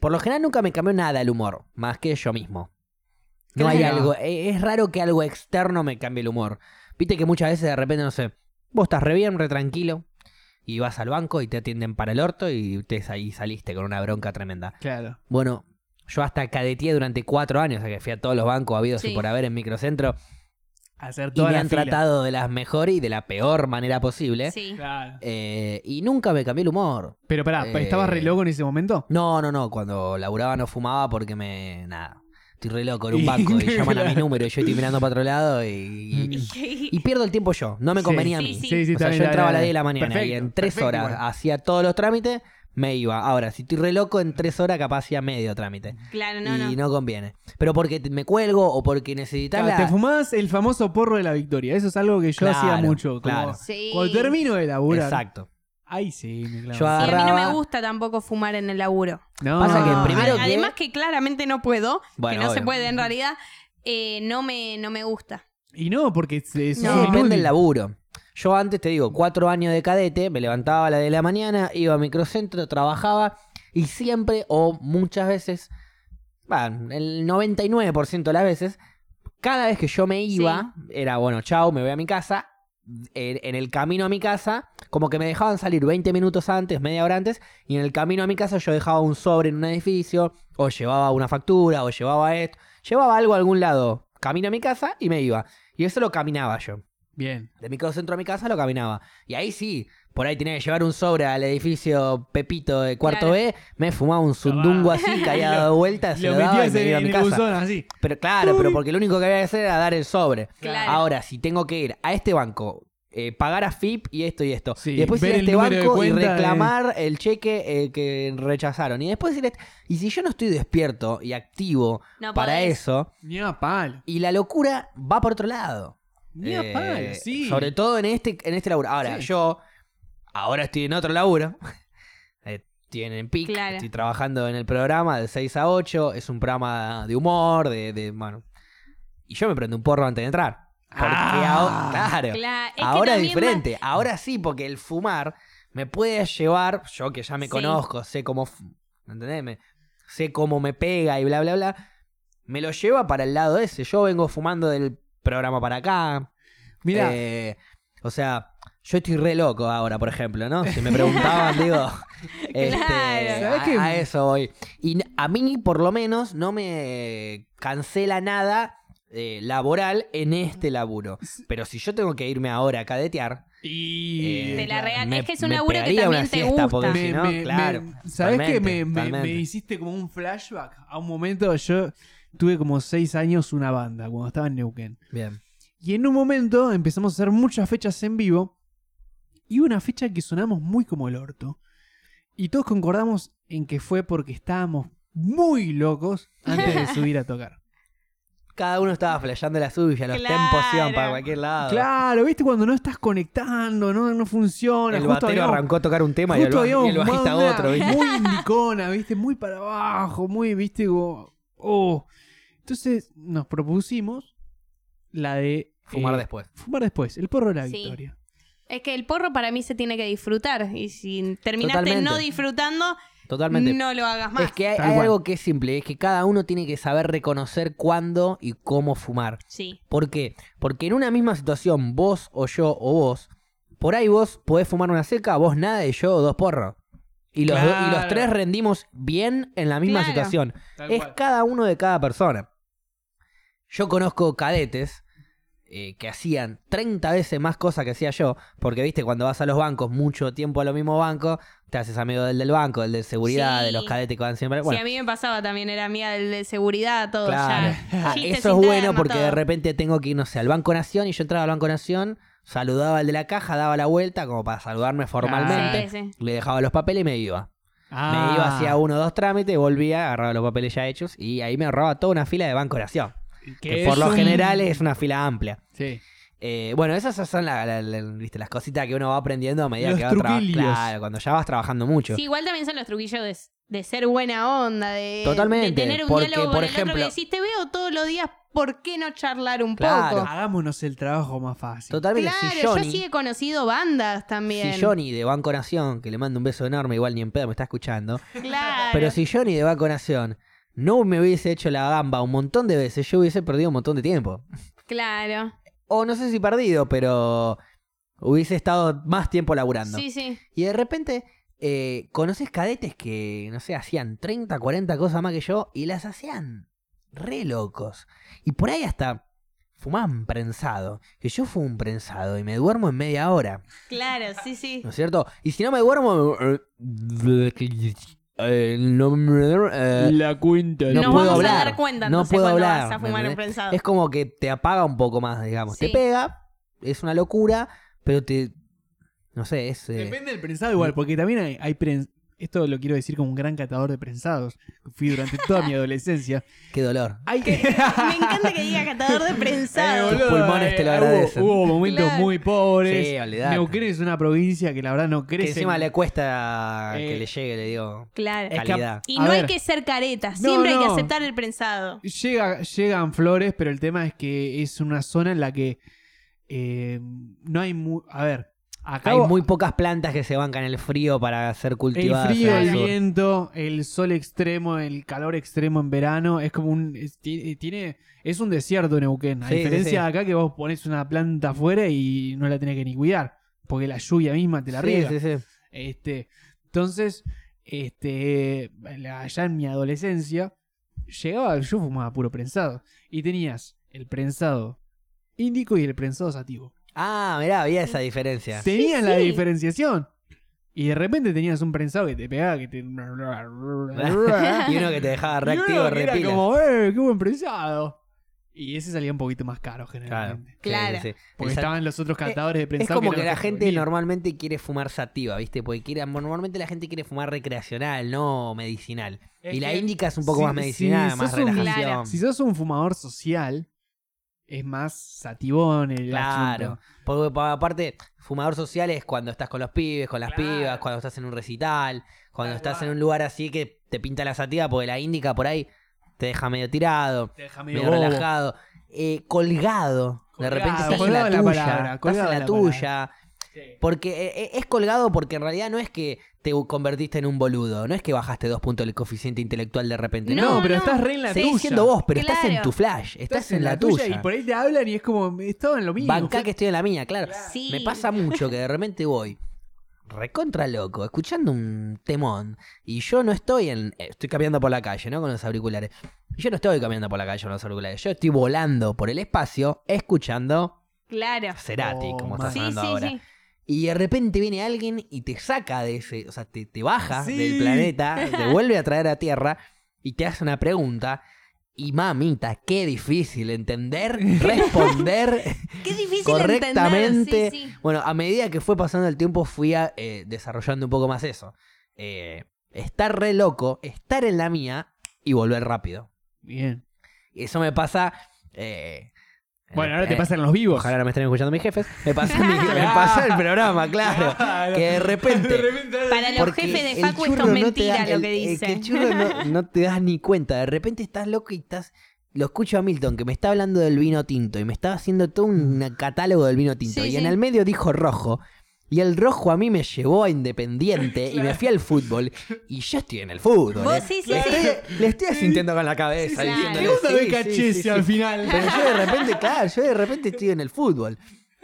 S1: Por lo general nunca me cambió nada el humor, más que yo mismo. No hay
S2: Claro.
S1: algo, e- es raro que algo externo me cambie el humor. Viste que muchas veces de repente, no sé, vos estás re bien, re tranquilo, y vas al banco y te atienden para el orto y te ahí saliste con una bronca tremenda.
S2: Claro.
S1: Bueno, yo hasta cadeteé durante cuatro años, o sea que fui a todos los bancos habidos
S3: Sí.
S1: y por haber en microcentro,
S2: Hacer
S1: y
S2: toda
S1: me
S2: la
S1: han
S2: fila.
S1: tratado de las mejores y de la peor manera posible.
S3: Sí.
S2: Claro.
S1: Eh, y nunca me cambió el humor.
S2: Pero pará,
S1: Eh.
S2: ¿estabas re loco en ese momento?
S1: No, no, no. Cuando laburaba no fumaba porque me. Nada. Estoy re loco en
S2: Y-
S1: un banco y llaman a mi
S2: claro.
S1: número y yo estoy mirando para otro lado y. y- y pierdo el tiempo yo. No me
S2: Mm. Sí.
S1: convenía a mí.
S3: Sí, sí.
S1: O sea, yo entraba a las 10 de la mañana
S2: Perfecto,
S1: y en 3
S2: perfecto,
S1: horas
S2: igual.
S1: hacía todos los trámites, me iba. Ahora, si estoy re loco, en 3 horas capaz hacía medio trámite.
S3: Claro, no,
S1: y
S3: no.
S1: no. conviene. Pero porque te- me cuelgo o porque necesitas
S2: Claro,
S1: la-
S2: Te fumás el famoso porro de la victoria. Eso es algo que yo
S1: Claro,
S2: hacía mucho. como
S1: claro.
S3: Sí.
S2: Cuando termino de laburar.
S1: Exacto.
S2: Ahí sí, me clavo.
S1: Yo
S3: Sí, a mí no me
S1: agarraba-
S3: gusta tampoco fumar en el laburo.
S2: No.
S1: Pasa que primero
S3: Ad-
S1: que-
S3: Además que claramente no puedo,
S1: Bueno,
S3: que no se
S1: obvio.
S3: puede en realidad, eh, no, me, no me gusta.
S2: Y no, porque es, es
S1: Sí,
S3: No.
S2: un
S1: depende del
S2: inútil.
S1: laburo. Yo antes, te digo, cuatro años de cadete, me levantaba a la de la mañana, iba a microcentro, trabajaba y siempre o muchas veces, bueno, el 99% de las veces, cada vez que yo me iba, era bueno, chao, me voy a mi casa. En, en el camino a mi casa, como que me dejaban salir 20 minutos antes, media hora antes, y en el camino a mi casa yo dejaba un sobre en un edificio, o llevaba una factura, o llevaba esto, llevaba algo a algún lado. Camino a mi casa y me iba. Y eso lo caminaba yo.
S2: Bien.
S1: De microcentro a mi casa lo caminaba. Y ahí sí, por ahí tenía que llevar un sobre al edificio Pepito de cuarto
S3: Claro.
S1: B. Me fumaba un zundungo así, caía dado vueltas, se
S2: Lo
S1: lo daba y
S2: metías
S1: me
S2: en,
S1: iba a
S2: en
S1: mi
S2: el
S1: casa.
S2: buzón así.
S1: Pero claro, pero porque lo único que había que hacer era dar el sobre.
S3: Claro.
S1: Ahora, si tengo que ir a este banco, eh, pagar a FIP y esto y esto.
S2: Sí,
S1: y después
S2: ver
S1: ir a
S2: el
S1: este
S2: número de
S1: banco y
S2: cuenta, eh.
S1: reclamar el cheque eh, que rechazaron. Y después ir a este- Y si yo no estoy despierto y activo
S3: No
S1: para
S3: podés.
S1: eso,
S2: Ni a palo.
S1: y la locura va por otro lado.
S2: Ni a
S1: Eh,
S2: palo, sí.
S1: Sobre todo en este, en este laburo. Ahora,
S2: Sí.
S1: yo ahora estoy en otro laburo. Eh, Tienen PIC,
S3: Claro.
S1: estoy trabajando en el programa de 6 a 8, es un programa de humor, de, de- bueno. Y yo me prendo un porro antes de entrar. Porque aho-
S2: Ah.
S1: claro,
S3: Cla- es
S1: ahora
S3: que
S1: es
S3: también va-
S1: diferente, ahora sí, porque el fumar me puede llevar, yo que ya me
S3: Sí.
S1: conozco, sé cómo, fu- ¿entendés? Me- sé cómo me pega y bla, bla, bla, me lo lleva para el lado ese, yo vengo fumando del programa para acá,
S2: Mira,
S1: eh, o sea, yo estoy re loco ahora, por ejemplo, ¿no? Si me preguntaban, digo. este,
S3: ¿Sabés
S1: a,
S2: qué?
S1: a eso voy. Y n- a mí, por lo menos, no me cancela nada eh, laboral en este laburo. Pero si yo tengo que irme ahora a cadetear.
S2: y...
S1: eh,
S3: Te la real-
S1: me-
S3: es que es un
S1: me
S3: laburo que
S1: pegaría una
S3: también te
S1: siesta,
S3: gusta.
S1: porque si no, claro.
S2: ¿Sabes qué? Me,
S1: totalmente,
S2: me-
S1: totalmente.
S2: me hiciste como un flashback a un momento. Yo tuve como seis años una banda cuando estaba en Neuquén.
S1: Bien.
S2: Y en un momento empezamos a hacer muchas fechas en vivo. Y una fecha que sonamos muy como el orto. Y todos concordamos en que fue porque estábamos muy locos antes de subir a tocar.
S1: Cada uno estaba flasheando la suya, los
S3: Claro.
S1: tempos iban para cualquier lado.
S2: Claro, ¿viste? Cuando no estás conectando, no, no funciona.
S1: El
S2: justo
S1: batero
S2: habíamos-
S1: arrancó a tocar un tema y el,
S2: Justo
S1: ba- y
S2: habíamos
S1: el bajista
S2: fumado una
S1: otro. ¿viste?
S2: Muy indicona, ¿viste? Muy para abajo, muy, ¿viste? Como, oh. Entonces nos propusimos la de.
S1: Fumar
S2: eh,
S1: después.
S2: Fumar después, el porro de la
S3: Sí.
S2: victoria.
S3: Es que el porro para mí se tiene que disfrutar. Y si terminaste
S1: Totalmente.
S3: no disfrutando,
S1: Totalmente.
S3: no lo hagas más.
S1: Es que hay,
S2: Tal
S1: hay
S2: cual.
S1: algo que es simple, es que cada uno tiene que saber reconocer cuándo y cómo fumar.
S3: Sí,
S1: ¿Por qué? Porque en una misma situación, vos o yo o vos, por ahí vos podés fumar una seca, vos nada y yo dos porros. Y los, do- y los
S2: Claro.
S1: tres rendimos bien en la misma
S3: Claro.
S1: situación.
S2: Tal
S1: Es
S2: cual.
S1: cada uno de cada persona. Yo conozco cadetes eh, que hacían 30 veces más cosas que hacía yo, porque viste, cuando vas a los bancos, mucho tiempo a los mismos bancos, te haces amigo del del banco, del de seguridad,
S3: Sí.
S1: de los cadetes que van siempre.
S3: Sí,
S1: Bueno,
S3: a mí me pasaba también, era mía del de seguridad, todo
S1: Claro.
S3: ya.
S1: Ah,
S3: Chistes
S1: eso es bueno
S3: internos,
S1: porque
S3: todo.
S1: de repente tengo que ir, no sé, al Banco Nación y yo entraba al Banco Nación saludaba al de la caja, daba la vuelta como para saludarme formalmente,
S3: Sí,
S1: le dejaba los papeles y me iba.
S2: Ah.
S1: Me iba hacia uno o dos trámites, volvía, agarraba los papeles ya hechos y ahí me ahorraba toda una fila de banco de oración. Que
S2: es
S1: por lo
S2: un-
S1: general es una fila amplia.
S2: Sí.
S1: Eh, bueno, esas son la- la- la- ¿viste? las cositas que uno va aprendiendo a medida
S2: Los
S1: que va trabajando.
S2: truquillos.
S1: Claro, cuando ya vas trabajando mucho.
S3: Sí, igual también son los truquillos de, de ser buena onda, de,
S1: Totalmente,
S3: de tener un
S1: porque,
S3: diálogo
S1: por
S3: con el otro
S1: ejemplo-
S3: que decís, te veo todos los días, ¿por qué no charlar un
S1: Claro.
S3: poco?
S2: Hagámonos el trabajo más fácil.
S1: Totalmente,
S3: Claro,
S1: si
S3: yo
S1: Johnny,
S3: sí he conocido bandas
S1: si
S3: también.
S1: Johnny de Banco Nación, que le mando un beso enorme, igual ni en pedo me está escuchando,
S3: Claro.
S1: pero si Johnny de Banco Nación no me hubiese hecho la gamba un montón de veces, yo hubiese perdido un montón de tiempo.
S3: Claro.
S1: O no sé si perdido, pero hubiese estado más tiempo laburando.
S3: Sí, sí.
S1: Y de repente eh, conoces cadetes que, no sé, hacían 30, 40 cosas más que yo y las hacían re locos. Y por ahí hasta fumaban prensado. Que yo fumo un prensado y me duermo en media hora,
S3: Claro, sí, sí.
S1: ¿no es cierto? Y si no me duermo... eh, eh, no me duermo, eh,
S2: La cuenta.
S1: No puedo
S3: Nos vamos a
S1: hablar,
S3: dar cuenta
S1: no
S3: entonces
S1: puedo
S3: cuando
S1: hablar,
S3: vas a
S1: ¿me
S3: fumar un
S1: entendés?
S3: prensado.
S1: es como que te apaga un poco más, digamos. Te
S3: Ah. Sí.
S1: pega, es una locura, pero te... No sé, es... eh,
S2: Depende del prensado igual, porque también hay, hay prens- Esto lo quiero decir como un gran catador de prensados. Fui durante toda mi adolescencia.
S1: qué dolor.
S2: Hay
S3: Me encanta que diga catador de prensado.
S1: Eh, Tus pulmones te lo agradecen.
S2: Hubo, hubo momentos
S3: Claro.
S2: muy pobres.
S1: Sí, olvidate.
S2: Neuquén es una provincia que la verdad no
S1: Que
S2: crece.
S1: encima le cuesta
S2: Eh,
S1: que le llegue, le digo.
S3: Claro.
S2: Es que-
S1: Calidad.
S3: Y
S2: a
S3: no hay
S2: ver.
S3: que ser careta,
S2: No,
S3: siempre hay
S2: no.
S3: que aceptar el prensado.
S2: Llega, llegan flores, pero el tema es que es una zona en la que eh, no hay... mu- a ver, acá
S1: Hay muy pocas plantas que se bancan el frío para ser
S2: el
S1: cultivadas.
S2: frío,
S1: en
S2: el
S1: el sur.
S2: viento, el sol extremo, el calor extremo en verano, es como un... Es, ti- eh, tiene, es un desierto Neuquén, a
S1: Sí, sí,
S2: diferencia
S1: sí.
S2: de acá que vos ponés una planta afuera y no la tenés que ni cuidar, porque la lluvia misma te la riega.
S1: Sí, sí, sí.
S2: Este, entonces, este, la- allá en mi adolescencia, llegaba, yo fumaba puro prensado. Y tenías el prensado índico y el prensado sativo.
S1: Ah, mirá, había esa diferencia.
S2: Tenías
S3: Sí,
S2: la
S3: sí.
S2: diferenciación. Y de repente tenías un prensado que te pegaba, que te. y
S1: y uno que te dejaba
S2: uno
S1: reactivo,
S2: que era
S1: repila.
S2: como, ¡eh, qué buen prensado! Y ese salía un poquito más caro
S1: Claro.
S2: generalmente.
S1: sí,
S3: Claro.
S1: sí, sí.
S2: Porque
S1: Esa-
S2: estaban los otros cantadores de
S1: Eh, Es
S2: prensado.
S1: como que,
S2: eran
S1: la
S2: los
S1: gente
S2: venían.
S1: normalmente quiere fumar sativa, ¿viste? Porque quiere- normalmente la gente quiere fumar recreacional, no medicinal.
S2: Es
S1: y la
S2: que-
S1: índica es un poco
S2: si-
S1: más
S2: si
S1: medicinal, más
S2: sos un-
S1: relajación.
S2: Si sos un fumador social, es más satibón el
S1: Claro.
S2: asunto.
S1: Porque pa- aparte, fumador social es cuando estás con los pibes, con las pibas, cuando estás en un recital, cuando
S2: Tal
S1: estás
S2: cual.
S1: en un lugar así que te pinta la sativa, porque la índica por ahí te deja medio tirado,
S2: Te deja
S1: medio,
S2: medio bobo.
S1: relajado, eh, colgado. De
S2: Colgado,
S1: repente estás en
S2: colgado
S1: la
S2: la
S1: tuya.
S2: palabra,
S1: estás en
S2: colgado
S1: la,
S2: la
S1: tuya.
S2: Sí.
S1: Porque eh, eh, es colgado porque en realidad no es que te convertiste en un boludo, no es que bajaste dos puntos el coeficiente intelectual de repente.
S2: No,
S1: No,
S2: pero
S3: no.
S2: estás re en la
S1: seguís
S2: tuya.
S1: siendo vos, pero estás en
S3: Claro.
S1: tu flash, estás, en, la, tuya.
S2: Y por ahí te hablan y es como, estaba en lo mismo.
S1: Bancá que estoy en la mía, claro.
S3: Sí.
S1: Me pasa mucho que de repente voy recontra loco, escuchando un temón, y yo no estoy en. eh, Estoy caminando por la calle, ¿no? Con los auriculares. Y Yo no estoy caminando por la calle con los auriculares. Yo estoy volando por el espacio, escuchando
S3: Claro.
S1: Cerati,
S2: Oh,
S1: como
S2: man.
S1: está
S3: Sí, sí,
S1: sonando ahora.
S3: sí.
S1: Y de repente viene alguien y te saca de ese. O sea, te, te baja
S2: Sí.
S1: del planeta, te vuelve a traer a tierra y te hace una pregunta. Y mamita, qué difícil entender, responder.
S3: Qué difícil
S1: correctamente.
S3: entender. Sí, sí.
S1: Bueno, a medida que fue pasando el tiempo, fui a, eh, desarrollando un poco más eso. Eh, estar re loco, estar en la mía y volver rápido.
S2: Bien.
S1: Y eso me pasa. eh,
S2: Bueno, ahora
S1: eh,
S2: te pasan los vivos.
S1: Ojalá no me estén escuchando mis jefes. Me pasa, mi- me
S2: Claro.
S1: pasa el programa, claro. Que de
S2: De
S1: repente.
S2: repente-
S3: Para los
S1: porque
S3: jefes de
S1: el
S3: Facu esto
S1: churro
S3: es
S1: no te
S3: mentira
S1: da-
S3: lo
S1: el-
S3: que
S1: el
S3: dicen.
S1: el churro no, no te das ni cuenta. De repente estás loco y estás. Lo escucho a Milton que me está hablando del vino tinto y me estaba haciendo todo un catálogo del vino tinto.
S3: Sí,
S1: y
S3: sí.
S1: en el medio dijo rojo. Y el rojo a mí me llevó a Independiente y me fui al fútbol. Y yo estoy en el fútbol.
S3: Vos
S1: ¿eh?
S3: sí, sí,
S1: le,
S3: sí.
S1: Estoy, le estoy asintiendo con la cabeza.
S3: Sí, sí,
S1: diciéndole,
S2: ¿Qué onda
S1: sí,
S2: de
S1: sí,
S2: cachese
S1: sí, sí.
S2: al final?
S1: Pero yo de repente, claro, yo de repente estoy en el fútbol.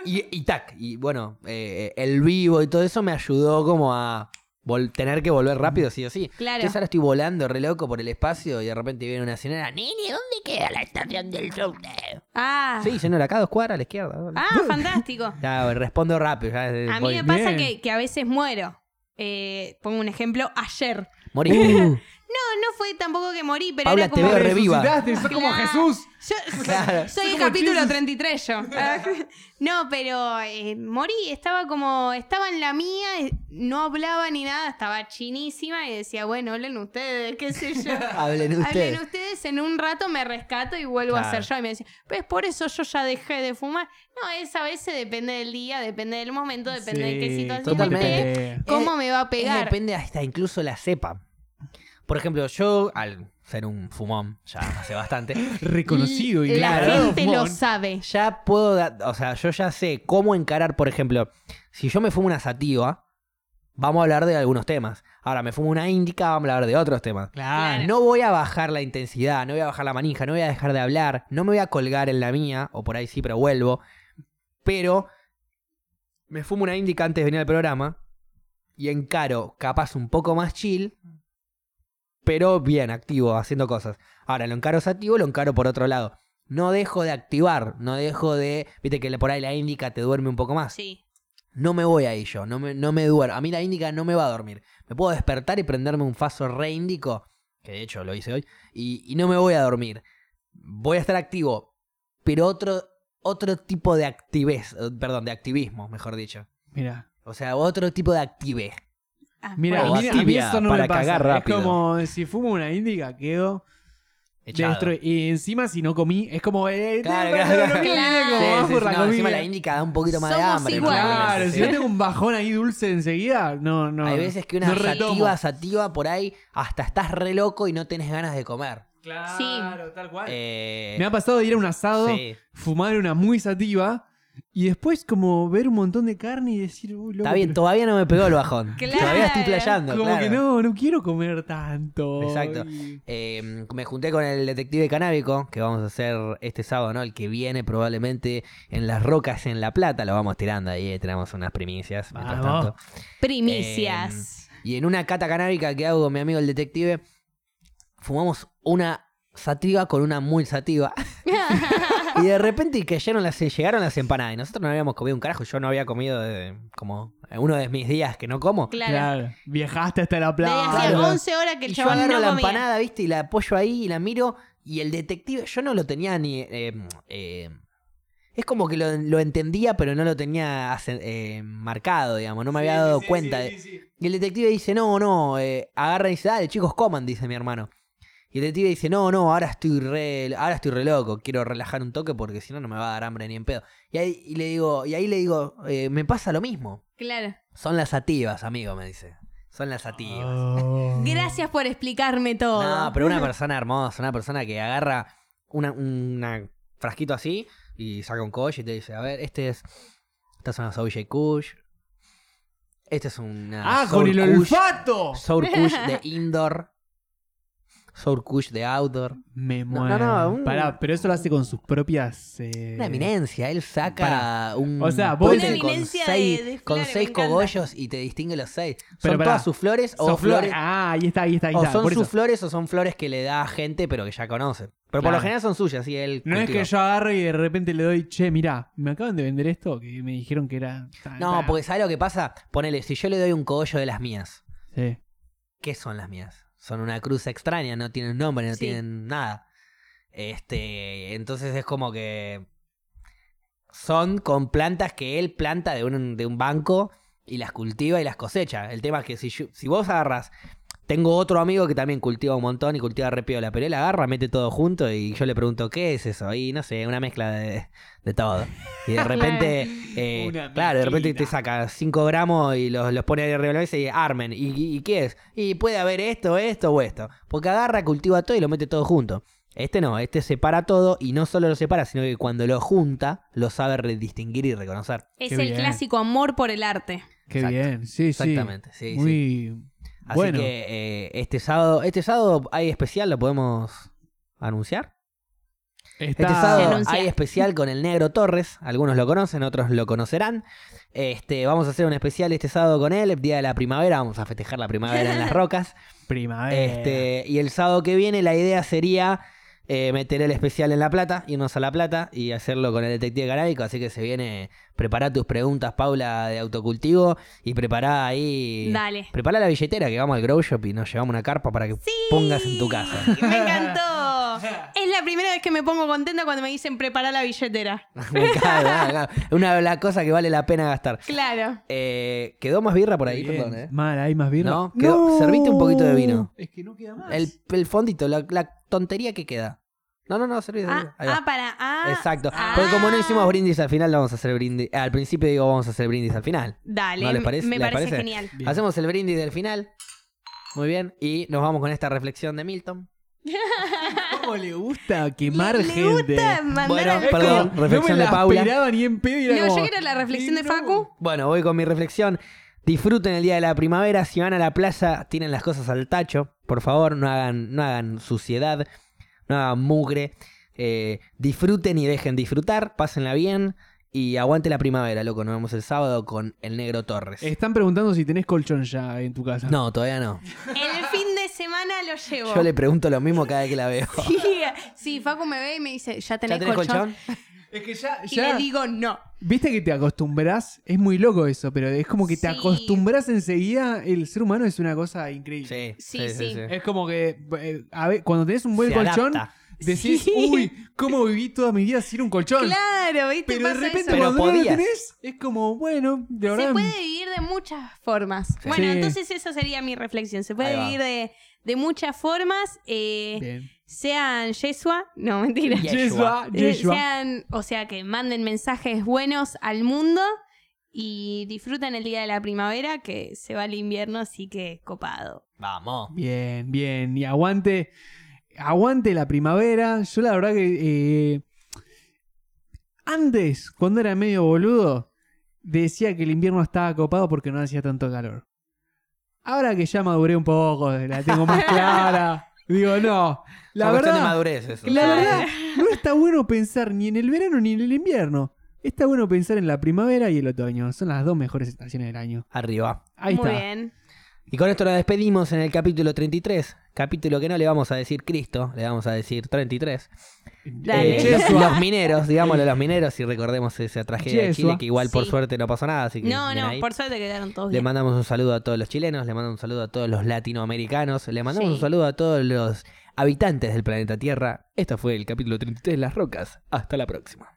S1: Y, y tac, y bueno, eh, el vivo y todo eso me ayudó como a vol- tener que volver rápido, sí o sí.
S3: Claro.
S1: Entonces ahora estoy volando re loco por el espacio y de repente viene una señora, Nini, ¿dónde queda la estación del subte?
S3: Ah,
S1: Sí, yo no era acá, dos cuadras a la izquierda. dale.
S3: ah fantástico.
S1: Ya, respondo rápido. Ya, eh,
S3: A mí
S1: voy.
S3: me pasa
S2: bien.
S3: que, que a veces muero. Eh, pongo un ejemplo, ayer.
S1: Moriste.
S3: No, no fue tampoco que morí, pero
S1: Paula,
S3: era
S1: te
S3: como.
S1: veo reviva.
S2: Resucitaste, sos como
S3: Claro.
S2: Jesús.
S3: Yo-
S1: Claro.
S3: Soy
S2: Soy
S3: el
S2: como
S3: capítulo
S2: Jesus.
S3: 33 yo. no, pero eh, morí, estaba como, estaba en la mía, eh, no hablaba ni nada, estaba chinísima y decía, bueno, hablen ustedes, qué sé yo.
S1: Hablen ustedes.
S3: Hablen ustedes, en un rato me rescato y vuelvo a
S1: Claro.
S3: ser yo. Y me decía, pues por eso yo ya dejé de fumar. No, esa vez se depende del día, depende del momento, depende de qué
S2: Sí, cómo
S3: situación
S2: te
S1: totalmente.
S3: esté,
S2: pelea.
S3: cómo me va a
S1: Eh, Es-
S3: pegar.
S1: Depende hasta incluso la cepa. Por ejemplo, yo, al ser un fumón ya hace bastante,
S2: Reconocido y
S3: La
S1: Claro.
S2: declarado
S3: gente lo
S2: fumón.
S3: sabe.
S1: ya puedo, da- o sea, yo ya sé cómo encarar, por ejemplo, si yo me fumo una sativa, vamos a hablar de algunos temas. Ahora, me fumo una índica, vamos a hablar de otros temas.
S2: Claro.
S1: No voy a bajar la intensidad, no voy a bajar la manija, no voy a dejar de hablar, no me voy a colgar en la mía, o por ahí sí, pero vuelvo. Pero me fumo una indica antes de venir al programa y encaro, capaz un poco más chill, pero bien, activo, haciendo cosas. Ahora, lo encaro sativo, lo encaro por otro lado. No dejo de activar, no dejo de. Viste que por ahí la indica te duerme un poco más.
S3: Sí.
S1: No me voy ahí yo, no me, no me duermo. A mí la índica no me va a dormir. Me puedo despertar y prenderme un faso re índico, que de hecho lo hice hoy, y, y no me voy a dormir. Voy a estar activo, pero otro, otro tipo de activez, eh, perdón, de activismo, mejor dicho.
S2: Mira,
S1: O sea, otro tipo de activez.
S3: Ah,
S2: mira,
S1: Bueno,
S2: mira, a mí
S1: tibia,
S2: eso no
S1: para
S2: me pasa.
S1: cagar rápido.
S2: Es como si fumo una índica, quedo
S1: Echado.
S2: destruido. Y encima si no comí, es como... eh,
S1: Claro,
S2: no,
S1: claro,
S2: no, no,
S1: claro. Sí,
S2: no, no, como
S1: sí,
S2: vas
S1: sí,
S2: por la
S1: no, encima
S2: comida.
S1: la índica da un poquito más de
S3: Somos
S1: hambre.
S3: iguales.
S1: claramente,
S2: Claro,
S1: sí.
S2: si yo tengo un bajón ahí dulce enseguida, no, no.
S1: Hay veces que una
S2: no retomo.
S1: sativa, sativa, por ahí, hasta estás re loco y no tenés ganas de comer.
S2: Claro, tal cual.
S1: Eh,
S2: Me ha pasado de ir a un asado,
S1: sí.
S2: fumar una muy sativa y después como ver un montón de carne y decir, uy, loco,
S1: Está bien,
S2: pero
S1: todavía no me pegó el bajón.
S3: Claro.
S1: Todavía estoy playando.
S2: como
S1: claro.
S2: que no, no quiero comer tanto.
S1: Exacto.
S2: Y-
S1: Eh, me junté con el detective canábico, que vamos a hacer este sábado, ¿no? El que viene probablemente en Las Rocas, en La Plata. Lo vamos tirando ahí, eh, tenemos unas primicias. mientras
S2: Vamos.
S1: tanto.
S3: primicias.
S1: Y en una cata canábica que hago con mi amigo el detective, fumamos una sativa con una muy sativa.
S3: Em.
S1: y de repente cayeron las, llegaron las empanadas. Y nosotros no habíamos comido un carajo. Yo no había comido desde como uno de mis días que no como.
S3: claro.
S2: Claro. Viajaste hasta la
S3: Le
S2: playa.
S3: hacía
S1: Claro.
S3: 11 horas que el
S1: y yo
S3: chabón
S1: agarro
S3: no
S1: la
S3: comía.
S1: empanada, ¿viste? Y la apoyo ahí y la miro. Y el detective, yo no lo tenía ni. eh, eh, es como que lo, lo entendía, pero no lo tenía ace- eh, marcado, digamos. No me había dado cuenta. de- Y el detective dice: No, no. eh, agarra y dice: Dale, chicos, coman, dice mi hermano. Y el detective dice: No, no, ahora estoy re, ahora estoy re loco. Quiero relajar un toque porque si no, no me va a dar hambre ni en pedo. Y ahí, y le, digo, y ahí le digo: eh, Me pasa lo mismo.
S3: Claro.
S1: Son las sativas, amigo, me dice. Son las sativas.
S2: Oh.
S3: Gracias por explicarme todo.
S1: No, pero una persona hermosa, una persona que agarra una, una frasquito así y saca un coche y te dice, a ver, este es. Esta es una Soul Kush. Este es una.
S2: Ah, con
S1: Sour
S2: el
S1: Kush-
S2: olfato.
S1: Sour Kush de indoor. Sour Kush de outdoor.
S2: Me
S1: No,
S2: muero.
S1: no, no, un-
S2: Pará, pero eso lo hace con sus propias. eh,
S1: Una eminencia, él saca
S2: pará.
S1: un.
S2: O sea, vos-
S1: pote
S2: Una
S1: con
S3: eminencia
S1: seis,
S3: de- de
S1: con
S3: flores,
S1: seis
S3: me encanta.
S1: cogollos y te distingue los seis.
S2: Pero
S1: ¿Son
S2: pará.
S1: todas sus flores o
S2: son
S1: flores?
S2: flores. Ah, ahí está, ahí está, ahí
S1: O
S2: está.
S1: son
S2: por
S1: sus
S2: eso.
S1: flores o son flores que le da a gente pero que ya conocen. Pero por
S2: Claro.
S1: lo general son suyas, sí, él.
S2: No es
S1: cultiva.
S2: que yo agarro y de repente le doy, che, mirá, me acaban de vender esto que me dijeron que era. ta,
S1: No,
S2: ta".
S1: porque ¿sabes lo que pasa? Ponele, si yo le doy un cogollo de las mías,
S2: Sí.
S1: ¿qué son las mías? Son una cruz extraña, no tienen nombre, no
S3: Sí.
S1: tienen nada. Este, entonces es como que son con plantas que él planta de un, de un banco y las cultiva y las cosecha. El tema es que si, yo- si vos agarras, tengo otro amigo que también cultiva un montón y cultiva re piola, pero él agarra, mete todo junto y yo le pregunto, ¿qué es eso? Y no sé, una mezcla de, de todo. Y de repente, eh,
S2: Una
S1: claro, de repente
S2: mezclita.
S1: te saca 5 gramos y los, los pone ahí arriba de la mesa y armen. ¿Y, y, y qué es? Y puede haber esto, esto o esto. Porque agarra, cultiva todo y lo mete todo junto. Este no, este separa todo y no solo lo separa, sino que cuando lo junta lo sabe redistinguir y reconocer.
S3: es
S2: Qué
S3: el
S2: bien.
S3: clásico amor por el arte.
S2: Qué
S1: Exacto.
S2: bien, sí, sí.
S1: Exactamente, sí, sí.
S2: Muy.
S1: Así
S2: bueno,
S1: que eh, este sábado, este sábado hay especial, lo podemos anunciar. Este
S2: está...
S1: sábado
S3: Anunciar.
S1: hay especial con el Negro Torres, algunos lo conocen, otros lo conocerán. Este, vamos a hacer un especial este sábado con él, el día de la primavera, vamos a festejar la primavera en las rocas.
S2: primavera.
S1: Este, y el sábado que viene la idea sería eh, meter el especial en La Plata, irnos a La Plata y hacerlo con el detective canábico. Así que se viene, prepara tus preguntas, Paula, de autocultivo y prepara ahí.
S3: Dale.
S1: Prepara la billetera que vamos al grow shop y nos llevamos una carpa para que pongas en tu casa.
S3: Me encantó. Es la primera vez que me pongo contenta cuando me dicen preparar la billetera.
S1: Me cago, ah, claro. Una de las cosas que vale la pena gastar.
S3: Claro.
S1: Eh, ¿Quedó más birra por ahí?
S2: Bien.
S1: Perdón, ¿eh?
S2: Mal, ¿hay más birra?
S1: No, quedó- serviste un poquito de vino.
S2: Es que no queda más.
S1: El, el fondito, la, la tontería que queda. No, no, no, serví, serví.
S3: Ah,
S1: Ahí va.
S3: ah, para. Ah,
S1: Exacto.
S3: ah.
S1: Porque como no hicimos brindis al final, vamos a hacer brindis. Al principio digo, vamos a hacer brindis al final.
S3: Dale,
S1: ¿No les parece?
S3: me
S1: ¿Les
S3: parece,
S1: parece?
S3: genial.
S2: Bien.
S1: Hacemos el brindis del final. Muy bien. Y nos vamos con esta reflexión de Milton.
S2: ¿Cómo le gusta quemar
S3: Le- le
S2: gente?
S3: gusta mandar
S1: Bueno,
S3: al-
S2: Es como,
S1: Perdón,
S2: no
S1: reflexión de
S2: me la
S1: Paula.
S2: esperaba ni en pedo y era
S3: No,
S2: como,
S3: yo quiero la reflexión
S2: "Sí,
S3: de
S2: no".
S3: Facu.
S1: Bueno, voy con mi reflexión. Disfruten el día de la primavera. Si van a la plaza, tienen las cosas al tacho. Por favor, no hagan, no hagan suciedad, no hagan mugre. Eh, disfruten y dejen disfrutar. Pásenla bien. Y aguante la primavera, loco. Nos vemos el sábado con el Negro Torres.
S2: Están preguntando si tenés colchón ya en tu casa.
S1: No, todavía no.
S3: El fin de semana lo llevo.
S1: Yo le pregunto lo mismo cada vez que la veo.
S3: Sí, sí, Facu me ve y me dice, ¿ya tenés,
S1: ¿Ya tenés colchón?
S2: Es que ya,
S3: Y le digo no.
S2: Viste que te acostumbrás, es muy loco eso, pero es como que te
S3: Sí.
S2: acostumbrás enseguida. El ser humano es una cosa increíble.
S1: Sí, sí,
S3: Sí,
S1: sí.
S3: sí.
S1: sí.
S2: Es como que eh, a ver, cuando tenés un buen
S1: Se
S2: colchón,
S1: adapta.
S2: decís, "Uh,
S3: Sí.
S2: uy, ¿cómo viví toda mi vida sin un colchón?
S3: Claro, ¿viste?
S2: Pero de
S3: Pasa
S2: repente
S3: eso.
S1: Pero
S2: cuando no lo
S1: podías.
S2: tenés, es como, bueno, de verdad.
S3: Se puede vivir de muchas formas. Bueno,
S2: Sí.
S3: entonces esa sería mi reflexión. Se puede
S1: Ahí va.
S3: vivir de, de muchas formas. eh,
S2: Bien.
S3: sean Yeshua, no, mentira.
S1: Yes.
S2: Yeshua,
S3: Eh,
S2: Yeshua.
S3: Sean, o sea, que manden mensajes buenos al mundo y disfruten el día de la primavera, que se va el invierno, así que copado.
S1: Vamos.
S2: Bien, bien. Y aguante. Aguante la primavera. Yo la verdad que. eh, antes, cuando era medio boludo, decía que el invierno estaba copado porque no hacía tanto calor. Ahora que ya maduré un poco, la tengo más clara. digo, no. La
S1: Una cuestión de
S2: verdad.
S1: madurez eso.
S2: La
S1: Sí.
S2: verdad, no está bueno pensar ni en el verano ni en el invierno. Está bueno pensar en la primavera y el otoño. Son las dos mejores estaciones del año.
S1: Arriba.
S2: Ahí
S3: Muy
S2: está.
S3: bien.
S1: Y con esto nos despedimos en el capítulo 33. Capítulo que no le vamos a decir Cristo, le vamos a decir 33.
S3: Dale.
S1: Eh, los,
S2: Yeshua.
S1: los mineros, digámosle los mineros y recordemos esa tragedia de
S2: Yeshua.
S1: Chile que igual por
S3: Sí.
S1: suerte no pasó nada. Así que
S3: No,
S1: bien
S3: no,
S1: ahí.
S3: por suerte quedaron todos
S1: Le
S3: bien.
S1: mandamos un saludo a todos los chilenos, le mandamos un saludo a todos los latinoamericanos, le mandamos
S3: Sí.
S1: un saludo a todos los habitantes del planeta Tierra. Esto fue el capítulo 33 de Las Rocas. Hasta la próxima.